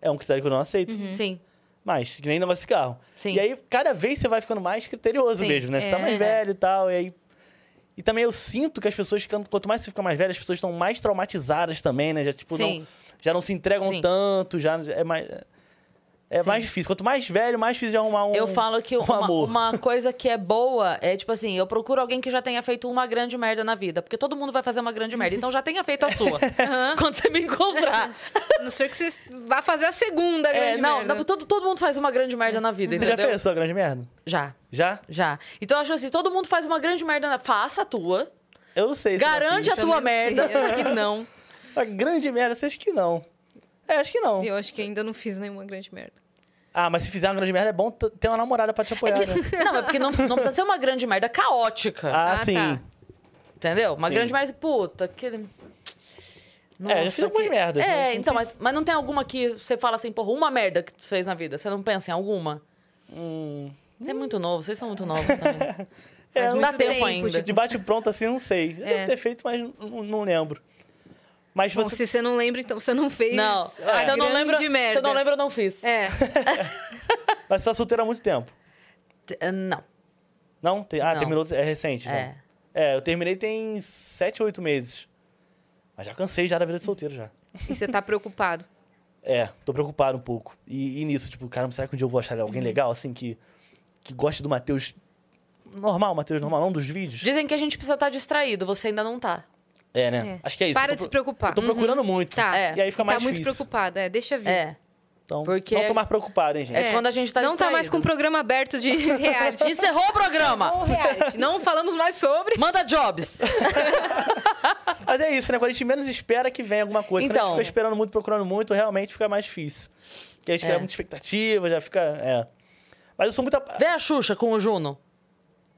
É um critério que eu não aceito. Uhum. Sim. Mas, que nem negócio de carro. Sim. E aí, cada vez você vai ficando mais criterioso Sim, mesmo, né? Você tá é, mais é. velho e tal, e aí... E também eu sinto que as pessoas, ficam- quanto mais você fica mais velho, as pessoas estão mais traumatizadas também, né? Já, tipo, Sim. não, já não se entregam Sim. tanto, já é mais... É mais difícil. Quanto mais velho, mais difícil de arrumar um Eu falo que um uma, amor. uma coisa que é boa é, tipo assim, eu procuro alguém que já tenha feito uma grande merda na vida. Porque todo mundo vai fazer uma grande merda. Então já tenha feito a sua. Quando você me encontrar. A não ser que você vá fazer a segunda É, grande não, merda. não, todo, todo mundo faz uma grande merda na vida, Você já entendeu? fez a sua grande merda? Já, Já? já. Então eu acho assim, todo mundo faz uma grande merda na... Faça a tua. Eu não sei. se eu Garante fiz. a tua Também não sei, Eu acho que não. A grande merda, você acha que não? É, acho que não. Eu acho que ainda não fiz nenhuma grande merda. Ah, mas se fizer uma grande merda, é bom t- ter uma namorada pra te apoiar, né? Não, é porque não, não precisa ser uma grande merda caótica. Ah, Ah, sim. tá. Entendeu? Uma Sim. grande merda. Puta, que. É, eu fiz algumas merdas. É, mas não então, sei mas, mas não tem alguma que você fala assim, porra, uma merda que tu fez na vida? Você não pensa em alguma? se- Hum, Você é muito novo, vocês são muito novos também. É, Faz não Dá muito tempo tempo, tipo, ainda. De bate-pronto assim, não sei. Eu Né? É. devo ter feito, mas não, não lembro. Mas Bom, você. se você não lembra, então você não fez Não, a se eu não grande lembro, se merda. eu não lembro, eu não fiz. É, Mas você tá solteiro há muito tempo. T- eh, Não. Não? Tem- Ah, Não. terminou. É recente, né? É. É, eu terminei tem 7, 8 meses. Mas já cansei já da vida de solteiro já. e você tá preocupado. É, tô preocupado um pouco. E, e nisso, tipo, caramba, será que um dia eu vou achar Uhum. alguém legal, assim, que, que goste do Matheus normal, Matheus normal, não dos vídeos? Dizem que a gente precisa estar distraído, você ainda não tá. É, né? É. Acho que é isso. Para Eu de tô se pro- preocupar. Eu tô procurando muito. Tá. É. E aí fica E mais tá muito difícil. preocupado, é, deixa vir. É. Então, Porque- não tô mais preocupado, hein, gente? É, quando a gente tá não tá mais com o distraído. programa aberto de reality. Encerrou o programa! reality. Não falamos mais sobre. Manda jobs! Mas é isso, né? Quando a gente menos espera que venha alguma coisa. Quando a Então. gente fica esperando muito, procurando muito, realmente fica mais difícil. Porque a gente É. cria muita expectativa, já fica... É. Mas eu sou muito... ap- Vê a Xuxa com o Juno.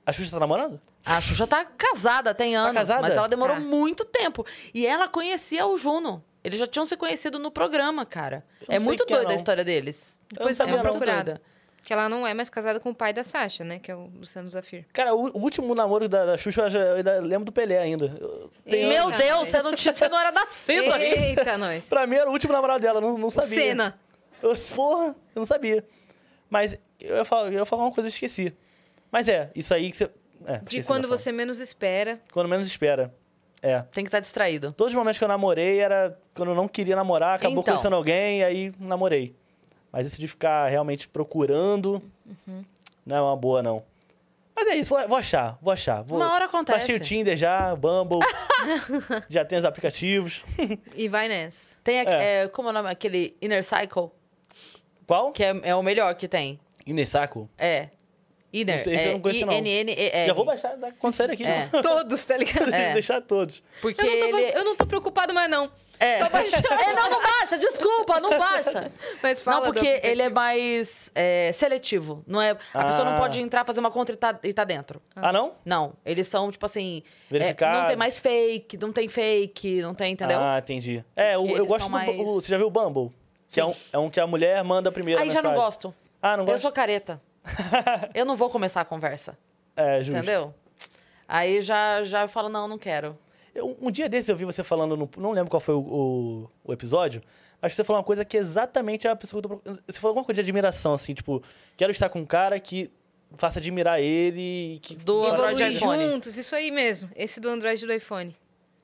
A Xuxa tá namorando? A Xuxa tá casada, tem anos, casada? mas ela demorou Tá. muito tempo. E ela conhecia o Juno. Eles já tinham se conhecido no programa, cara. não É sei muito quem é, doida a um. não. história deles. Eu não Depois dá sabia, uma muito não. procurada. doida. Que ela não é mais casada com o pai da Sasha, né? Que é o Luciano Zafir. Cara, o, o último namoro da, da Xuxa, eu, já, eu ainda lembro do Pelé ainda. Eu- Eita, Meu Deus, nós. você não, tinha- você não era nascido aí. Eita, nós. Pra mim era o último namorado dela, eu não, não O sabia. Senna. Eu, porra, eu não sabia. Mas eu ia falar, eu ia falar uma coisa que eu esqueci. Mas é, isso aí que você... É, De esqueci quando da fala. você menos espera. Quando menos espera. É. Tem que estar distraído. Todos os momentos que eu namorei era quando eu não queria namorar, acabou Então. conhecendo alguém, aí namorei. Mas isso de ficar realmente procurando Uhum. não é uma boa, não. Mas é isso, vou, vou achar, vou achar. Vou, Uma hora acontece. Baixei o Tinder já, Bumble, já tem os aplicativos. E vai nessa. Tem aque- É. é, como é o nome? Aquele Inner Cycle, Qual? que é, é o melhor que tem. Inessaco. É. Inner. Esse- esse eu é, não conheço, não. I-N-N-E-R. Já vou baixar, dá conselho aqui. É. não. Todos, tá ligado? Deixar todos. Porque eu, não tô, ele... eu não tô preocupado mais, não. É. Só baixando. É, não, não baixa, desculpa, não baixa. Mas fala não, do porque aplicativo. ele é mais é, seletivo. Não é, a Ah. pessoa não pode entrar, fazer uma conta e tá, e tá dentro. Ah, não? Não, eles são, tipo assim. é, Verificados. não tem mais fake, não tem fake, não tem, entendeu? Ah, entendi. É, o- Porque eu, eles gosto são do. mais- bu- o- você já viu o Bumble? Que é um, é um que a mulher manda primeiro. Aí já não gosto. Ah, não Eu gosto? sou careta. Eu não vou começar a conversa, É, justo. entendeu? Aí já, já eu falo, não, não quero. Eu- um dia desses eu vi você falando, no- não lembro qual foi o, o- o episódio, mas você falou uma coisa que é exatamente a pessoa que eu tô procurando. Você falou alguma coisa de admiração, assim, tipo, quero estar com um cara que faça admirar ele e que. Do faça- Android Evoluir e iPhone. juntos, isso aí mesmo. Esse do Android e do iPhone.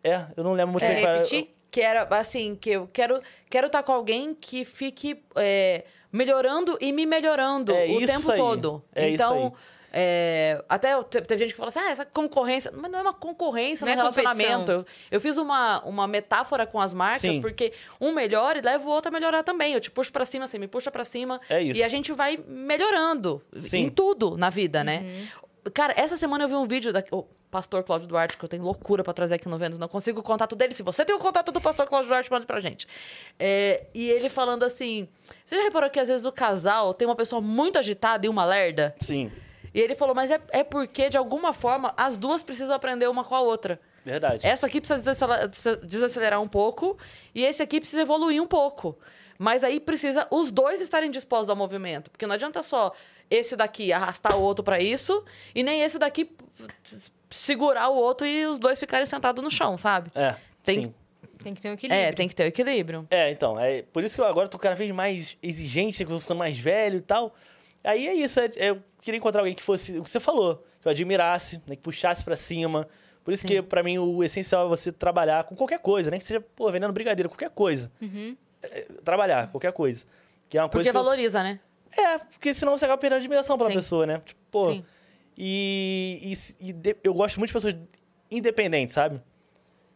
É, eu não lembro muito É, bem qual era- repetir? Que era, assim, que eu quero quero estar com alguém que fique é, melhorando e me melhorando É o isso tempo aí. todo. É isso então, aí. é, até eu- te- teve gente que fala assim, ah, essa concorrência. Mas não é uma concorrência Não no é competição. relacionamento. Eu, eu fiz uma, uma metáfora com as marcas, Sim. porque um melhora e leva o outro a melhorar também. Eu te puxo pra cima, você me puxa pra cima. É isso. E a gente vai melhorando Sim. em tudo na vida, né? Cara, essa semana eu vi um vídeo da. O pastor Cláudio Duarte, que eu tenho loucura pra trazer aqui no Vênus, não consigo o contato dele. Se você tem o contato do pastor Cláudio Duarte, manda pra gente. É, e ele falando assim: Você já reparou que às vezes o casal tem uma pessoa muito agitada e uma lerda? Sim, E ele falou: Mas é, é porque, de alguma forma, as duas precisam aprender uma com a outra. verdade. Essa aqui precisa desacela- desa- desacelerar um pouco e esse aqui precisa evoluir um pouco. Mas aí precisa os dois estarem dispostos ao movimento, porque não adianta só esse daqui arrastar o outro para isso e nem esse daqui p- s- segurar o outro e os dois ficarem sentados no chão, sabe? É, Tem- sim. Tem que ter um equilíbrio. É, tem que ter o equilíbrio. É, então, é por isso que eu agora tô cada vez mais exigente, né, que eu tô ficando mais velho e tal. Aí é isso, é- é- eu queria encontrar alguém que fosse o que você falou, que eu admirasse, né, que puxasse pra cima. Por isso que, pra mim, o essencial é você trabalhar com qualquer coisa, nem que seja, pô, vendendo brigadeiro, qualquer coisa. É, é, trabalhar, qualquer coisa. Que é uma Porque coisa que eu- valoriza, né? É, porque senão você acaba perdendo admiração pela Sim. pessoa, né? Tipo, pô. Sim. E, e se- e de- eu gosto muito de pessoas independentes, sabe?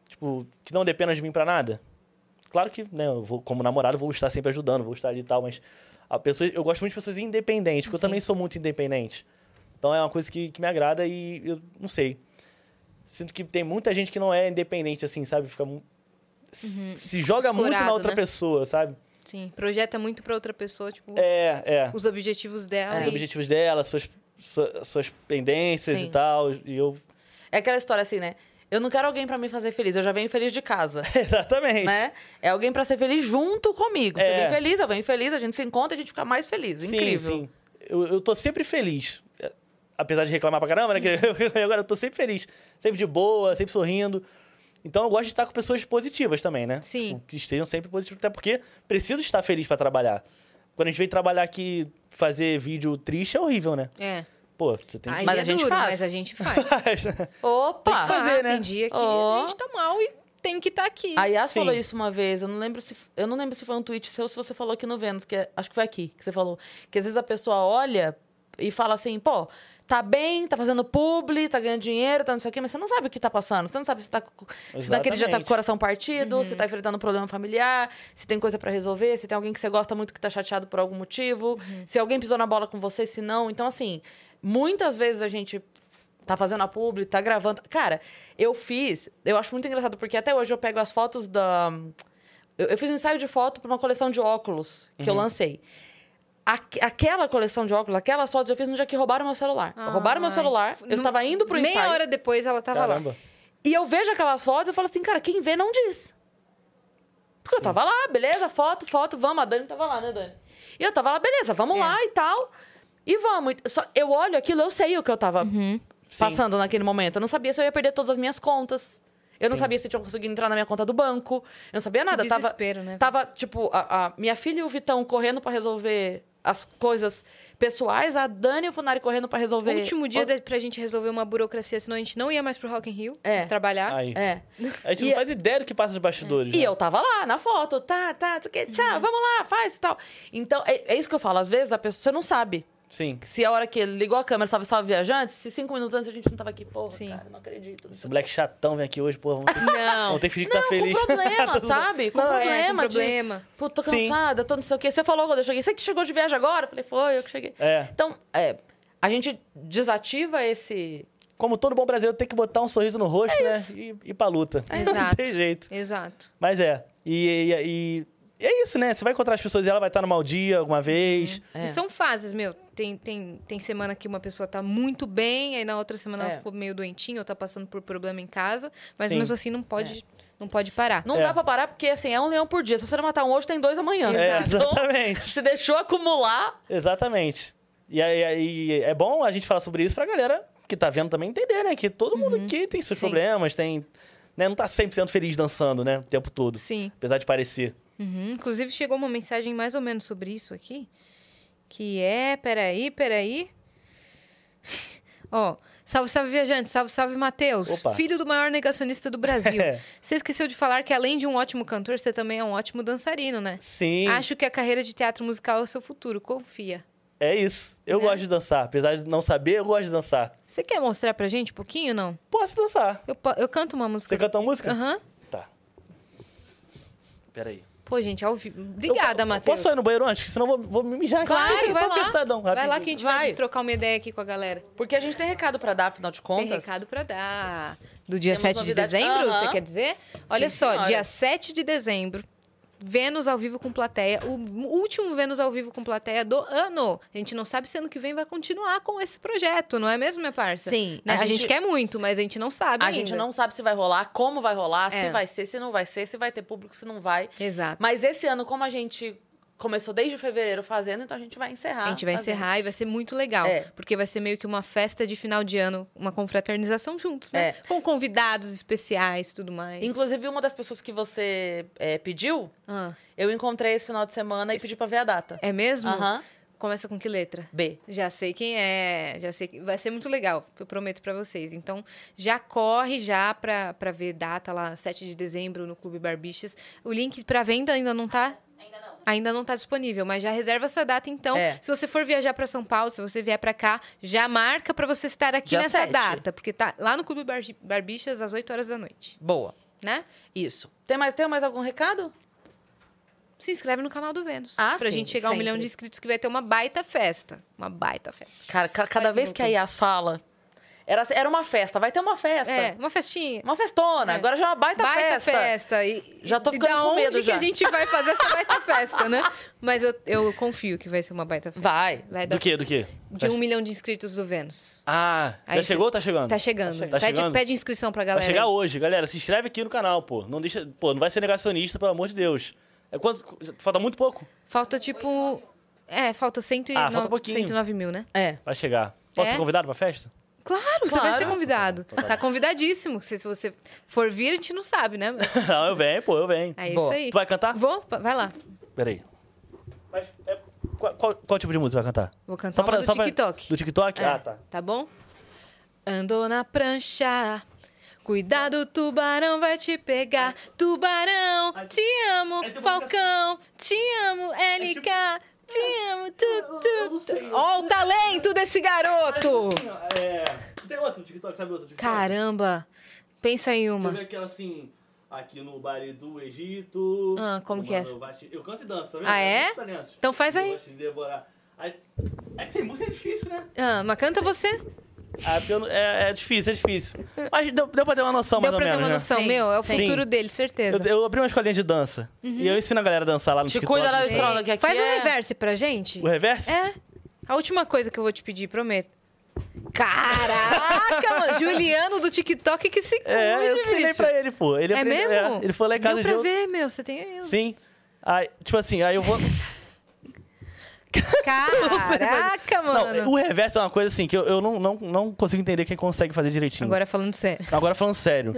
Tipo, que não dependem de mim pra nada. Claro que, né, eu vou, como namorado, eu vou estar sempre ajudando, vou estar ali e tal, mas a pessoa, eu gosto muito de pessoas independentes, porque eu também sou muito independente. Então é uma coisa que, que me agrada e eu não sei. Sinto que tem muita gente que não é independente, assim, sabe? Fica. mu- se- Se joga muito na Escorado, outra né? pessoa, sabe? Sim. Projeta muito pra outra pessoa, tipo, É, é os objetivos dela. os É. e- objetivos dela, suas, sua- suas pendências Sim. e tal. E eu. É aquela história assim, né? Eu não quero alguém pra me fazer feliz, eu já venho feliz de casa. Exatamente. né? É alguém pra ser feliz junto comigo. Você É. vem feliz, eu venho feliz, a gente se encontra e a gente fica mais feliz. Sim, Incrível. sim. Eu, eu tô sempre feliz. É, Apesar de reclamar pra caramba, né? que eu- agora eu tô sempre feliz. Sempre de boa, sempre sorrindo. Então eu gosto de estar com pessoas positivas também, né? Sim. Tipo, Que estejam sempre positivas. Até porque preciso estar feliz pra trabalhar. Quando a gente vem trabalhar aqui, fazer vídeo triste é horrível, né? É. Pô, você tem que. Aí Mas é a gente duro, faz. mas a gente faz. Opa! Tem que fazer, ah, né? Tem dia que Ó. a gente tá mal e tem que estar aqui. A Yas Sim. falou isso uma vez, eu não lembro se eu não lembro se foi um tweet seu ou se você falou aqui no Vênus, que é- acho que foi aqui que você falou, que às vezes a pessoa olha e fala assim, pô, tá bem, tá fazendo publi, tá ganhando dinheiro, tá não sei o quê, mas você não sabe o que tá passando, você não sabe se tá com- se naquele dia tá com o Exatamente. coração partido, Uhum. se tá enfrentando um problema familiar, se tem coisa pra resolver, se tem alguém que você gosta muito que tá chateado por algum motivo, Uhum. se alguém pisou na bola com você, se não. Então assim, muitas vezes a gente Tá fazendo a publi, tá gravando. Cara, eu fiz. Eu acho muito engraçado, porque até hoje eu pego as fotos da. Eu, eu fiz um ensaio de foto pra uma coleção de óculos que eu Uhum. lancei. Aque- aquela coleção de óculos, aquelas fotos eu fiz no dia que roubaram meu celular. Ah, roubaram meu Ah, Ai, celular, f- eu estava indo pro Meia ensaio. hora depois ela tava lá. Caramba. E eu vejo aquelas fotos e eu falo assim, cara, quem vê não diz. Porque eu tava lá, beleza, foto, foto, vamos. A Dani tava lá, né, Dani? E eu tava lá, beleza, vamos É. lá e tal. E vamos. Só, eu olho aquilo, eu sei o que eu tava Uhum. Sim. passando naquele momento. Eu não sabia se eu ia perder todas as minhas contas. Eu não Sim. sabia se eu tinha conseguido entrar na minha conta do banco. Eu não sabia nada. tava, desespero, né? Tava, tipo, a, a minha filha e o Vitão correndo pra resolver as coisas pessoais. A Dani e o Funari correndo pra resolver... Último dia da, pra gente resolver uma burocracia, senão a gente não ia mais pro Rock in Rio É. trabalhar. Aí. É. A gente E- não faz ideia do que passa nos bastidores. E né? eu tava lá na foto, tá, tá, não sei o quê, tchau, Uhum. vamos lá, faz e tal. Então, é, é isso que eu falo, às vezes a pessoa, você não sabe. Sim. Se a hora que ele ligou a câmera, salve, salve, viajante, se cinco minutos antes a gente não tava aqui, porra, Sim. cara, não acredito. não Esse sei o quê. moleque chatão vem aqui hoje, pô, vamos ter que, Não. vamos ter que fingir que tá feliz. Com Tá problema, tudo- sabe? Com Não, é, com um problema. de- problema. Pô, tô Sim. cansada, tô não sei o quê. Você falou quando eu cheguei, você que chegou de viagem agora? Eu falei, foi, eu que cheguei. É. Então, é, a gente desativa esse... Como todo bom brasileiro, tem que botar um sorriso no rosto, né? E, e pra luta. Não É Exato. tem jeito. Exato. Mas é, E, e- e- e é isso, né? Você vai encontrar as pessoas e ela vai estar no mau dia alguma vez. É. E são fases, meu. Tem, tem, tem semana que uma pessoa tá muito bem, aí na outra semana É. ela ficou meio doentinha ou tá passando por problema em casa, mas Sim. mesmo assim não pode, não pode parar. Não É. dá pra parar, porque assim, é um leão por dia. Se você não matar um hoje, tem dois Uhum. amanhã. É, Então, exatamente. se deixou acumular, Exatamente. E aí, aí é bom a gente falar sobre isso pra galera que tá vendo também entender, né? Que todo mundo aqui tem seus Uhum. Sim. problemas, tem. Né? Não tá 100% feliz dançando, né? O tempo todo. Sim. Apesar de parecer. Uhum. Inclusive chegou uma mensagem mais ou menos sobre isso aqui, que é, peraí, peraí. Ó, salve, salve viajante, salve, salve Matheus, Opa. É. filho do maior negacionista do Brasil. Você esqueceu de falar que além de um ótimo cantor, você também é um ótimo dançarino, né? Sim, Acho que a carreira de teatro musical é o seu futuro, confia. é isso. Eu Né? gosto de dançar. Apesar de não saber, eu gosto de dançar. Você quer mostrar pra gente um pouquinho, não? Posso dançar. Eu, po- eu canto uma música. Você cantou uma música? Aham. Tá. Peraí. Pô, gente, ao vivo. Obrigada, Eu- Matheus. Posso ir no banheiro antes? Porque Senão eu vou, vou me mijar aqui. Claro, Eu tô vai lá. apertadão, Vai lá rapidinho. que a gente Vai. vai. trocar uma ideia aqui com a galera. porque a gente tem recado pra dar, afinal de Tem contas. recado pra dar. Do dia Temos 7 de novidade. dezembro, Aham. você quer dizer? Olha Sim, só, senhora. dia 7 de dezembro. Vênus ao vivo com plateia, o último Vênus ao vivo com plateia do ano. A gente não sabe se ano que vem vai continuar com esse projeto, não é mesmo, minha parça? Sim, Né? a A, gente... gente quer muito, mas a gente não sabe. A ainda. gente não sabe se vai rolar, como vai rolar, se É. vai ser, se não vai ser, se vai ter público, se não vai. Exato. Mas esse ano, como a gente começou desde fevereiro fazendo, então a gente vai encerrar. A gente vai fazendo. encerrar e vai ser muito legal. É. Porque vai ser meio que uma festa de final de ano, uma confraternização juntos, né? É. Com convidados especiais e tudo mais. Inclusive, uma das pessoas que você é, pediu, Ah, eu encontrei esse final de semana e pedi pra ver a data. é mesmo? Aham. Começa com que letra? B. Já sei quem é, já sei que vai ser muito legal, eu prometo pra vocês. Então, já corre já pra, pra ver data lá, 7 de dezembro no Clube Barbixas. O link pra venda ainda não tá? Ainda não. Ainda não tá disponível, mas já reserva essa data então. É. Se você for viajar pra São Paulo, se você vier pra cá, já marca pra você estar aqui Dia nessa 7. data, porque tá lá no Clube Bar Barbixas às 8 horas da noite, Boa. né? Isso. Tem mais, tem mais algum recado? Se inscreve no canal do Vênus. Ah, pra sim, gente chegar a um sempre. milhão de inscritos que vai ter uma baita festa. Uma baita festa. Cara, ca- cada Vai vez ter que a Yas fala, era, era uma festa, vai ter uma festa. É, uma festinha. Uma festona, É. agora já é uma baita, festa. E, Já tô e ficando da com onde medo que já. a gente vai fazer essa baita festa, né? Mas eu, eu confio que vai ser uma baita festa. Vai. Vai dar Do que? Do que? De um milhão de inscritos do Vênus. Ah, Aí já você- chegou ou tá chegando? Tá chegando. Tá Pede, chegando? pede inscrição pra galera. Vai chegar aí. hoje, galera. Se inscreve aqui no canal, pô. Não deixa, pô, não vai ser negacionista, pelo amor de Deus. É quanto, falta muito pouco. Falta tipo. É, falta, cento e Ah, falta no- pouquinho. 109 mil, né? É. Vai chegar. Posso É? ser convidado pra festa? Claro, você vai ser Claro. convidado. Então tá bom. Tá convidadíssimo. Se, se você for vir, a gente não sabe, né? não, eu venho, pô, eu venho. É Boa. isso aí. Tu vai cantar? Vou, Pa- vai lá. Peraí. Mas é- qual, qual- qual tipo de música vai cantar? Vou cantar uma do TikTok. Do TikTok? É, Ah, tá. bom? Andou na prancha. Cuidado, tubarão vai te pegar. Tubarão, te amo. Aí É. tem uma assim. É Falcão, te amo. LK, te amo. Tu, tipo- Ah, eu não tu, sei. tu. Ó, o talento desse garoto! assim, é, Tem outro TikTok, sabe outro TikTok? Caramba, pensa em Deixa eu ver uma. aquela assim, aqui no baile do Egito. Ah, como o que é mano essa? vai te- Eu canto e danço, tá vendo? Ah, é? Eu danço talentos. Então faz Eu aí. vou te devorar. Aí- É que sem música é difícil, né? Ah, mas canta você? Ah, porque eu não- é, é difícil, é difícil. Mas deu, deu pra ter uma noção, Deu mais ou pra ter menos. uma né? noção, Sim, meu. É o sim. futuro dele, certeza. Eu, eu abri uma escolinha de dança. Uhum. E eu ensino a galera a dançar lá no Te TikTok. cuida lá, no eu Instagram. Trono, que aqui Faz um é- reverse pra gente. O reverso? É. A última coisa que eu vou te pedir, prometo. Caraca, mano. Juliano do TikTok que se cuide, É, eu ensinei bicho. pra ele, pô. Ele É aprendeu- mesmo? é, ele foi lá em casa Deu de pra jogo. ver, meu. Você tem eu. Sim. Aí, tipo assim, aí eu vou. Caraca, mano. Não, o reverso é uma coisa assim que eu, eu não, não, não consigo entender quem consegue fazer direitinho. Agora falando sério. Agora falando sério.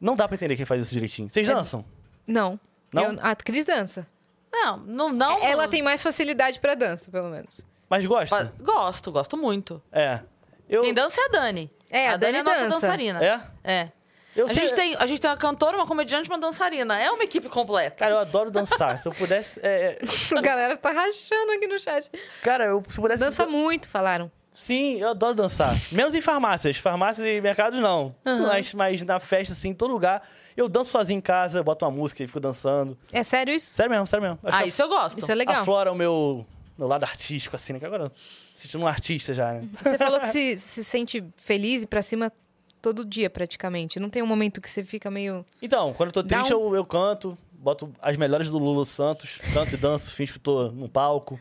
não dá pra entender quem faz isso direitinho. É- Vocês dançam? Não. Não? Eu- a Cris dança. Não, não, não. Ela tem mais facilidade pra dança, pelo menos. Mas gosta? Gosto, gosto muito. É. Eu. Quem dança é a Dani. É, a a Dani Dani, é a nossa dança. dançarina. É? É. Eu A sei- gente, tem, a gente tem uma cantora, uma comediante e uma dançarina. É uma equipe completa. Cara, eu adoro dançar. se eu pudesse. é, é, A galera tá rachando aqui no chat. Cara, eu, se eu pudesse. Dança muito, falaram. Sim, eu adoro dançar. Menos em farmácias. Farmácias e mercados não. Mas, mas na festa, assim, em todo lugar. Eu danço sozinho em casa, boto uma música e fico dançando. É sério isso? Sério mesmo, sério mesmo. Acho Ah, que isso eu gosto. Isso é legal. aflora o meu, meu lado artístico, assim, né? Que agora eu me sentindo um artista já, Uhum. né? Você falou que se, se sente feliz e pra cima todo dia, praticamente. Não tem um momento que você fica meio... Então, quando eu tô Dá um triste, eu, eu canto, boto as melhores do Lulu Santos, tanto e danço, finge que tô num palco.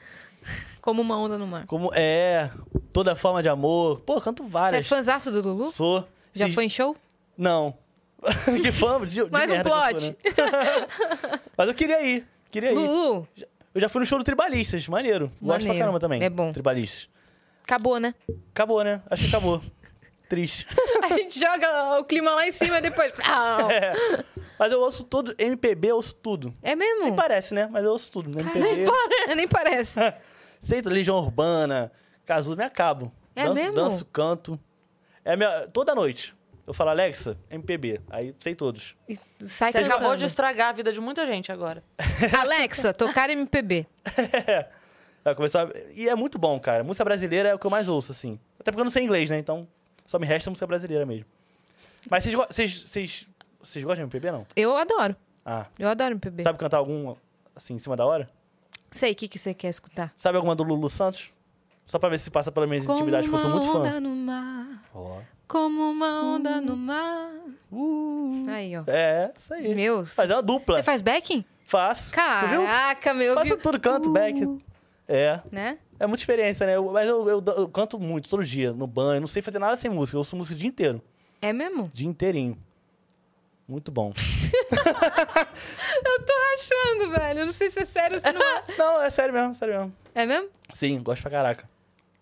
Como uma onda no mar. Como é, toda forma de amor. Pô, canto Você é várias. fãzaço do Lulu? Sou. Já Se- foi em show? Não. que fama, de, de Mais um merda que eu plot. sou, É né? Mas eu queria ir, queria ir. Lulu, Eu já fui no show do Tribalistas, maneiro. Gosto pra Maneiro. caramba também. É bom. Tribalistas. acabou, né? Acabou, né? Acho que acabou. Triste. A gente joga o clima lá em cima depois. Au. É. Mas eu ouço todo, MPB eu ouço tudo. É Nem mesmo? parece, né? Mas eu ouço tudo. né? MPB, É, Nem parece. Seita, Legião Urbana, Cazuza, me acabo. É danço, mesmo? danço, canto. É a minha... Toda noite. Eu falo, Alexa, MPB. Aí sei todos. E Sai Você acabou cantando. de estragar a vida de muita gente agora. Alexa, tocar MPB. Vai começar... E é muito bom, cara. Música brasileira é o que eu mais ouço, assim. Até porque eu não sei inglês, né? Então só me resta música brasileira mesmo. Mas vocês, go- vocês, vocês, vocês gostam de MPB, não? Eu adoro. Ah. Eu adoro MPB. Sabe cantar algum, assim, em cima da hora? Sei o que, que você quer escutar. Sabe alguma do Lulu Santos? Só pra ver se passa pelas minhas intimidades, que eu sou muito fã. onda no mar, Ó. como uma onda no mar. Aí, ó. É, isso aí. Meu, Mas é uma dupla. você faz backing? Faço. Tu viu? Caraca, meu. eu Faço vi- tudo, canto, Uh, back. É. Né? É muita experiência, né? Eu- mas eu, eu, eu canto muito, todo dia, no banho. Não sei fazer nada sem música. Eu ouço música o dia inteiro. É mesmo? Dia inteirinho. Muito bom. Eu tô rachando, velho. Eu não sei se é sério ou se não é. Não, é sério mesmo, sério mesmo. É mesmo? Sim, gosto pra caraca.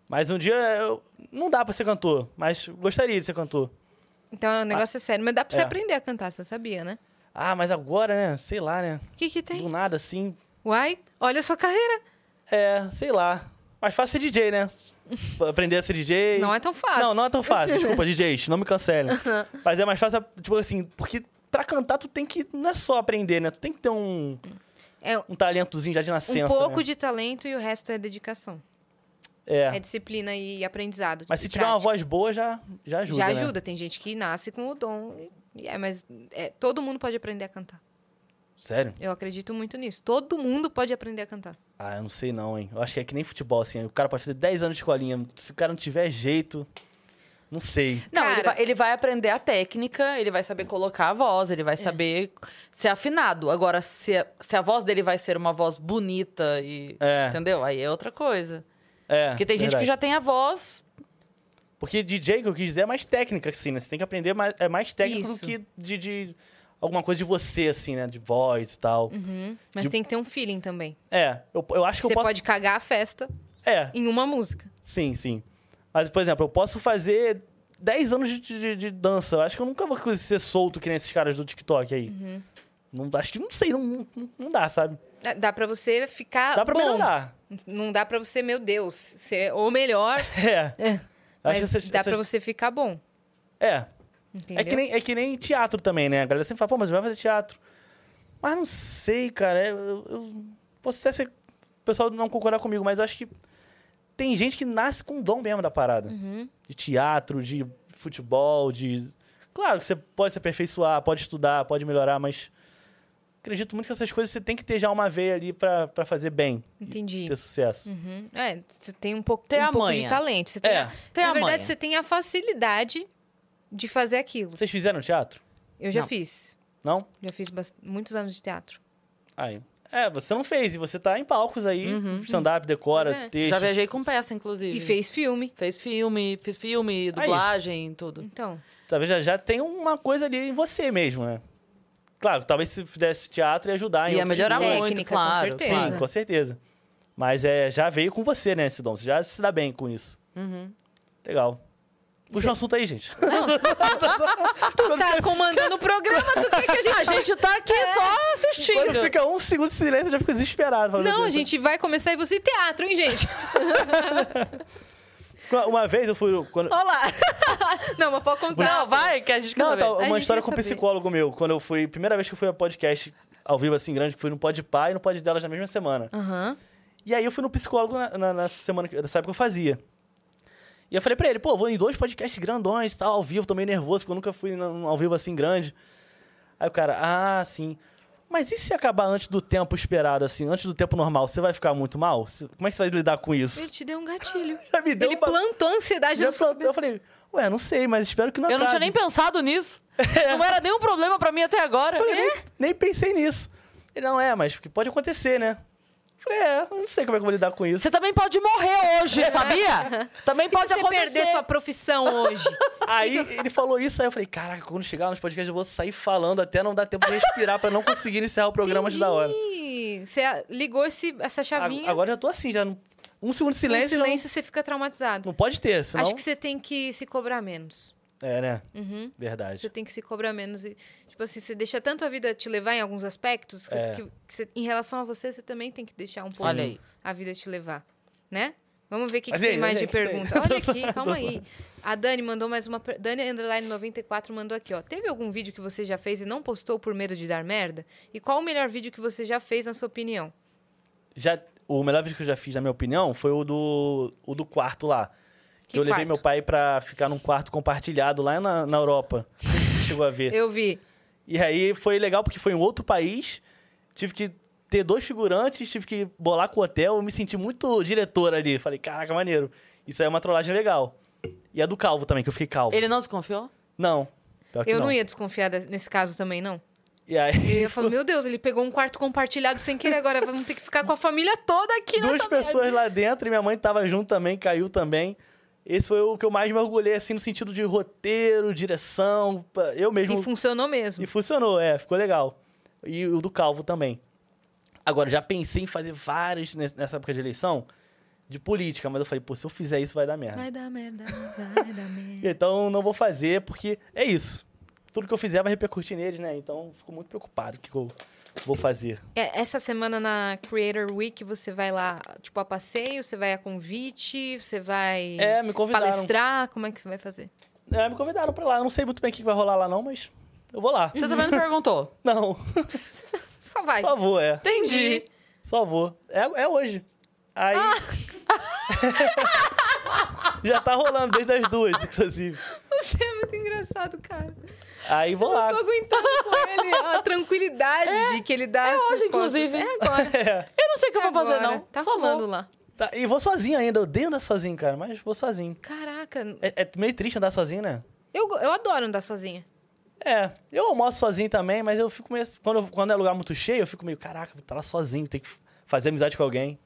Mas um dia eu... não dá pra ser cantor, mas gostaria de ser cantor. Então o negócio é sério. Mas dá pra É. você aprender a cantar, você sabia, né? Ah, mas agora, né? Sei lá, né? O que que tem? Do nada, assim. Uai, olha a sua carreira. É, sei lá. Mas fácil ser DJ, né? Aprender a ser DJ. Não é tão fácil. Não, não é tão fácil. Desculpa, DJs, não me cancelem. Mas é mais fácil, tipo assim, porque pra cantar tu tem que. Não é só aprender, né? Tu tem que ter um, É um um talentozinho já de nascença. pouco né? de talento e o resto é dedicação. É, É. disciplina e aprendizado. Mas e se tiver uma prática. voz boa, já, já ajuda. Já né? ajuda. Tem gente que nasce com o dom. e- É, mas é, todo mundo pode aprender a cantar. Sério? Eu acredito muito nisso. Todo mundo pode aprender a cantar. Ah, eu não sei não, hein? Eu acho que é que nem futebol, assim. O cara pode fazer 10 anos de escolinha. Se o cara não tiver jeito. Não sei. Não, ele, Cara- vai, ele vai aprender a técnica, ele vai saber colocar a voz, ele vai saber ser afinado. Agora, se a, se a voz dele vai ser uma voz bonita e. É. Entendeu? Aí é outra coisa. É. Porque tem gente verdade. que já tem a voz. Porque DJ, que eu quis dizer, é mais técnica, assim, né? Você tem que aprender mais, é mais técnico Isso. do que de, de alguma coisa de você, assim, né? De voz e tal. Uhum. Mas De- tem que ter um feeling também. É, eu, eu acho que você eu posso. pode cagar a festa É, em uma música. sim, sim. Mas, por exemplo, eu posso fazer 10 anos de, de- de dança. Eu acho que eu nunca vou conseguir ser solto que nem esses caras do TikTok aí. Uhum. Não, acho que não sei, não, não, não dá, sabe? Dá- Dá pra você ficar Dá pra Ah, bom. melhorar. Não dá pra você, meu Deus, ser ou melhor, É. É. Acho mas que essas- dá pra essas- você ficar bom. É, Entendeu? É que, nem, é que nem teatro também, né? A galera sempre fala, pô, mas vai fazer teatro. Mas não sei, cara. Eu, eu- eu- posso até ser. O pessoal não concordar comigo, mas eu acho que tem gente que nasce com dom mesmo da parada. Uhum. De teatro, de futebol, de. Claro que você pode se aperfeiçoar, pode estudar, pode melhorar, mas. Acredito muito que essas coisas você tem que ter já uma veia ali pra, pra fazer bem, Entendi. ter sucesso. Uhum. É, você tem um pouco, Tem um a pouco de manha. talento. Você tem É, a- tem Na a verdade, manha. você tem a facilidade de fazer aquilo. Vocês fizeram teatro? Eu já Não. fiz. Não? Já fiz bast- muitos anos de teatro. Aí. É, você não fez, e você tá em palcos aí, Uhum. stand-up, decora, Pois é. Já texto. Já viajei com peça, inclusive. E fez filme. Fez filme, fiz filme, dublagem, tudo. Então, Talvez já, já tenha uma coisa ali em você mesmo, né? Claro, talvez se fizesse teatro ia ajudar em Ia outros melhorar lugares. Técnica, muito, né? com claro. certeza. claro. Sim, com certeza. Mas é, já veio com você, né, esse dom. Você já se dá bem com isso. Uhum. Legal. Puxa um assunto aí, gente. tu tá comandando o programa, tu quer que a gente... A gente tá aqui É. só assistindo. Quando fica um segundo de silêncio, eu já fico desesperado. Falo, meu Não, a Deus. gente vai começar e você teatro, hein, gente? Uma vez eu fui... Quando... Olha lá. Não, mas pode contar. Não, vai, que a gente quer Não, saber. tá, A uma gente história quer com um saber. psicólogo meu. Quando eu fui... Primeira vez que eu fui a podcast ao vivo, assim, grande, que fui no Pod Pá e no Pod Delas na mesma semana. Aham. E aí eu fui no psicólogo na, na- na semana que, nessa época que eu fazia. E eu falei pra ele, pô, vou em dois podcasts grandões, e tal, ao vivo, tô meio nervoso, porque eu nunca fui num- ao vivo assim grande. Aí o cara, ah, sim. Mas e se acabar antes do tempo esperado, assim, antes do tempo normal, você vai ficar muito mal? Você- Como é que você vai lidar com Ele isso? te deu um gatilho. Já me deu Ele uma... plantou ansiedade já no seu plantou. Eu falei, ué, não sei, mas espero que não Eu não tinha acabe." nem É. pensado nisso. Não era nenhum problema pra mim até agora. Eu falei, nem, nem pensei nisso. Ele não é, mas que pode acontecer, né? Eu Falei, é, eu não sei como é que eu vou lidar com isso. Você também pode morrer hoje, sabia? Também Pode pode É. você acontecer. perder sua profissão hoje. Aí ele falou isso, aí eu falei, caraca, quando chegar nos podcasts eu vou sair falando até não dar tempo de respirar pra não conseguir encerrar o programa antes da hora. Ih, Você ligou esse, essa chavinha. A- Agora eu já tô assim, já. não- Um segundo de no silêncio. silêncio você fica traumatizado. Não, não pode ter, senão. Acho que você tem que se cobrar menos. É, né? Uhum. Você Verdade. tem que se cobrar menos. E, tipo assim, você deixa tanto a vida te levar em alguns aspectos que, É. que- que você- em relação a você, você também tem que deixar um pouco Olha aí. a vida te levar. Né? Vamos ver o que, que Mas e tem aí, mais mas de e aí, que tem? pergunta. Tô Olha zoando, aqui, tô calma aí. zoando. A Dani mandou mais uma. per- Dani Underline 94 mandou aqui, ó. Teve algum vídeo que você já fez e não postou por medo de dar merda? E qual o melhor vídeo que você já fez, na sua opinião? Já, o melhor vídeo que eu já fiz, na minha opinião, foi o do, o do quarto lá. Que eu levei quarto? meu pai pra ficar num quarto compartilhado lá na, na Europa. Chegou a ver. Eu vi. E aí foi legal porque foi em outro país. Tive que ter dois figurantes, tive que bolar com o hotel. Eu me senti muito diretor ali. Falei, caraca, maneiro. Isso aí é uma trollagem legal. E a do calvo também, que eu fiquei calvo. Ele não desconfiou? Não. pior que Eu não. ia desconfiar de- nesse caso também, não. E aí, Eu ia falar, meu Deus, ele pegou um quarto compartilhado sem querer, agora vamos ter que ficar com a família toda aqui duas nessa merda. pessoas lá dentro e minha mãe tava junto também, caiu também. Esse foi o que eu mais me orgulhei, assim, no sentido de roteiro, direção. pa- Eu mesmo. E funcionou mesmo. E funcionou, é, ficou legal. E o do Calvo também. Agora, já pensei em fazer vários nes- nessa época de eleição de política, mas eu falei, pô, se eu fizer isso vai dar merda. Vai dar merda, vai dar merda. Então não vou fazer, porque é isso. Tudo que eu fizer vai repercutir neles, né? Então fico muito preocupado com o que eu vou fazer. É, Essa semana na Creator Week você vai lá, tipo, a passeio, você vai a convite, você vai É, me convidaram. palestrar, como é que você vai fazer? É, me convidaram pra lá. Eu não sei muito bem o que vai rolar lá, não, mas eu vou lá. Você também não perguntou. Não, Só vai. só vou, é. Entendi. Uhum. Só vou. É, é hoje. Aí. Ah. Já tá rolando desde as duas, inclusive. Você é muito engraçado, cara. Aí vou Eu lá. tô aguentando com ele a tranquilidade que ele dá. É hoje, inclusive. É agora. É. Eu não sei o que eu vou fazer, agora. não. Tá Só rolando vou. lá. Tá, e vou sozinho ainda. Eu odeio andar sozinho, cara, mas vou sozinho. Caraca, É, é meio triste andar sozinho, né? eu, eu adoro andar sozinha. É, eu almoço sozinho também, mas eu fico meio. Quando, eu- quando é lugar muito cheio, eu fico meio, caraca, vou estar lá sozinho, tem que fazer amizade com alguém.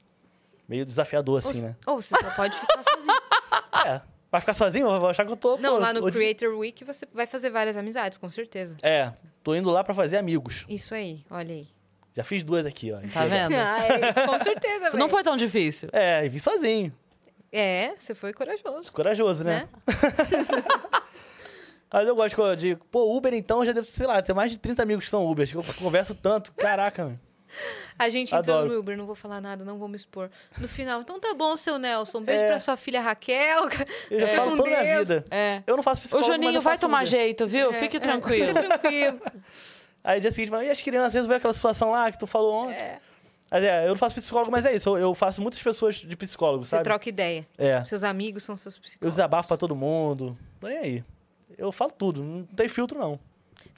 Meio desafiador, assim, né? Ou você só pode ficar sozinha. É. Vai ficar sozinho? Eu vou achar que eu tô. Ah. Não, pô, lá no eu- Creator Week você vai fazer várias amizades, com certeza. É, tô indo lá pra fazer amigos. Isso aí, olha aí. Já fiz duas aqui, ó. Tá vendo? Ai, com certeza, Não Ah, velho. foi tão difícil. É, e vim sozinho. É, você foi corajoso. Corajoso, né? Né? Mas eu gosto de. Pô, Uber então, eu já devo, sei lá, ter mais de 30 amigos que são Ubers, que eu converso tanto. Caraca, mano. A gente entrou Adoro. no Uber, não vou falar nada, não vou me expor. No final, então tá bom, seu Nelson. Beijo É. pra sua filha Raquel. Eu já Fica falo com toda a minha Deus. vida. É. Eu não faço O psicólogo, mas Juninho eu vai faço tomar Uber. jeito, viu? É, Fique é. tranquilo. Fica tranquilo. Aí dia seguinte, fala, e as crianças resolveu aquela situação lá que tu falou ontem? Mas é, eu não faço psicólogo, mas é isso. Eu, eu faço muitas pessoas de psicólogo, Você sabe? troca ideia. É. Seus amigos são seus Eu psicólogos. desabafo pra todo mundo. Não é nem aí. Eu falo tudo, não tem filtro, não.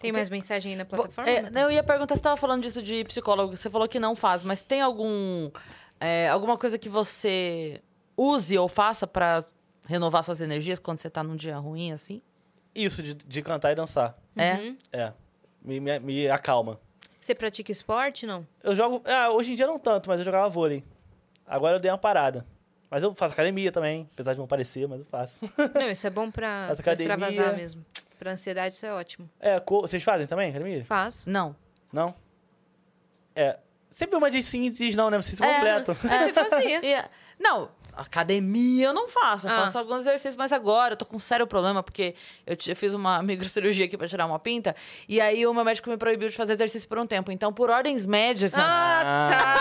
Tem mais mensagem aí na Vo- plataforma? né? é, eu ia perguntar, você tava falando disso de psicólogo, você falou que não faz, mas tem algum é, alguma coisa que você use ou faça pra renovar suas energias quando você tá num dia ruim, assim? Isso, de, de cantar e dançar. É. Uhum. É. Me, me, me acalma. Você pratica esporte, não? Eu jogo. Ah, hoje em dia não tanto, mas eu jogava vôlei. Agora eu dei uma parada. Mas eu faço academia também, apesar de não parecer, mas eu faço. Não, isso é bom pra, Faz pra academia. extravasar mesmo. Pra ansiedade, isso é ótimo. É, co- vocês fazem também academia? Faço. Não. Não? É. Sempre uma diz sim e diz não, né? Vocês se É. completam. Mas você fazia. E- não, academia eu não faço. Eu É. Ah. faço alguns exercícios, mas agora eu tô com um sério problema, porque eu, ti- eu fiz uma microcirurgia aqui pra tirar uma pinta, e aí o meu médico me proibiu de fazer exercício por um tempo. Então, por ordens médicas. Ah,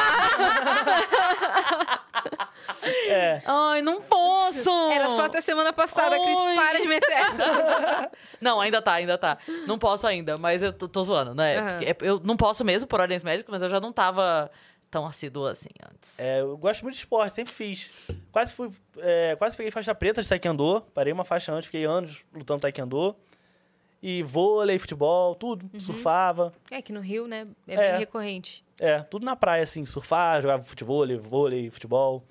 É. Ai, não posso! tá. Era só até semana passada, Cris. Oi. Para de meter essa. Não, ainda tá, ainda tá. Não posso ainda, mas eu tô, tô zoando, né? Aham. Porque é- Eu não posso mesmo por ordens médicas, mas eu já não tava tão assídua assim antes. É, eu gosto muito de esporte, sempre fiz. Quase fui. é, quase peguei faixa preta de taekwondo. Parei uma faixa antes, fiquei anos lutando taekwondo. E vôlei, futebol, tudo. Surfava. É que no Rio, né? É, É. bem recorrente. É, tudo na praia, assim, surfar, jogava futebol, vôlei, futebol.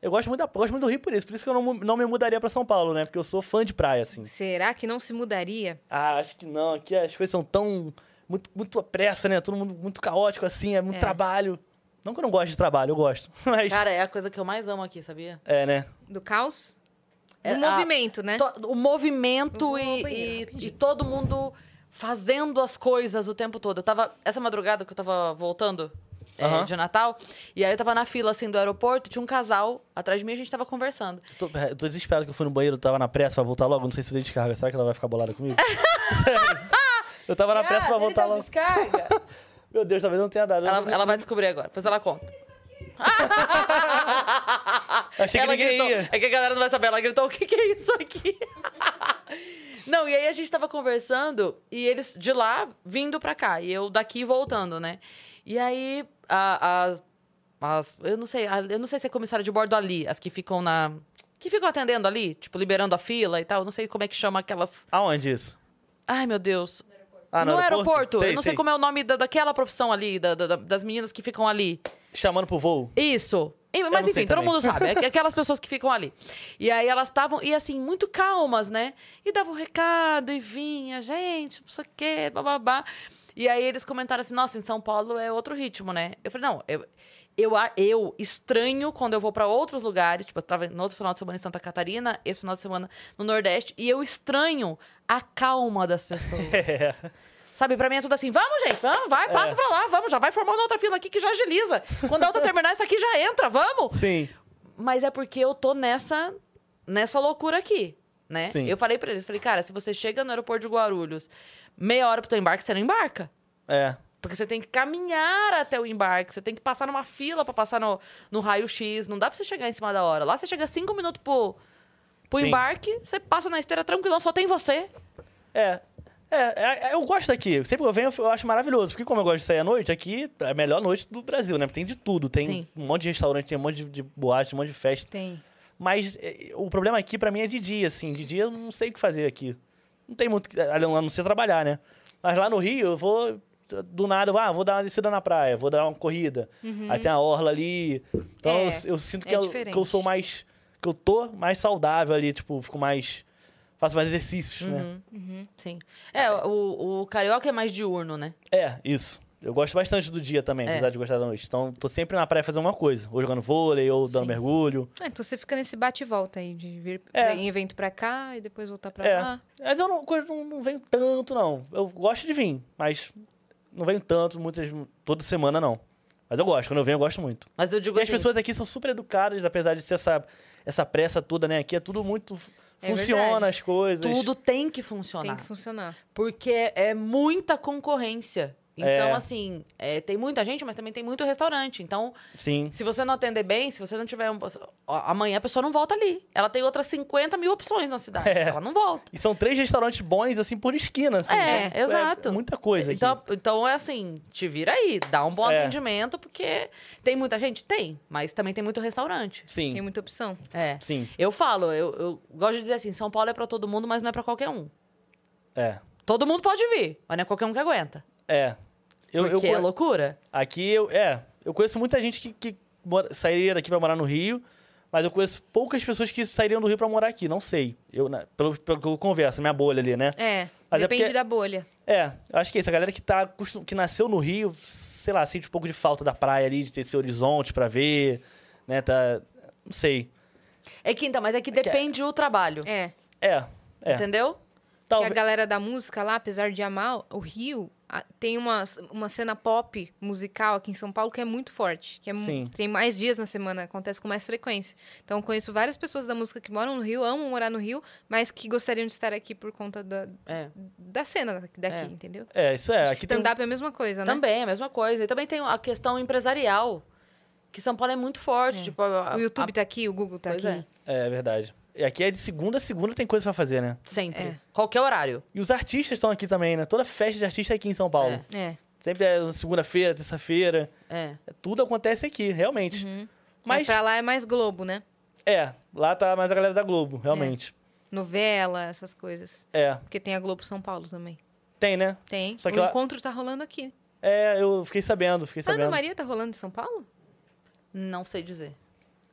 Eu gosto muito, da, gosto muito do Rio por isso, por isso que eu não, mu- não me mudaria pra São Paulo, né? Porque eu sou fã de praia, assim. Será que não se mudaria? Ah, acho que não, aqui as coisas são tão muito, muito pressa, né? Todo mundo muito caótico, assim, é muito É. trabalho. Não que eu não gosto de trabalho, eu gosto. Mas. Cara, é a coisa que eu mais amo aqui, sabia? é, né? Do caos? Do É, a- movimento, né? To- o movimento Eu vou ao e, banheiro, e- rapidinho. e todo mundo fazendo as coisas o tempo todo. Eu tava. Essa madrugada que eu tava voltando é, Aham. de Natal, e aí eu tava na fila assim do aeroporto, tinha um casal atrás de mim e a gente tava conversando. Eu tô, é, eu tô desesperado que eu fui no banheiro, eu tava na pressa pra voltar logo. Não sei se eu dei descarga. Será que ela vai ficar bolada comigo? Sério. Eu tava na "Ah, pressa pra voltar logo. tá descarga. Meu Deus, talvez eu não tenha dado. Eu ela, não- ela vai descobrir agora, depois ela conta. Achei que ela ninguém gritou. ia. É que a galera não vai saber. Ela gritou: o que, que é isso aqui? não, e aí a gente tava conversando e eles de lá vindo pra cá e eu daqui voltando, né? E aí a. a- as- eu não sei, a- eu não sei se é comissária de bordo ali, as que ficam na. Que ficam atendendo ali, tipo, liberando a fila e tal. eu Não sei como é que chama aquelas. Aonde isso? Ai, meu Deus. Ah, no aeroporto. Sei, eu não sei, como é o nome da, daquela profissão ali, da- da- da- das meninas que ficam ali. Chamando pro voo. Isso. E- Mas não sei enfim, todo também. mundo sabe. Aqu- Aquelas pessoas que ficam ali. E aí elas estavam, e assim, muito calmas, né? E dava o recado, e vinha, gente, não sei o quê, bababá. E aí eles comentaram assim, nossa, em São Paulo é outro ritmo, né? Eu falei, não, eu, eu, a- eu estranho quando eu vou pra outros lugares. Tipo, eu tava no outro final de semana em Santa Catarina, esse final de semana no Nordeste. E eu estranho a calma das pessoas. É. Sabe, pra mim é tudo assim, vamos, gente, vamos, vai, passa pra lá, vamos, já vai formando outra fila aqui que já agiliza. Quando a outra terminar, essa aqui já entra, vamos! Sim. Mas é porque eu tô nessa, nessa loucura aqui, né? Sim. Eu falei pra eles, falei, cara, se você chega no aeroporto de Guarulhos meia hora pro teu embarque, você não embarca. É. Porque você tem que caminhar até o embarque, você tem que passar numa fila pra passar no, no raio-x, não dá pra você chegar em cima da hora. Lá você chega cinco minutos pro, pro Sim. embarque, você passa na esteira tranquilão, só tem você. É. É, é, eu gosto daqui. Sempre que eu venho, eu acho maravilhoso. Porque como eu gosto de sair à noite, aqui é a melhor noite do Brasil, né? Tem de tudo. Tem Sim. um monte de restaurante, tem um monte de, de boate, um monte de festa. Tem. Mas é, o problema aqui, pra mim, é de dia, assim. De dia eu não sei o que fazer aqui. Não tem muito... que- A não a não ser trabalhar, né? Mas lá no Rio, eu vou... Do nada, eu, ah, vou dar uma descida na praia, vou dar uma corrida. Aí tem a orla ali. Então Uhum. É, eu, eu sinto que, é eu, diferente. que eu sou mais... Que eu tô mais saudável ali, tipo, fico mais... Faço mais exercícios, Uhum. né? Sim. É, o, o carioca é mais diurno, né? É, isso. Eu gosto bastante do dia também, É. apesar de gostar da noite. Então, tô sempre na praia fazendo uma coisa. Ou jogando vôlei, ou dando Sim. mergulho. Ah, então você fica nesse bate e volta aí, de vir É. pra- em evento pra cá e depois voltar pra É. lá. Mas eu não, coisa- não, não venho tanto, não. Eu gosto de vir, mas não venho tanto, muitas, toda semana, não. Mas eu gosto, quando eu venho, eu gosto muito. Mas eu digo E as assim, pessoas aqui são super educadas, apesar de ser essa, essa pressa toda, né? Aqui é tudo muito. É funciona verdade. as coisas. tudo tem que funcionar. Tem que funcionar. Porque é muita concorrência. Então, É. assim, é, tem muita gente, mas também tem muito restaurante. Então, Sim. se você não atender bem, se você não tiver. Um... ó, Amanhã a pessoa não volta ali. Ela tem outras 50 mil opções na cidade. É. Ela não volta. E são três restaurantes bons, assim, por esquina, assim. É, Então, exato. muita coisa aqui. Então, então é assim, te vira aí, dá um bom É. atendimento, porque tem muita gente? Tem, mas também tem muito restaurante. sim, Tem muita opção. É. sim. Eu falo, eu, eu gosto de dizer assim, São Paulo é pra todo mundo, mas não é pra qualquer um. É. Todo mundo pode vir, mas não é qualquer um que aguenta. É. Eu, eu, porque é loucura. Aqui eu. É. Eu conheço muita gente que, que mora- sairia daqui pra morar no Rio, mas eu conheço poucas pessoas que sairiam do Rio pra morar aqui. Não sei. Eu, na- pelo, pelo que eu converso, minha bolha ali, né? É. Mas é depende porque- da bolha. É, eu acho que é isso. A galera que, tá, acostum- que nasceu no Rio, sei lá, sente um pouco de falta da praia ali, de ter esse horizonte pra ver, né? Tá, não sei. É que então, mas é que depende o trabalho. É. É, é. Entendeu? Que a Talvez. galera da música lá, apesar de amar o Rio, a- tem uma, uma cena pop musical aqui em São Paulo que é muito forte. Que é mu- Sim. Tem mais dias na semana, acontece com mais frequência. Então, eu conheço várias pessoas da música que moram no Rio, amam morar no Rio, mas que gostariam de estar aqui por conta da, É. da cena daqui, É. entendeu? É, isso é. Acho que Aqui tem, stand-up é a mesma coisa, né? Também, a mesma coisa. E também tem a questão empresarial, que São Paulo é muito forte. Tipo, a- O YouTube a- tá aqui, o Google tá Pois aqui. é. é, é verdade. E aqui é de segunda a segunda tem coisa pra fazer, né? sempre. É. Qualquer horário. E os artistas estão aqui também, né? Toda festa de artista é aqui em São Paulo. É. É. Sempre é segunda-feira, terça-feira. É. Tudo acontece aqui, realmente. Mas Mas, pra lá é mais Globo, né? é, lá tá mais a galera da Globo, realmente. Novela, essas coisas. É, Porque tem a Globo São Paulo também. tem, né? Tem. Só que o lá- encontro tá rolando aqui. É, eu fiquei sabendo, fiquei Ana sabendo. Maria tá rolando em São Paulo? Não sei dizer.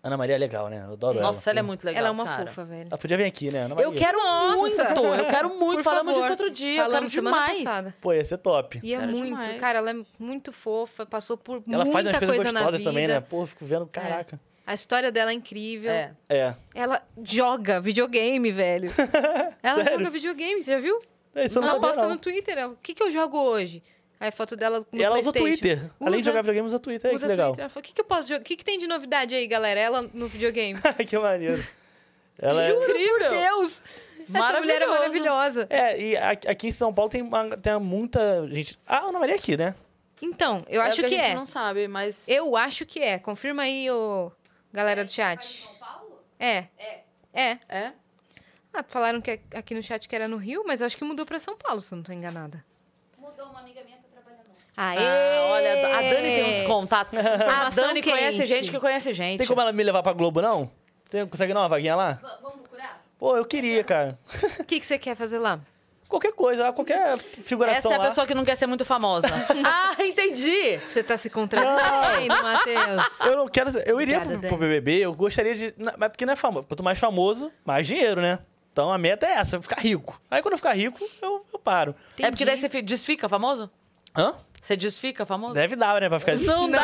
Ana Maria é legal, né? Eu adoro ela. Nossa, ela é muito legal. ela é uma cara. fofa, velho. Ela podia vir aqui, né? Ana Maria. Eu quero Nossa! muito, eu quero muito. Por Falamos favor. disso outro dia, Falamos eu quero semana demais. passada. Pô, ia ser top. E é Quero muito, demais. cara, ela é muito fofa, passou por Ela muita faz umas coisas coisa na gostosas vida. É. também, né? Pô, eu fico vendo, caraca. A história dela é incrível. É. É. Ela joga videogame, velho. ela joga videogame, você já viu? É, isso eu não ela sabia, posta não. no Twitter, ela, o que, que eu jogo hoje? Aí foto dela no E ela usa o PlayStation. Twitter. Além de Usa- jogar videogame, usa o Twitter. Aí, que usa legal. Twitter. Ela fala, o que, que eu posso jogar? O que, que tem de novidade aí, galera? Ela no videogame. que maneiro. Ela é... Incrível. Deus! Essa mulher é Maravilhoso. maravilhosa. É, e a- aqui em São Paulo tem, uma- tem muita gente... Ah, a Ana Maria é aqui, né? Então, eu É acho o que a gente é. não sabe, mas... Eu acho que é. Confirma aí, ô, galera do chat. tá É. É. É? Ah, falaram que é- aqui no chat que era no Rio, mas eu acho que mudou pra São Paulo, se eu não tô enganada. Mudou, uma amiga minha tá trabalhando. lá. Aê! Ah, olha, a Dani tem uns contatos. A Informação é Dani conhece quente. gente que conhece gente. Tem como ela me levar pra Globo, não? Tem, consegue não uma vaguinha lá? Va- Ah, vamos procurar? Pô, eu queria, cara. O que, que você quer fazer lá? Qualquer coisa, qualquer figuração Essa é a lá. pessoa que não quer ser muito famosa. ah, entendi! Você tá se contradizendo, Matheus? Eu não quero. ser- Eu iria Obrigada, pro, Dani. pro BBB, eu gostaria de. na- Mas porque não é famoso. Quanto mais famoso, mais dinheiro, né? Então a meta é essa, ficar rico. Aí quando eu ficar rico, eu, eu paro. É porque daí você fi- desfica famoso? Hã? Você desfica famoso? Deve dar, né, pra ficar rico. Não, dá!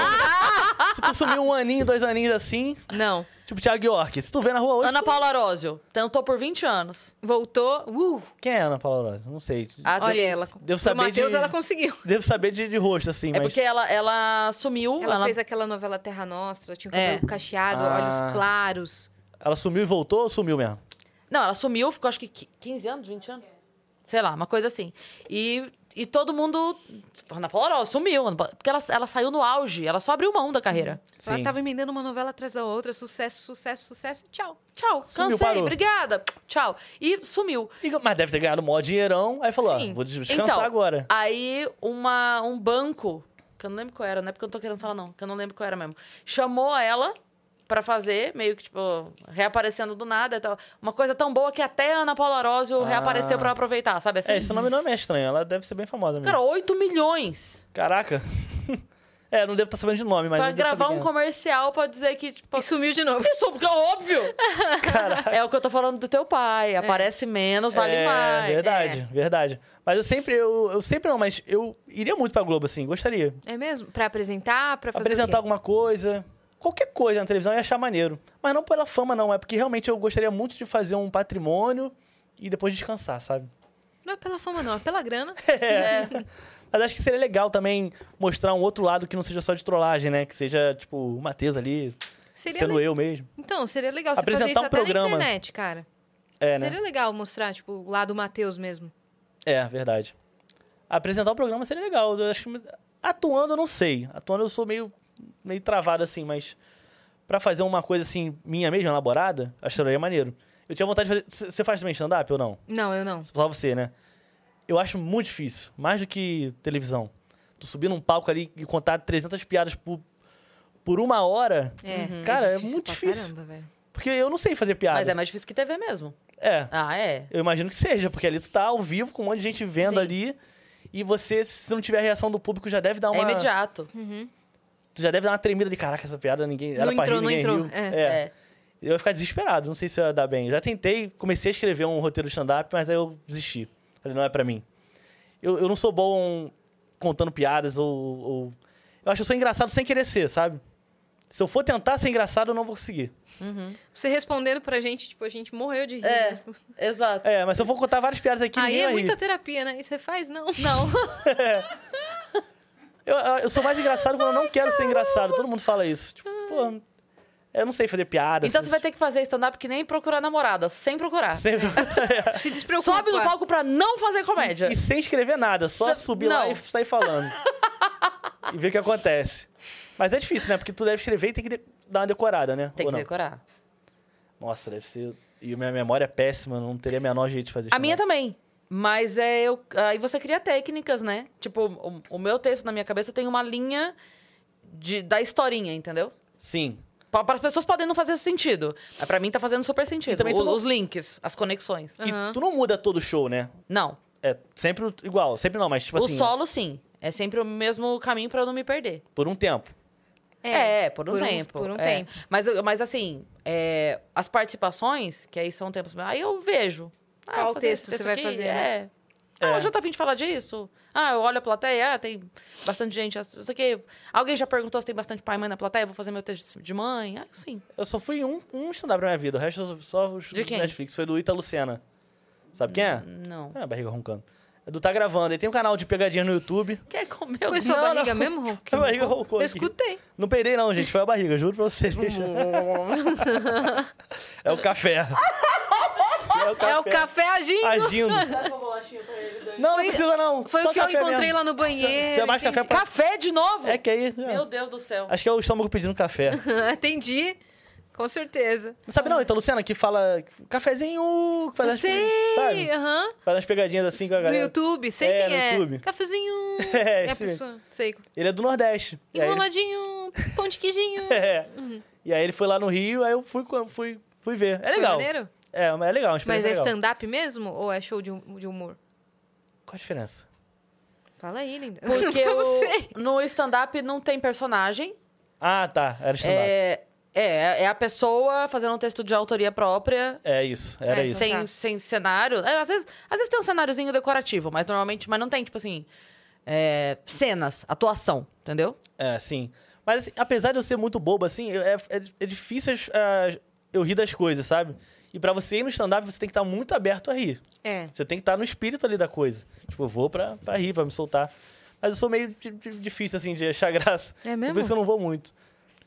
Se tu sumir um aninho, dois aninhos assim, Não. tipo Thiago York, se tu vê na rua hoje. Ana tu- Paula Arósio, tentou por 20 anos. Voltou. Uh, Quem é Ana Paula Rosa? Não sei. A olha Dani- ela. Devo saber Pro Matheus, de- ela conseguiu. Devo saber de, de rosto, assim, É mas. porque ela, ela sumiu. Ela Uh, ela- fez aquela novela Terra Nostra, tinha o É. cabelo cacheado, Ah. olhos claros. Ela sumiu e voltou ou sumiu mesmo? Não, ela sumiu, ficou acho que qui- 15 anos, 20 anos. Sei lá, uma coisa assim. E, e todo mundo. Ana Paula Arósio sumiu. Ana Paula- Porque ela, ela saiu no auge, ela só abriu mão da carreira. Ela tava emendando uma novela atrás da outra, sucesso, sucesso, sucesso, tchau. Tchau, Sumiu, cansei, parou. obrigada. Tchau. E sumiu. E- Mas deve ter ganhado o maior dinheirão. Aí falou: Sim. ó, vou descansar Então, agora. Aí uma, um banco, que eu não lembro qual era, não é porque eu não tô querendo falar, não, que eu não lembro qual era mesmo. Chamou ela pra fazer, meio que, tipo, reaparecendo do nada e tal. Uma coisa tão boa que até a Ana Paula Arósio Ah. reapareceu pra aproveitar, sabe assim? É, esse nome não é estranho, ela deve ser bem famosa mesmo. Cara, 8 milhões Caraca. é, não devo estar sabendo de nome, mas. pra eu devo gravar saber um quem é. comercial pra dizer que, tipo, E sumiu de novo. isso, porque é óbvio. É o que eu tô falando do teu pai. Aparece menos, vale é, mais. Verdade, verdade. Mas eu sempre, eu, eu sempre não, mas eu iria muito pra Globo, assim, gostaria. É mesmo? Pra apresentar, pra fazer o quê? Apresentar alguma coisa, qualquer coisa na televisão eu ia achar maneiro. Mas não pela fama, não, é porque realmente eu gostaria muito de fazer um patrimônio e depois descansar, sabe? Não é pela fama, não, é pela grana. Mas acho que seria legal também mostrar um outro lado que não seja só de trollagem, né? Que seja, tipo, o Matheus ali, Seria sendo le- eu mesmo. Então, seria legal você fazer é Apresentar isso um até programa. na internet, cara. É, né? seria legal mostrar, tipo, o lado Matheus mesmo. É, verdade. Apresentar o programa seria legal. Eu acho que atuando eu não sei. Atuando eu sou meio, meio travado assim, mas pra fazer uma coisa assim minha mesma, elaborada, acho que seria maneiro. Eu tinha vontade de fazer. C- Você faz também stand-up ou não? Não, eu não. Só você, né? Eu acho muito difícil, mais do que televisão. Tu subir num palco ali e contar 300 piadas por, por uma hora, É. Cara, é muito pra difícil. Caramba, velho. porque eu não sei fazer piadas. Mas é mais difícil que TV mesmo. É. Ah, é. Eu imagino que seja, porque ali tu tá ao vivo com um monte de gente vendo Sim. ali. E você, se não tiver a reação do público, já deve dar Então, uma. É imediato. Tu já deve dar uma tremida de caraca, essa piada, ninguém. Não era pra entrou, rir, não ninguém entrou. riu." É. É. é. Eu ia ficar desesperado, não sei se eu ia dar bem. Eu já tentei, comecei a escrever um roteiro de stand-up, mas aí eu desisti. Falei, não é pra mim. Eu, eu não sou bom contando piadas ou, ou- Eu acho que eu sou engraçado sem querer ser, sabe? Se eu for tentar ser engraçado, eu não vou conseguir. Uhum. Você respondendo pra gente, tipo, a gente morreu de rir. É. né? Exato. É, mas se eu for contar várias piadas aqui, Aí ninguém é vai rir. muita terapia, né? E você faz? Não. Não. Eu, ah, eu sou mais engraçado quando eu não quero ser engraçado. Todo mundo fala isso. Tipo, pô, eu não sei fazer piada. Então essas- você vai ter que fazer stand-up que nem procurar namorada, sem procurar. Sempre- Se despreocupa. Sobe no palco pra não fazer comédia. E sem escrever nada, só Sa- subir lá não. e sair falando. e ver o que acontece. Mas é difícil, né? Porque tu deve escrever e tem que de- dar uma decorada, né? Tem Ou que não? decorar. Nossa, deve ser. E minha memória é péssima, não teria o menor jeito de fazer A minha stand-up. também. Mas é eu. Aí você cria técnicas, né? Tipo, o, o meu texto na minha cabeça tem uma linha de, da historinha, entendeu? Sim. Para as pessoas podem não fazer sentido. Mas pra mim tá fazendo super sentido. também O- tu não- Ah. Os links, as conexões. Aham. E tu não muda todo show, né? Não. É sempre o- igual, sempre não, mas tipo o assim, solo, sim. É sempre o mesmo caminho pra eu não me perder. por um tempo. É, por um por uns- tempo. por um é. tempo. Mas, eu- mas assim, é, as participações, que aí são tempos. Aí eu vejo. Ah, Qual vou fazer esse texto você vai fazer, né? É. Ah, É. hoje eu tô afim de falar disso. Ah, eu olho a plateia, ah, tem bastante gente. Não sei o quê. Alguém já perguntou se tem bastante pai e mãe na plateia, eu vou fazer meu texto de mãe. Ah, sim. Eu só fui em um, um stand-up na minha vida. O resto eu só os De quem? Netflix. Foi do Ita Lucena. Sabe quem Hum. é? Não. É, barriga roncando. É do Tá Gravando. Ele tem um canal de pegadinha no YouTube. Quer comer Foi alguma sua Não, não. barriga mesmo, Hulk? A barriga roncou Eu aqui. escutei. Não peidei não, gente. Foi a barriga. Juro pra vocês. Hum. é o café. É o café. É o café agindo. Agindo. Dá um uma bolachinha pra ele. Dani. Não, não Foi- precisa não. Foi Só o que eu café encontrei mesmo. lá no banheiro. Isso é mais café entendi. Café de novo? É que aí... é. Meu Deus do céu. Acho que é o estômago pedindo café. Entendi. Com certeza. Não sabe não, Ita Lucena, que fala... Cafezinho... que Faz umas- Sei, Sabe? aham. Faz umas pegadinhas assim com a No galera. YouTube, sei É, quem no é. YouTube. Cafezinho. É, a esse mesmo. pessoa. Sei. Ele é do Nordeste. E aí ele Enroladinho, pão de queijinho. É. E aí ele foi lá no Rio, aí eu fui, co- fui, fui ver. É legal. Foi maneiro? É, mas é legal, uma Mas experiência é legal. stand-up mesmo ou é show de, hum- de humor? Qual a diferença? Fala aí, linda. é. Porque eu o- sei. no stand-up não tem personagem. Ah, tá. Era stand-up. É... É, é, é a pessoa fazendo um texto de autoria própria. isso, era É, isso. Sem, sem cenário. É, às, vezes, às vezes tem um cenáriozinho decorativo, mas normalmente. Mas não tem, tipo assim. é, cenas, atuação, entendeu? É, sim. Mas assim, apesar de eu ser muito bobo, assim, eu- é, é, é difícil as- as- eu rir das coisas, sabe? E pra você ir no stand-up, você tem que estar muito aberto a rir. É. Você tem que estar no espírito ali da coisa. Tipo, eu vou pra, pra rir, pra me soltar. Mas eu sou meio di- di- difícil, assim, de achar graça. É mesmo? Por isso que eu não vou muito.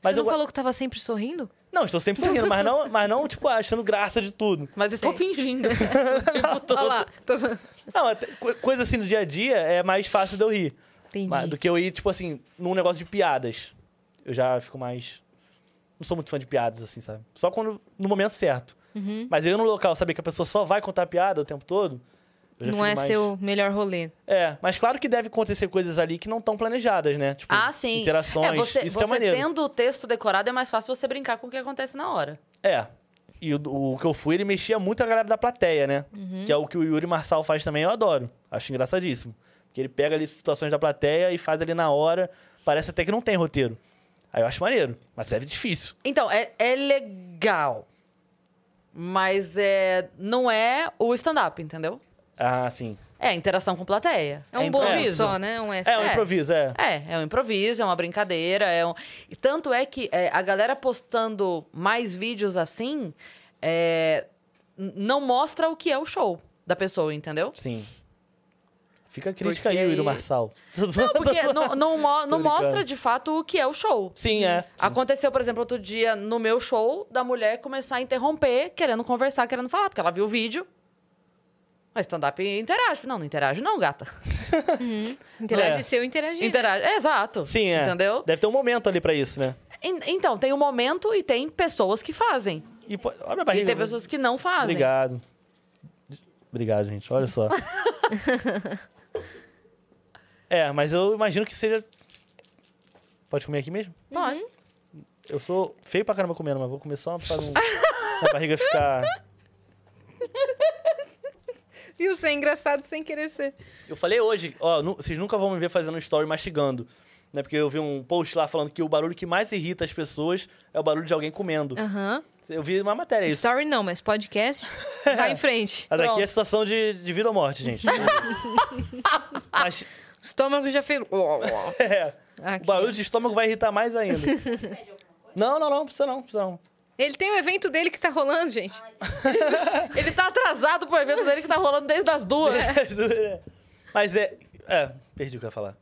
Mas Você não eu... falou que tava sempre sorrindo? não, estou sempre sorrindo, mas não, mas não, tipo, achando graça de tudo. Mas estou fingindo. Olha lá. Tô... Não, até co- coisa assim do dia a dia é mais fácil de eu rir. Entendi. Mas Do que eu ir, tipo assim, num negócio de piadas. Eu já fico mais. Não sou muito fã de piadas, assim, sabe? Só quando. no momento certo. Uhum. Mas eu no local, saber que a pessoa só vai contar piada o tempo todo. eu já Não fico é mais- seu melhor rolê. É, mas claro que deve acontecer coisas ali que não estão planejadas, né? Tipo, Ah, sim. interações. É, você isso você que é maneiro. tendo o texto decorado, é mais fácil você brincar com o que acontece na hora. É. E o, o que eu fui, ele mexia muito a galera da plateia, né? Uhum. Que é o que o Yuri Marçal faz também, eu adoro. Acho engraçadíssimo. Porque ele pega ali situações da plateia e faz ali na hora. Parece até que não tem roteiro. Aí eu acho maneiro, mas deve difícil. Então, é, é legal. Mas é, não é o stand-up, entendeu? Ah, sim. É a interação com plateia. É um é bônus improviso. só, né? É Um É, extra. um É. improviso, é. É, é um improviso, é uma brincadeira. É um... E tanto é que é, a galera postando mais vídeos assim é, n- não mostra o que é o show da pessoa, entendeu? Sim. Fica a crítica Porque aí, aí- Yuri Marçal. Não, porque não, não mo- não brincando. mostra de fato o que é o show. Sim, é. Sim. Aconteceu, por exemplo, outro dia no meu show, da mulher começar a interromper, querendo conversar, querendo falar, porque ela viu o vídeo. Mas stand-up interage. Não, não interage, não, gata. Interage É. seu interagir. Interage. É, exato. Sim, é. Entendeu? Deve ter um momento ali pra isso, né? En- Então, tem um momento e tem pessoas que fazem. E, pô, olha a E barriga. tem pessoas que não fazem. Obrigado. Obrigado, gente. Olha só. é, mas eu imagino que seja. Pode comer aqui mesmo? Pode. Eu sou feio pra caramba comendo, mas vou comer só pra não. a barriga ficar. Viu? Você é engraçado sem querer ser. Eu falei hoje, ó, nu- vocês nunca vão me ver fazendo story mastigando. Né? Porque eu vi um post lá falando que o barulho que mais irrita as pessoas é o barulho de alguém comendo. É. Aham. Eu vi uma matéria É isso. Story não, mas podcast. Vai em frente. Mas aqui Pronto. é situação de, de vida ou morte, gente. mas, O estômago já fez. é. O Aqui. barulho de estômago vai irritar mais ainda. não, não, não, precisa não, precisa não. Ele tem o evento dele que tá rolando, gente. Ele tá atrasado pro evento dele que tá rolando desde as duas. É. Mas é. É, perdi o que eu ia falar.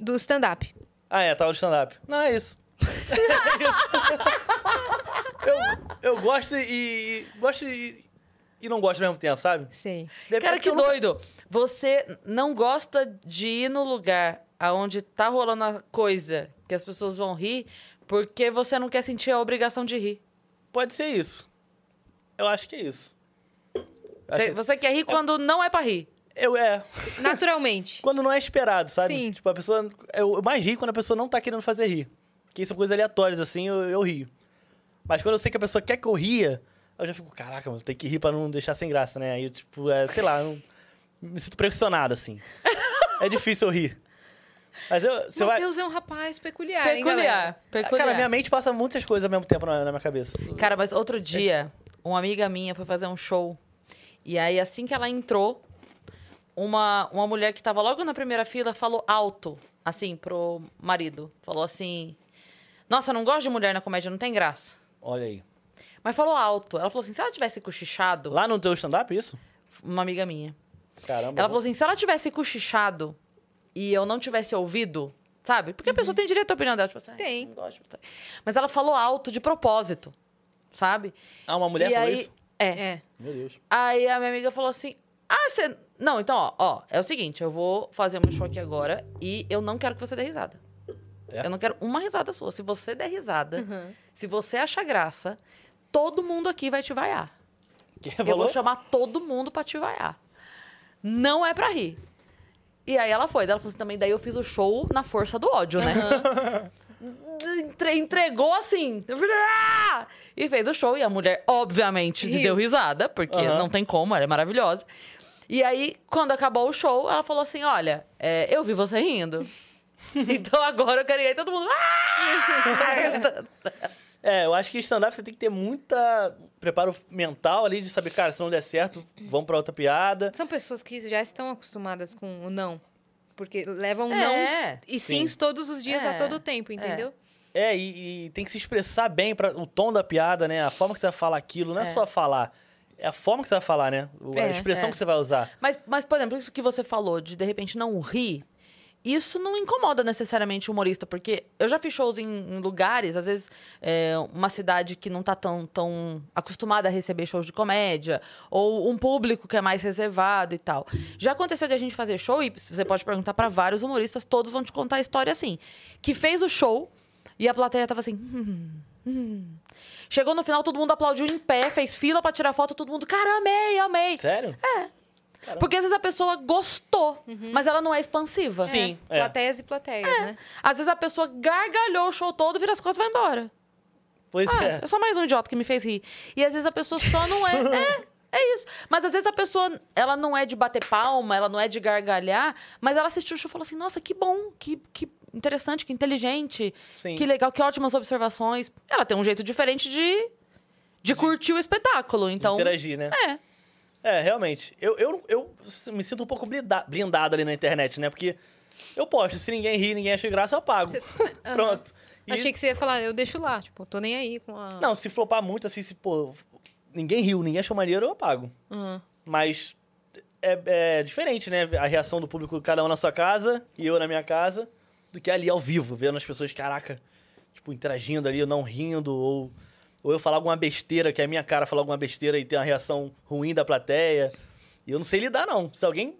Do stand-up. Ah, é, tava de stand-up. Não, é isso. É isso. eu, eu gosto e. Gosto e. E não gosto ao mesmo tempo, sabe? Sei. Depende Cara, que porque eu nunca- doido. Você não gosta de ir no lugar aonde tá rolando a coisa que as pessoas vão rir porque você não quer sentir a obrigação de rir. Pode ser isso. Eu acho que é isso. Eu acho Você, que- é você quer rir quando não é pra rir. Eu é. Naturalmente. Quando não é esperado, sabe? Sim. Tipo, a pessoa. Eu eu mais rio quando a pessoa não tá querendo fazer rir. Porque são coisas aleatórias, assim, eu, eu rio. Mas quando eu sei que a pessoa quer que eu ria, eu já fico, caraca, mano, tem que rir pra não deixar sem graça, né? Aí, eu, tipo, é, sei lá, eu me sinto pressionado, assim. é difícil eu rir. Mas eu, você vai. Matheus é um rapaz peculiar, hein, galera? Peculiar, peculiar. Cara, minha mente passa muitas coisas ao mesmo tempo na, na minha cabeça. assim. Cara, mas É. outro dia, uma amiga minha foi fazer um show. E aí, assim que ela entrou, uma, uma mulher que tava logo na primeira fila falou alto, assim, pro marido. Falou assim: Nossa, eu não gosto de mulher na comédia, não tem graça. Olha aí. Mas falou alto. Ela falou assim: se ela tivesse cochichado, Lá no teu stand-up, isso? uma amiga minha. Caramba. Ela falou assim: se ela tivesse cochichado e eu não tivesse ouvido, sabe? Porque a pessoa Uhum. tem direito à opinião dela. Tipo, assim, "Ai, Tem. Não gosto, tá." Mas ela falou alto de propósito, sabe? Ah, uma mulher assim, e falou aí, isso? É. É. Meu Deus. Aí a minha amiga falou assim: Ah, você. Não, então, ó, ó, é o seguinte, eu vou fazer um show aqui agora e eu não quero que você dê risada. É? Eu não quero uma risada sua. Se você der risada, se você achar graça, todo mundo aqui vai te vaiar. Que Eu vou falou? chamar todo mundo pra te vaiar. Não é pra rir. E aí ela foi. Daí Ela falou assim, também, daí eu fiz o show na força do ódio, né? Entre- Entregou assim. "Ah!" E fez o show. E a mulher, obviamente, Riu. deu risada, porque Aham. não tem como, ela é maravilhosa. E aí, quando acabou o show, ela falou assim: olha, é, eu vi você rindo. então agora eu quero ir aí todo mundo. "Ah!" É, eu acho que stand-up você tem que ter muita preparo mental ali de saber, cara, se não der certo, vamos pra outra piada. São pessoas que já estão acostumadas com o não. Porque levam É. não e sims Sim. todos os dias, É. a todo tempo, entendeu? É, e, e tem que se expressar bem para o tom da piada, né? A forma que você vai falar aquilo, não é, É. só falar. É a forma que você vai falar, né? O- a É, expressão é. que você vai usar. Mas, mas, por exemplo, isso que você falou de de repente não rir, isso não incomoda necessariamente o humorista, porque eu já fiz shows em, em lugares, às vezes é, uma cidade que não tá tão, tão acostumada a receber shows de comédia, ou um público que é mais reservado e tal. Já aconteceu de a gente fazer show, e você pode perguntar para vários humoristas, todos vão te contar a história assim: que fez o show e a plateia tava assim. "Hum, hum". Chegou no final, todo mundo aplaudiu em pé, fez fila pra tirar foto, todo mundo, cara, amei, amei. Sério? Porque às vezes a pessoa gostou, mas ela não é expansiva. Sim. É. Plateias e plateias, né? Às vezes a pessoa gargalhou o show todo, vira as costas e vai embora. Pois Ah, é. é só mais um idiota que me fez rir. E às vezes a pessoa só não é. é, é isso. Mas às vezes a pessoa, ela não é de bater palma, ela não é de gargalhar, mas ela assistiu o show e falou assim: nossa, que bom, que. que Interessante, que inteligente, Sim. que legal, que ótimas observações. Ela tem um jeito diferente de, de curtir o espetáculo, então. Interagir, né? É. É, realmente. Eu, eu, eu me sinto um pouco blinda- blindado ali na internet, né? Porque eu posto, se ninguém rir, ninguém acha graça, eu apago. Pronto. E- Achei que você ia falar, eu deixo lá, tipo, tô nem aí com a. Não, se flopar muito, assim, se, pô, ninguém riu, ninguém achou maneiro, eu apago. Uhum. Mas é, é diferente, né? A reação do público, cada um na sua casa e eu na minha casa, do que ali ao vivo, vendo as pessoas, caraca, tipo, interagindo ali, ou não rindo, ou, ou eu falar alguma besteira, que é a minha cara falar alguma besteira e ter uma reação ruim da plateia. E eu não sei lidar, não. Se alguém.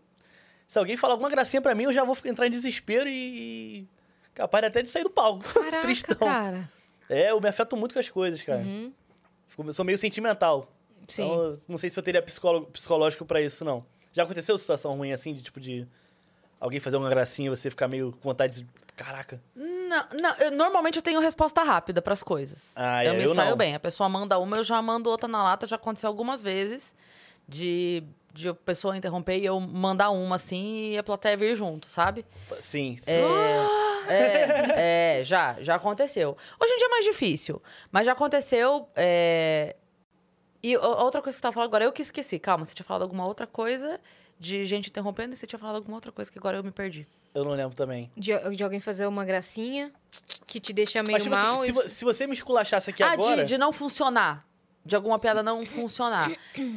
Se alguém falar alguma gracinha pra mim, eu já vou entrar em desespero e. Capaz até de sair do palco. Caraca, Tristão. cara. Uhum. É, eu me afeto muito com as coisas, cara. Fico- eu sou meio sentimental. Sim. Então, eu não sei se eu teria psicólogo, psicológico pra isso, não. Já aconteceu situação ruim assim, de tipo de alguém fazer uma gracinha e você ficar meio com vontade de. Caraca. Não, não, eu- normalmente eu tenho resposta rápida pras coisas. Ah, eu é, me eu saio não. bem. A pessoa manda uma, eu já mando outra na lata. Já aconteceu algumas vezes de, de a pessoa interromper e eu mandar uma assim e a plateia vir junto, sabe? Sim. sim. É, é, é, já, já aconteceu. Hoje em dia é mais difícil, mas já aconteceu. é, E o- outra coisa que você tava falando agora, eu que esqueci. Calma, você tinha falado alguma outra coisa de gente interrompendo e você tinha falado alguma outra coisa que agora eu me perdi. Eu não lembro também. De, de alguém fazer uma gracinha que te deixa meio Mas tipo, mal. se, se, e- vo- se você me esculachasse aqui ah, agora. de, de não funcionar. De alguma piada não funcionar.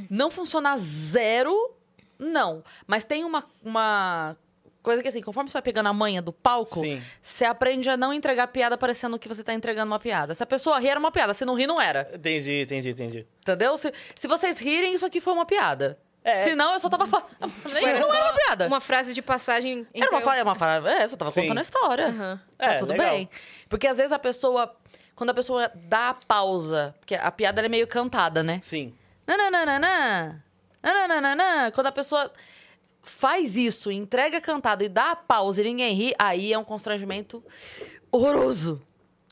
Não funcionar zero, não. Mas tem uma, uma coisa que, assim, conforme você vai pegando a manha do palco, Sim. você aprende a não entregar piada parecendo que você tá entregando uma piada. Se a pessoa rir, era uma piada. Se não rir, não era. Entendi, entendi, entendi. Entendeu? Se, se vocês rirem, isso aqui foi uma piada. É. Tipo, Se não, eu só tava falando. Nem Era não só era uma piada. Uma frase de passagem entre Era uma o- fala, é uma fala, é, eu só tava Sim. contando a história. Aham. Tá É, tudo legal. bem. Porque às vezes a pessoa, quando a pessoa dá a pausa, porque a piada ela é meio cantada, né? Sim. Nananana, nananana, quando a pessoa faz isso, entrega cantado e dá a pausa e ninguém ri, aí é um constrangimento horroroso.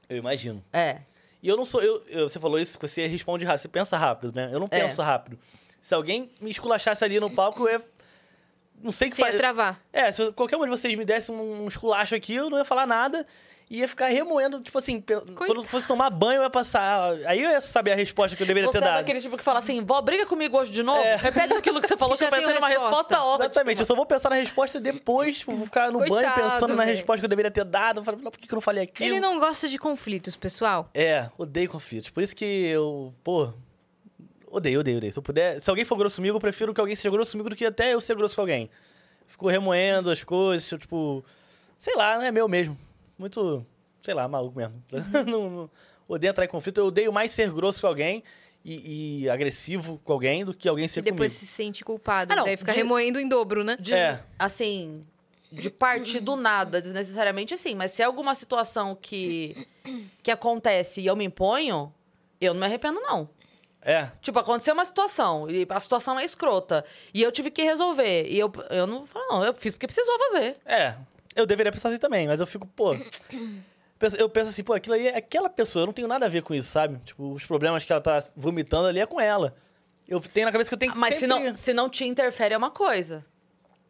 Eu imagino. É. E eu não sou. Eu, eu- você falou isso, você responde rápido, você pensa rápido, né? Eu não É. penso rápido. Se alguém me esculachasse ali no palco, eu ia não sei o que Você ia fazer. travar. É, se qualquer um de vocês me desse um, um esculacho aqui, eu não ia falar nada. E ia ficar remoendo, tipo assim, pe- quando eu fosse tomar banho, eu ia passar. Aí eu ia saber a resposta que eu deveria Você ter é dado. É. daquele tipo que fala assim, vó, briga comigo hoje de novo? Repete aquilo que você falou, Eu que eu já tenho pensei numa resposta. resposta ótima. Exatamente, eu só vou pensar na resposta depois, tipo, vou ficar no banho Coitado, pensando na velho. resposta que eu deveria ter dado. Eu falei, "Não, por que que eu não falei aquilo? Ele não gosta de conflitos, pessoal. É, odeio conflitos. Por isso que eu, pô, odeio, odeio, odeio. Se eu puder, se alguém for grosso comigo, eu prefiro que alguém seja grosso comigo do que até eu ser grosso com alguém. Fico remoendo as coisas, eu, tipo, sei lá, é meu mesmo. Muito, sei lá, maluco mesmo. não, não- odeio entrar em conflito, eu odeio mais ser grosso com alguém e, e agressivo com alguém do que alguém ser E depois comigo. se sente culpado. Ah, não, daí fica de- remoendo em dobro, né? de- É. assim, de partir do nada, desnecessariamente assim. Mas se é alguma situação que, que acontece e eu me imponho, eu não me arrependo, não. É, Tipo, aconteceu uma situação, e a situação é escrota, e eu tive que resolver. E eu, eu não falo, não, eu fiz porque precisou fazer. É, eu deveria pensar assim também, mas eu fico, pô. pensa- Eu penso assim, pô, aquilo ali é aquela pessoa, eu não tenho nada a ver com isso, sabe? Tipo, os problemas que ela tá vomitando ali é com ela. Eu tenho na cabeça que eu tenho que Mas se, sempre... não, se não te interfere é uma coisa.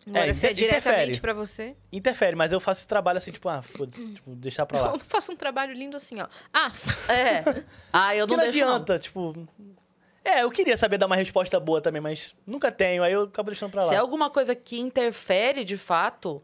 Agora, É, se é inter- interfere. diretamente pra você. Interfere, mas eu faço esse trabalho assim, tipo, ah, Hum. foda-se, tipo, deixar pra lá. Eu faço um trabalho lindo assim, ó. Ah, É. Ah, eu Porque não, não deixo, não. adianta, tipo... É, eu queria saber dar uma resposta boa também, mas nunca tenho, aí eu acabo deixando pra lá. Se é alguma coisa que interfere de fato.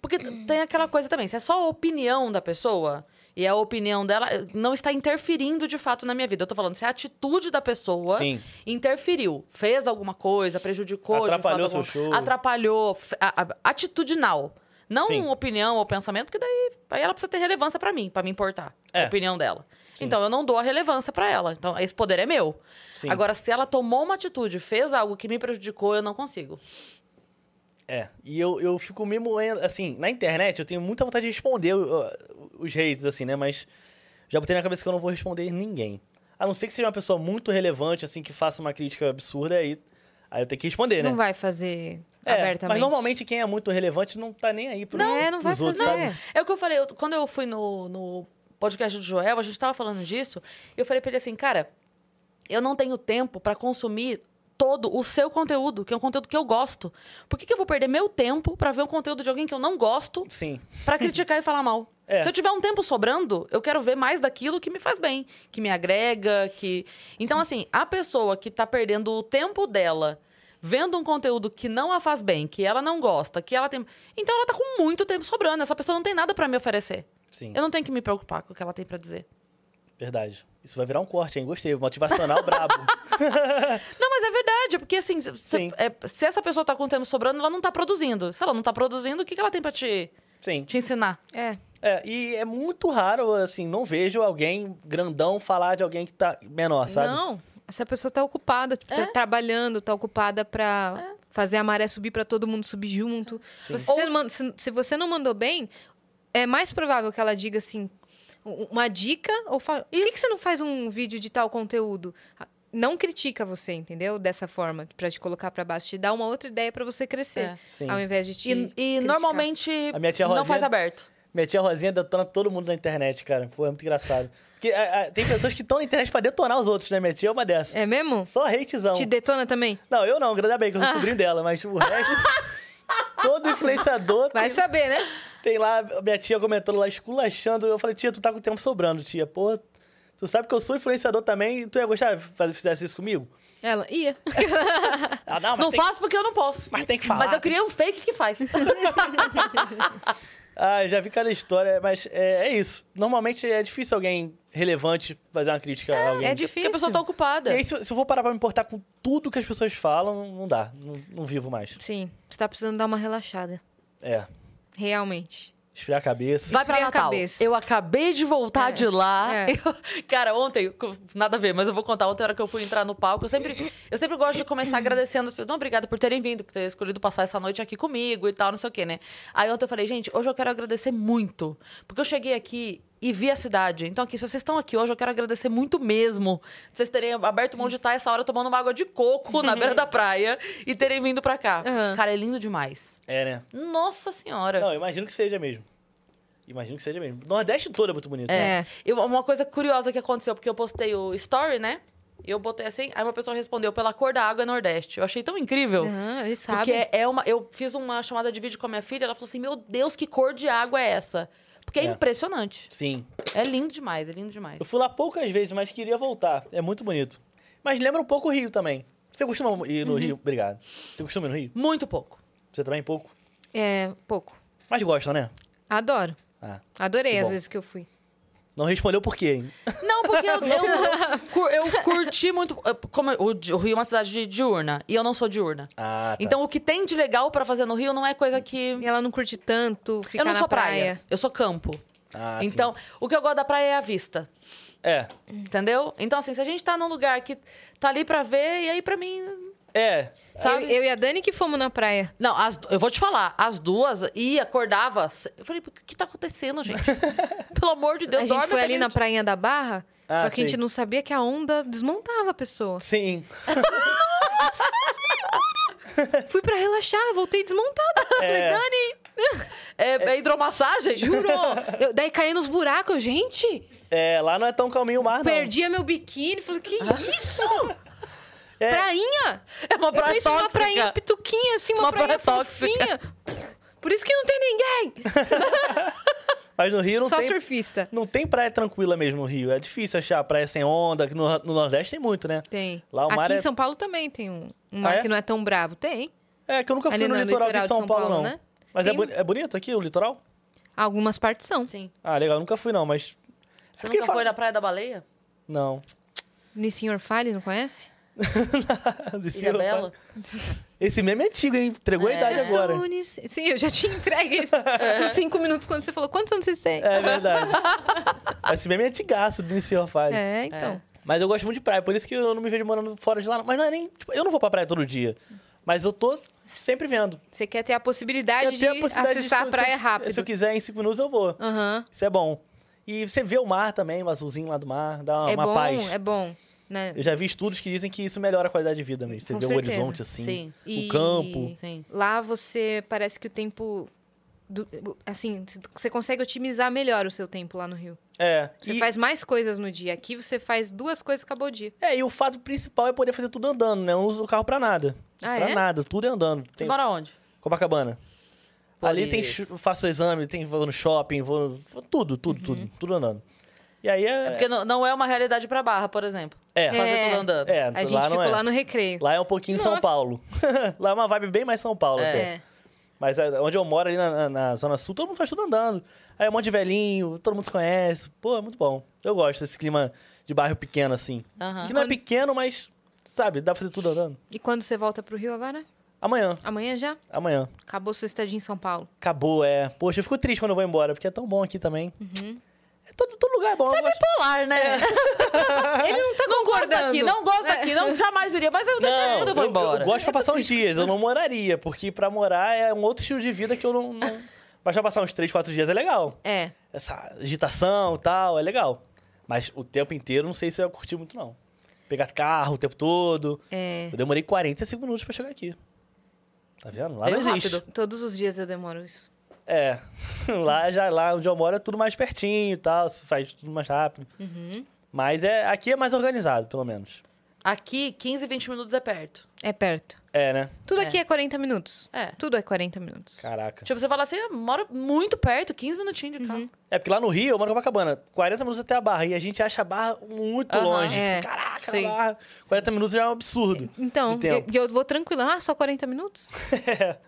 Porque t- tem aquela coisa também, se é só a opinião da pessoa e a opinião dela eh, não está interferindo de fato na minha vida. Eu tô falando, se a atitude da pessoa Sim. interferiu, fez alguma coisa, prejudicou, de Atrapalhou fato, seu alguma- show. atrapalhou, f- a- a- atitudinal. Não Sim. opinião ou pensamento, que daí aí ela precisa ter relevância pra mim, pra me importar. É. A opinião dela. Então eu não dou a relevância pra ela. Então esse poder é meu. Sim. Agora, se ela tomou uma atitude, fez algo que me prejudicou, eu não consigo. É, e eu, eu fico me moendo, assim, na internet eu tenho muita vontade de responder uh, os haters, assim, né? Mas já botei na cabeça que eu não vou responder ninguém. A não ser que seja uma pessoa muito relevante, assim, que faça uma crítica absurda, aí, aí eu tenho que responder, né? não vai fazer É, abertamente. mas normalmente quem é muito relevante não tá nem aí pro, Não, é, não vai pros outros, fazer. sabe? É o que eu falei, eu- quando eu fui no, no podcast do Joel, a gente tava falando disso, eu falei pra ele assim, cara, eu não tenho tempo pra consumir todo o seu conteúdo, que é um conteúdo que eu gosto. Por que, que eu vou perder meu tempo pra ver um conteúdo de alguém que eu não é. gosto Sim, pra criticar e falar mal? É. Se eu tiver um tempo sobrando, eu quero ver mais daquilo que me faz bem, que me agrega, que... Então, assim, a pessoa que tá perdendo o tempo dela vendo um conteúdo que não a faz bem, que ela não gosta, que ela tem... Então, ela tá com muito tempo sobrando. Essa pessoa não tem nada pra me oferecer. sim, Eu não tenho que me preocupar com o que ela tem pra dizer. verdade. Isso vai virar um corte, hein? Gostei, motivacional brabo. Não, mas é verdade, porque assim, se, se- Sim. é, se essa pessoa tá com tempo sobrando, ela não tá produzindo. Se ela não tá produzindo, o que, que ela tem pra te, Sim. te ensinar? É. É, e é muito raro, assim, não vejo alguém grandão falar de alguém que tá menor, sabe? Não, essa pessoa tá ocupada, tipo, É? tá trabalhando, tá ocupada pra fazer a maré subir pra todo mundo subir junto. Se você, Ou- man- se, se você não mandou bem, é mais provável que ela diga assim, u- uma dica ou fala, por que, que você não faz um vídeo de tal conteúdo? Ah, Não critica você, entendeu? Dessa forma, pra te colocar pra baixo, te dá uma outra ideia pra você crescer. É. Sim. Ao invés de te E, e criticar. normalmente A minha tia não Rosinha- faz aberto. Minha tia Rosinha detona todo mundo na internet, cara. Pô, é muito engraçado. Porque a- a- tem pessoas que estão na internet pra detonar os outros, né? Minha tia é uma dessas. É mesmo? Só hatezão. Te detona também? Não, eu não, ainda bem que eu sou sobrinho dela, mas o resto. Todo influenciador Vai saber, né? tem lá, minha tia comentando lá, esculachando. Eu falei, tia, tu tá com o tempo sobrando, tia. Pô, tu sabe que eu sou influenciador também e tu ia gostar se faz- fizesse isso comigo? Ela ia. Ah, não, mas não tem, faço porque eu não posso. mas tem que falar. Mas eu criei um fake que faz. Ah, eu já vi cada história, mas é, é isso. Normalmente é difícil alguém relevante fazer uma crítica a alguém. É porque difícil. a pessoa tá E ocupada. aí, se, se eu vou parar pra me importar com tudo que as pessoas falam, não dá. Não, não vivo mais. Sim, você tá precisando dar uma relaxada. É. Realmente. Esfriar a cabeça. Vai pra Esfria a Natal. cabeça. Eu acabei de voltar É, de lá. é. Eu- cara, ontem, co- nada a ver, mas eu vou contar. Ontem, a hora que eu fui entrar no palco, eu sempre, eu sempre gosto de começar agradecendo as pessoas. Não, obrigada por terem vindo, por terem escolhido passar essa noite aqui comigo e tal, não sei o quê, né? Aí ontem eu falei, gente, hoje eu quero agradecer muito. Porque eu cheguei aqui e vi a cidade. Então, aqui, se vocês estão aqui hoje, eu quero agradecer muito mesmo. Vocês terem aberto mão de estar essa hora tomando uma água de coco na beira da praia e terem vindo pra cá. Aham. Cara, é lindo demais. É, né? Nossa Senhora. Não, eu imagino que seja mesmo. Imagino que seja mesmo. Nordeste todo é muito bonito. né? É. Eu- uma coisa curiosa que aconteceu, porque eu postei o story, né? Eu botei assim, aí uma pessoa respondeu, pela cor da água é Nordeste. Eu achei tão incrível. Aham, eles Uhum, Porque sabem. é- é uma. Eu fiz uma chamada de vídeo com a minha filha, ela falou assim: Meu Deus, que cor de água é essa? Porque é, É. impressionante. Sim. É lindo demais, é lindo demais. Eu fui lá poucas vezes, mas queria voltar. É muito bonito. Mas lembra um pouco o Rio também. Você costuma ir no Uhum. Rio? Obrigado. Você costuma ir no Rio? Muito pouco. Você também pouco? É, pouco. Mas gosta, né? Adoro. Ah. Que Adorei as bom. vezes que eu fui. Não respondeu por quê, hein? Não, porque eu, eu, eu cur- eu curti muito. eu- Como eu- o, Di- o Rio é uma cidade de- diurna e eu não sou diurna. Ah, tá. Então o que tem de legal pra fazer no Rio não é coisa que. E ela não curte tanto ficar eu não na sou é praia. praia. eu sou campo. Ah, sim. então, o que eu gosto da praia é a vista. É. Entendeu? Então, assim, se a gente tá num lugar que tá ali pra ver, e aí pra mim É. Sabe? Eu, eu e a Dani que fomos na praia. Não, as- eu vou te falar, as duas e acordava. se- Eu falei, o que tá acontecendo, gente? Pelo amor de Deus, a gente dorme foi até ali que na a gente- prainha da Barra, Ah, só que a sei. gente não sabia que a onda desmontava a pessoa. Sim. Fui pra relaxar, voltei desmontada. Falei, Dani! É, é hidromassagem? É Juro! Eu- daí caí nos buracos, eu, gente! É, lá não é tão calminho o Ah, mar, não. Perdia meu biquíni. Falei, que isso? É. Prainha? É Ah. uma Eu praia penso numa tóxica. prainha pituquinha, assim, uma, Uma praia praia, tóxica. fofinha. Por isso que não tem ninguém. Mas no Rio não Só tem... surfista. Não tem praia tranquila mesmo no Rio. É difícil achar praia sem onda. que No, no Nordeste tem muito, né? Tem. Lá o mar Aqui é- em São Paulo também tem um, um mar Ah, é? que não é tão bravo. Tem. É que eu nunca fui Ali no, no litoral, litoral de São, Paulo, não. né? Mas é, Tem- boni- é bonito aqui o litoral? Algumas partes são. Sim. Ah, legal. Eu nunca fui, não, mas... É Você Porque nunca fala- foi na Praia da Baleia? Não. Nissinhor Fale, não conhece? Esse- Isabela? Esse meme é antigo, hein? Entregou a É. idade Eu sou agora. o Nis- Sim, eu já te entreguei isso nos cinco minutos quando você falou quantos anos vocês têm. É verdade. Esse meme é antigaço do Senhor Fale. É, então. Mas eu gosto muito de praia, por isso que eu não me vejo morando fora de lá. não. Mas não é nem. tipo, eu não vou pra praia todo dia. Mas eu tô sempre vendo. Você quer ter a Eu possibilidade de tenho a possibilidade de- acessar se a eu- praia se eu- rápido. Se eu quiser, em cinco minutos eu vou. Aham. Isso é bom. E você vê o mar também, o azulzinho lá do mar, dá uma, é Ah, uma bom, paz. é bom. Né? Eu já vi estudos que dizem que isso melhora a qualidade de vida mesmo. Você Com vê o certeza. horizonte assim, Sim. o E- campo. Sim. Lá você parece que o tempo. do- assim, você consegue otimizar melhor o seu tempo lá no Rio. É. Você e, faz mais coisas no dia. Aqui você faz duas coisas acabou o dia. é, e o fato principal é poder fazer tudo andando, né? Eu não uso o carro pra nada. Ah, pra é? nada, tudo é andando. Você Tem mora onde? Copacabana. Por Ali tem isso. chu- faço exame, tem vou no shopping, vou, vou tudo, tudo, Uhum. tudo, tudo andando. E aí É é porque não, não é uma realidade pra Barra, por exemplo. é, Fazer É. tudo andando. é, A gente lá não ficou é. lá no recreio. Lá é um pouquinho São Nossa. Paulo. lá é uma vibe bem mais São Paulo É. até. É. Mas é, onde eu moro ali na, na- na zona sul, todo mundo faz tudo andando. Aí é um monte de velhinho, todo mundo se conhece. Pô, é muito bom. Eu gosto desse clima de bairro pequeno assim. Aham. Que não é Quando- pequeno, mas sabe, dá pra fazer tudo andando. E quando você volta pro Rio agora? Amanhã, Amanhã já? amanhã. Acabou sua estadia em São Paulo. Acabou, é. Poxa, eu fico triste quando eu vou embora, porque é tão bom aqui também. É, todo, todo lugar é bom. eu gosto. Polar, É. né? Ele não tá Não gosto concordando. É. daqui, não gosto daqui, não jamais iria, mas eu Não, defendo, eu vou eu- embora. Eu, gosto pra passar uns dias, eu não moraria, porque pra morar é um outro estilo de vida que eu não. não... Mas pra passar uns 3, 4 dias é legal. É. Essa agitação e tal, é legal. Mas o tempo inteiro, não sei se eu ia curtir muito, não. Pegar carro o tempo todo. É. Eu demorei 45 minutos pra chegar aqui. Tá vendo? Lá Veio não existe. rápido. Todos os dias eu demoro isso. É. Lá já, lá onde eu moro é tudo mais pertinho e tal, se faz tudo mais rápido. Mas é, aqui é mais organizado, pelo menos. Aqui, 15, 20 minutos é perto. É perto. É, né? Tudo É. aqui é 40 minutos. É. Tudo é 40 minutos. Caraca. Tipo, você fala assim, eu moro muito perto, 15 minutinhos de carro. Uhum. É, porque lá no Rio, eu moro em Copacabana, 40 minutos até a barra. E a gente acha a barra muito Aham. longe. É. Caraca, Sim. a barra. 40 minutos já é um absurdo. Então, De eu, tempo. eu vou tranquila. Ah, só 40 minutos?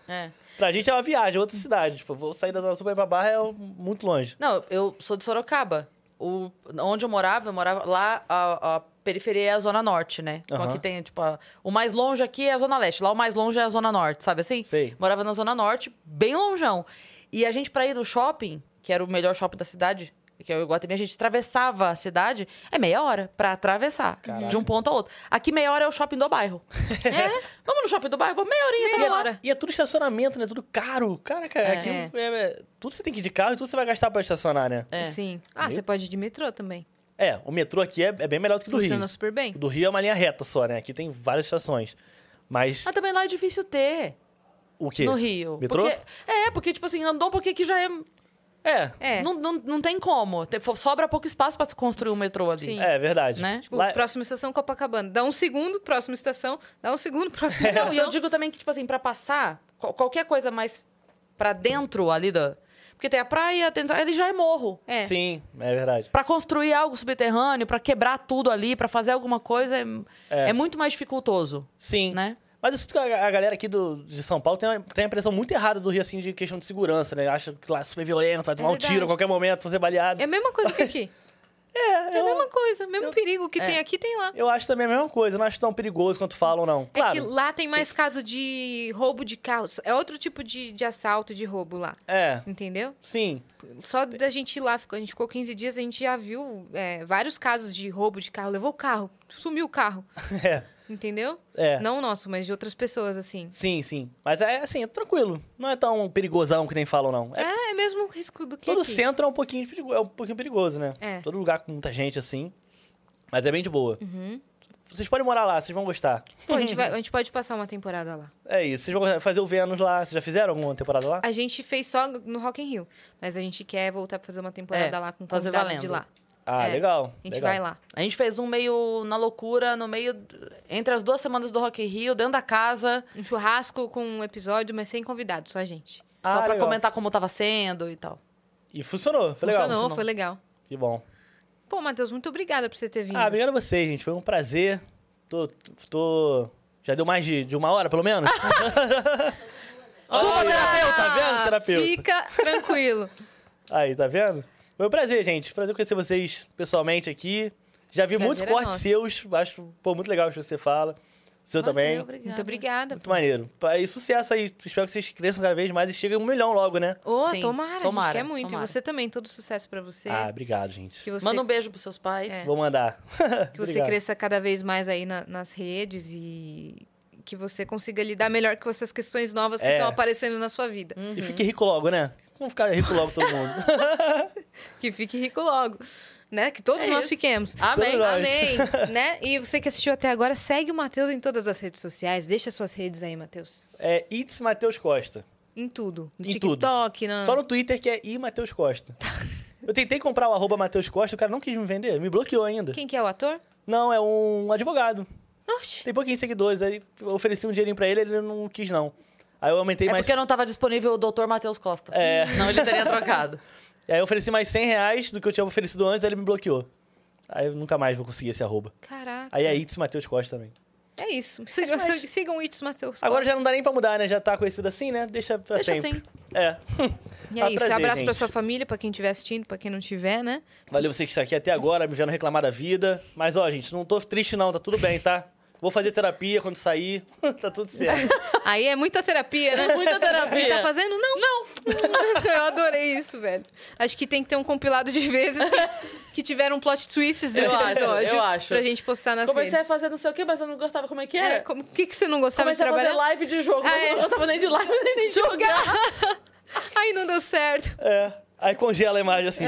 É. Pra gente é uma viagem, é outra cidade. Tipo, eu vou sair da Zona Sul pra ir pra barra é um- muito longe. Não, eu sou de Sorocaba. O, onde eu morava, eu morava lá, a, a periferia é a Zona Norte, né? Então Aham. aqui tem, tipo, a- o mais longe aqui é a Zona Leste. Lá o mais longe é a Zona Norte, sabe assim? Sei. Morava na Zona Norte, bem longeão. E a gente, pra ir no shopping, que era o melhor shopping da cidade, que é o Iguatemi, a gente atravessava a cidade, é meia hora pra atravessar, de um ponto ao outro. Aqui meia hora é o shopping do bairro. é? Vamos no shopping do bairro? Vamos meia horinha, tá Meia E na hora. hora. E é tudo estacionamento, né? Tudo caro. Caraca, aqui É. é- é- tudo você tem que ir de carro e tudo você vai gastar pra estacionar, né? É. Sim. Ah, Meio- você pode ir de metrô também. É, o metrô aqui é, é bem melhor do que do Funciona assim. Rio. super bem. Do Rio é uma linha reta só, né? Aqui tem várias estações. Mas Mas também lá é difícil ter. o quê? No Rio. Metrô? Porque- é, porque, tipo assim, andou porque que já é. É. É. Não, não, não tem como. Te- fo- Sobra pouco espaço pra se construir um metrô ali. Sim. Sim. É, verdade. Né? Tipo, Lá- próxima estação Copacabana. Dá um segundo, próxima estação. Dá um segundo, É. próxima Não, estação. e eu digo também que, tipo assim, pra passar, qual- qualquer coisa mais pra dentro ali da... Porque tem a praia, tem... ele já é morro. É. Sim, é verdade. Pra construir algo subterrâneo, pra quebrar tudo ali, pra fazer alguma coisa, é, é muito mais dificultoso, Sim. né? Mas eu sinto que a a galera aqui do, de São Paulo tem, uma- tem a impressão muito errada do Rio, assim, de questão de segurança, né? Acha que lá é super violento, vai tomar um verdade. tiro a qualquer momento, vai ser baleado. É a mesma coisa que aqui. É, a mesma coisa. Mesmo perigo É. que tem aqui, tem lá. Eu acho também a mesma coisa, eu não acho tão perigoso quanto falam, não. É que Claro, lá tem mais caso de roubo de carros. É outro tipo de, de assalto, de roubo lá. é, Entendeu? sim. Só da gente ir lá, ficou- a gente ficou 15 dias, a gente já viu é, vários casos de roubo de carro. Levou o carro, sumiu o carro. É, Entendeu? é. Não o nosso, mas de outras pessoas, assim. Sim, sim. Mas é assim, é tranquilo. Não é tão perigosão que nem falam, não. É, É, é mesmo risco do que todo aqui. centro é um pouquinho perigoso, é um pouquinho perigoso, né? É. Todo lugar com muita gente, assim. Mas é bem de boa. Uhum. Vocês podem morar lá, vocês vão gostar. Pô, a, gente vai- a gente pode passar uma temporada lá. É isso. Vocês vão fazer o Vênus lá. Vocês já fizeram alguma temporada lá? A gente fez só no Rock in Rio, mas a gente quer voltar pra fazer uma temporada É, lá com fazer convidados de valendo. lá. Ah, é. legal. A gente legal. vai lá. A gente fez um meio na loucura, no meio... Entre as duas semanas do Rock in Rio, dentro da casa, Um churrasco com um episódio, mas sem convidados, só a gente. Ah, só pra legal. comentar como tava sendo e tal. E funcionou. Foi legal. funcionou, foi legal. Que bom. Pô, Matheus, muito obrigada por você ter vindo. Ah, obrigado a vocês, gente. Foi um prazer. Tô. tô... Já deu mais de, de uma hora, pelo menos? Chupa, Olha! terapeuta! tá vendo, Ah, terapeuta? Fica tranquilo. Aí, tá vendo? Foi um prazer, gente. Prazer conhecer vocês pessoalmente aqui. Já vi Prazer muitos é cortes nosso. seus. Acho pô, muito legal o que você fala. O seu também. Valeu, obrigada. Muito obrigada. Muito maneiro. Pa- E sucesso aí. Espero que vocês cresçam cada vez mais e cheguem a um milhão logo, né? Ô, Sim, tomara, a tomara, gente quer muito. tomara. E você também, todo sucesso pra você. Ah, obrigado, gente. que você, Manda um beijo pros seus pais. É. Vou mandar. que você Obrigado. cresça cada vez mais aí na- nas redes e que você consiga lidar melhor com essas questões novas que É. estão aparecendo na sua vida. E fique rico logo, né? Vamos ficar rico logo todo mundo. Que fique rico logo, né? Que todos É nós isso. fiquemos. Amém. Todos nós. Amém, né? E você que assistiu até agora, segue o Matheus em todas as redes sociais. Deixa suas redes aí, Matheus. É It's Matheus Costa. Em tudo. No Em tudo. TikTok, na... Só no Twitter que é I Matheus Costa. Eu tentei comprar o arroba Matheus Costa, o cara não quis me vender, me bloqueou ainda. Quem que é o ator? Não, é um advogado. Oxi. Tem pouquinhos seguidores, aí eu ofereci um dinheirinho pra ele, ele não quis não. Aí eu aumentei É mais... porque não tava disponível o doutor Matheus Costa. É. Não, ele teria trocado. Aí eu ofereci mais 100 reais do que eu tinha oferecido antes, aí ele me bloqueou. Aí eu nunca mais vou conseguir esse arroba. Caraca. Aí é It's Matheus Costa também. É isso. Sigam, sigam o It's Matheus. Agora já Costa. não dá nem pra mudar, né? Já tá conhecido assim, né? Deixa pra Deixa sempre. assim. E É. tá Ah, é isso. prazer, Abraço pra gente. sua família, pra quem estiver assistindo, pra quem não tiver, né? Valeu você que está aqui até agora, me vendo reclamar da vida. Mas, ó, gente, não tô triste não, tá tudo bem, tá? Vou fazer terapia quando sair, tá tudo certo. Aí é muita terapia, né? Muita Ele terapia. tá fazendo? Não. Não. Eu adorei isso, velho. Acho que tem que ter um compilado de vezes que, que tiveram plot twists desse Eu acho, episódio. eu acho. Pra gente postar nas Comecei a redes. fazer não sei o quê, mas eu não gostava como é que É, era. como, que, que você não gostava de Comecei a fazer trabalhar? live de jogo. Ah, mas Eu é. não gostava nem de live, nem de jogar. Aí não deu certo. É. Aí congela a imagem assim.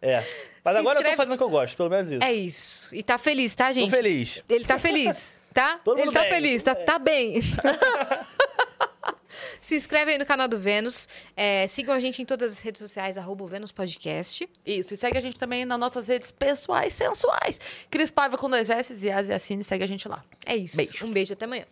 É. Mas Se agora eu inscreve- tô fazendo o que eu gosto, pelo menos isso. É isso. E tá feliz, tá, Tô gente? feliz. Ele tá feliz, tá? Todo Ele mundo tá bem. feliz, tá, tá bem. Se inscreve aí no canal do Vênus. É, sigam a gente em todas as redes sociais, arroba o Vênus Podcast. Isso, e segue a gente também nas nossas redes pessoais sensuais. Cris Paiva com dois S e Asiacine, segue a gente lá. É isso. Beijo. Um beijo, até amanhã.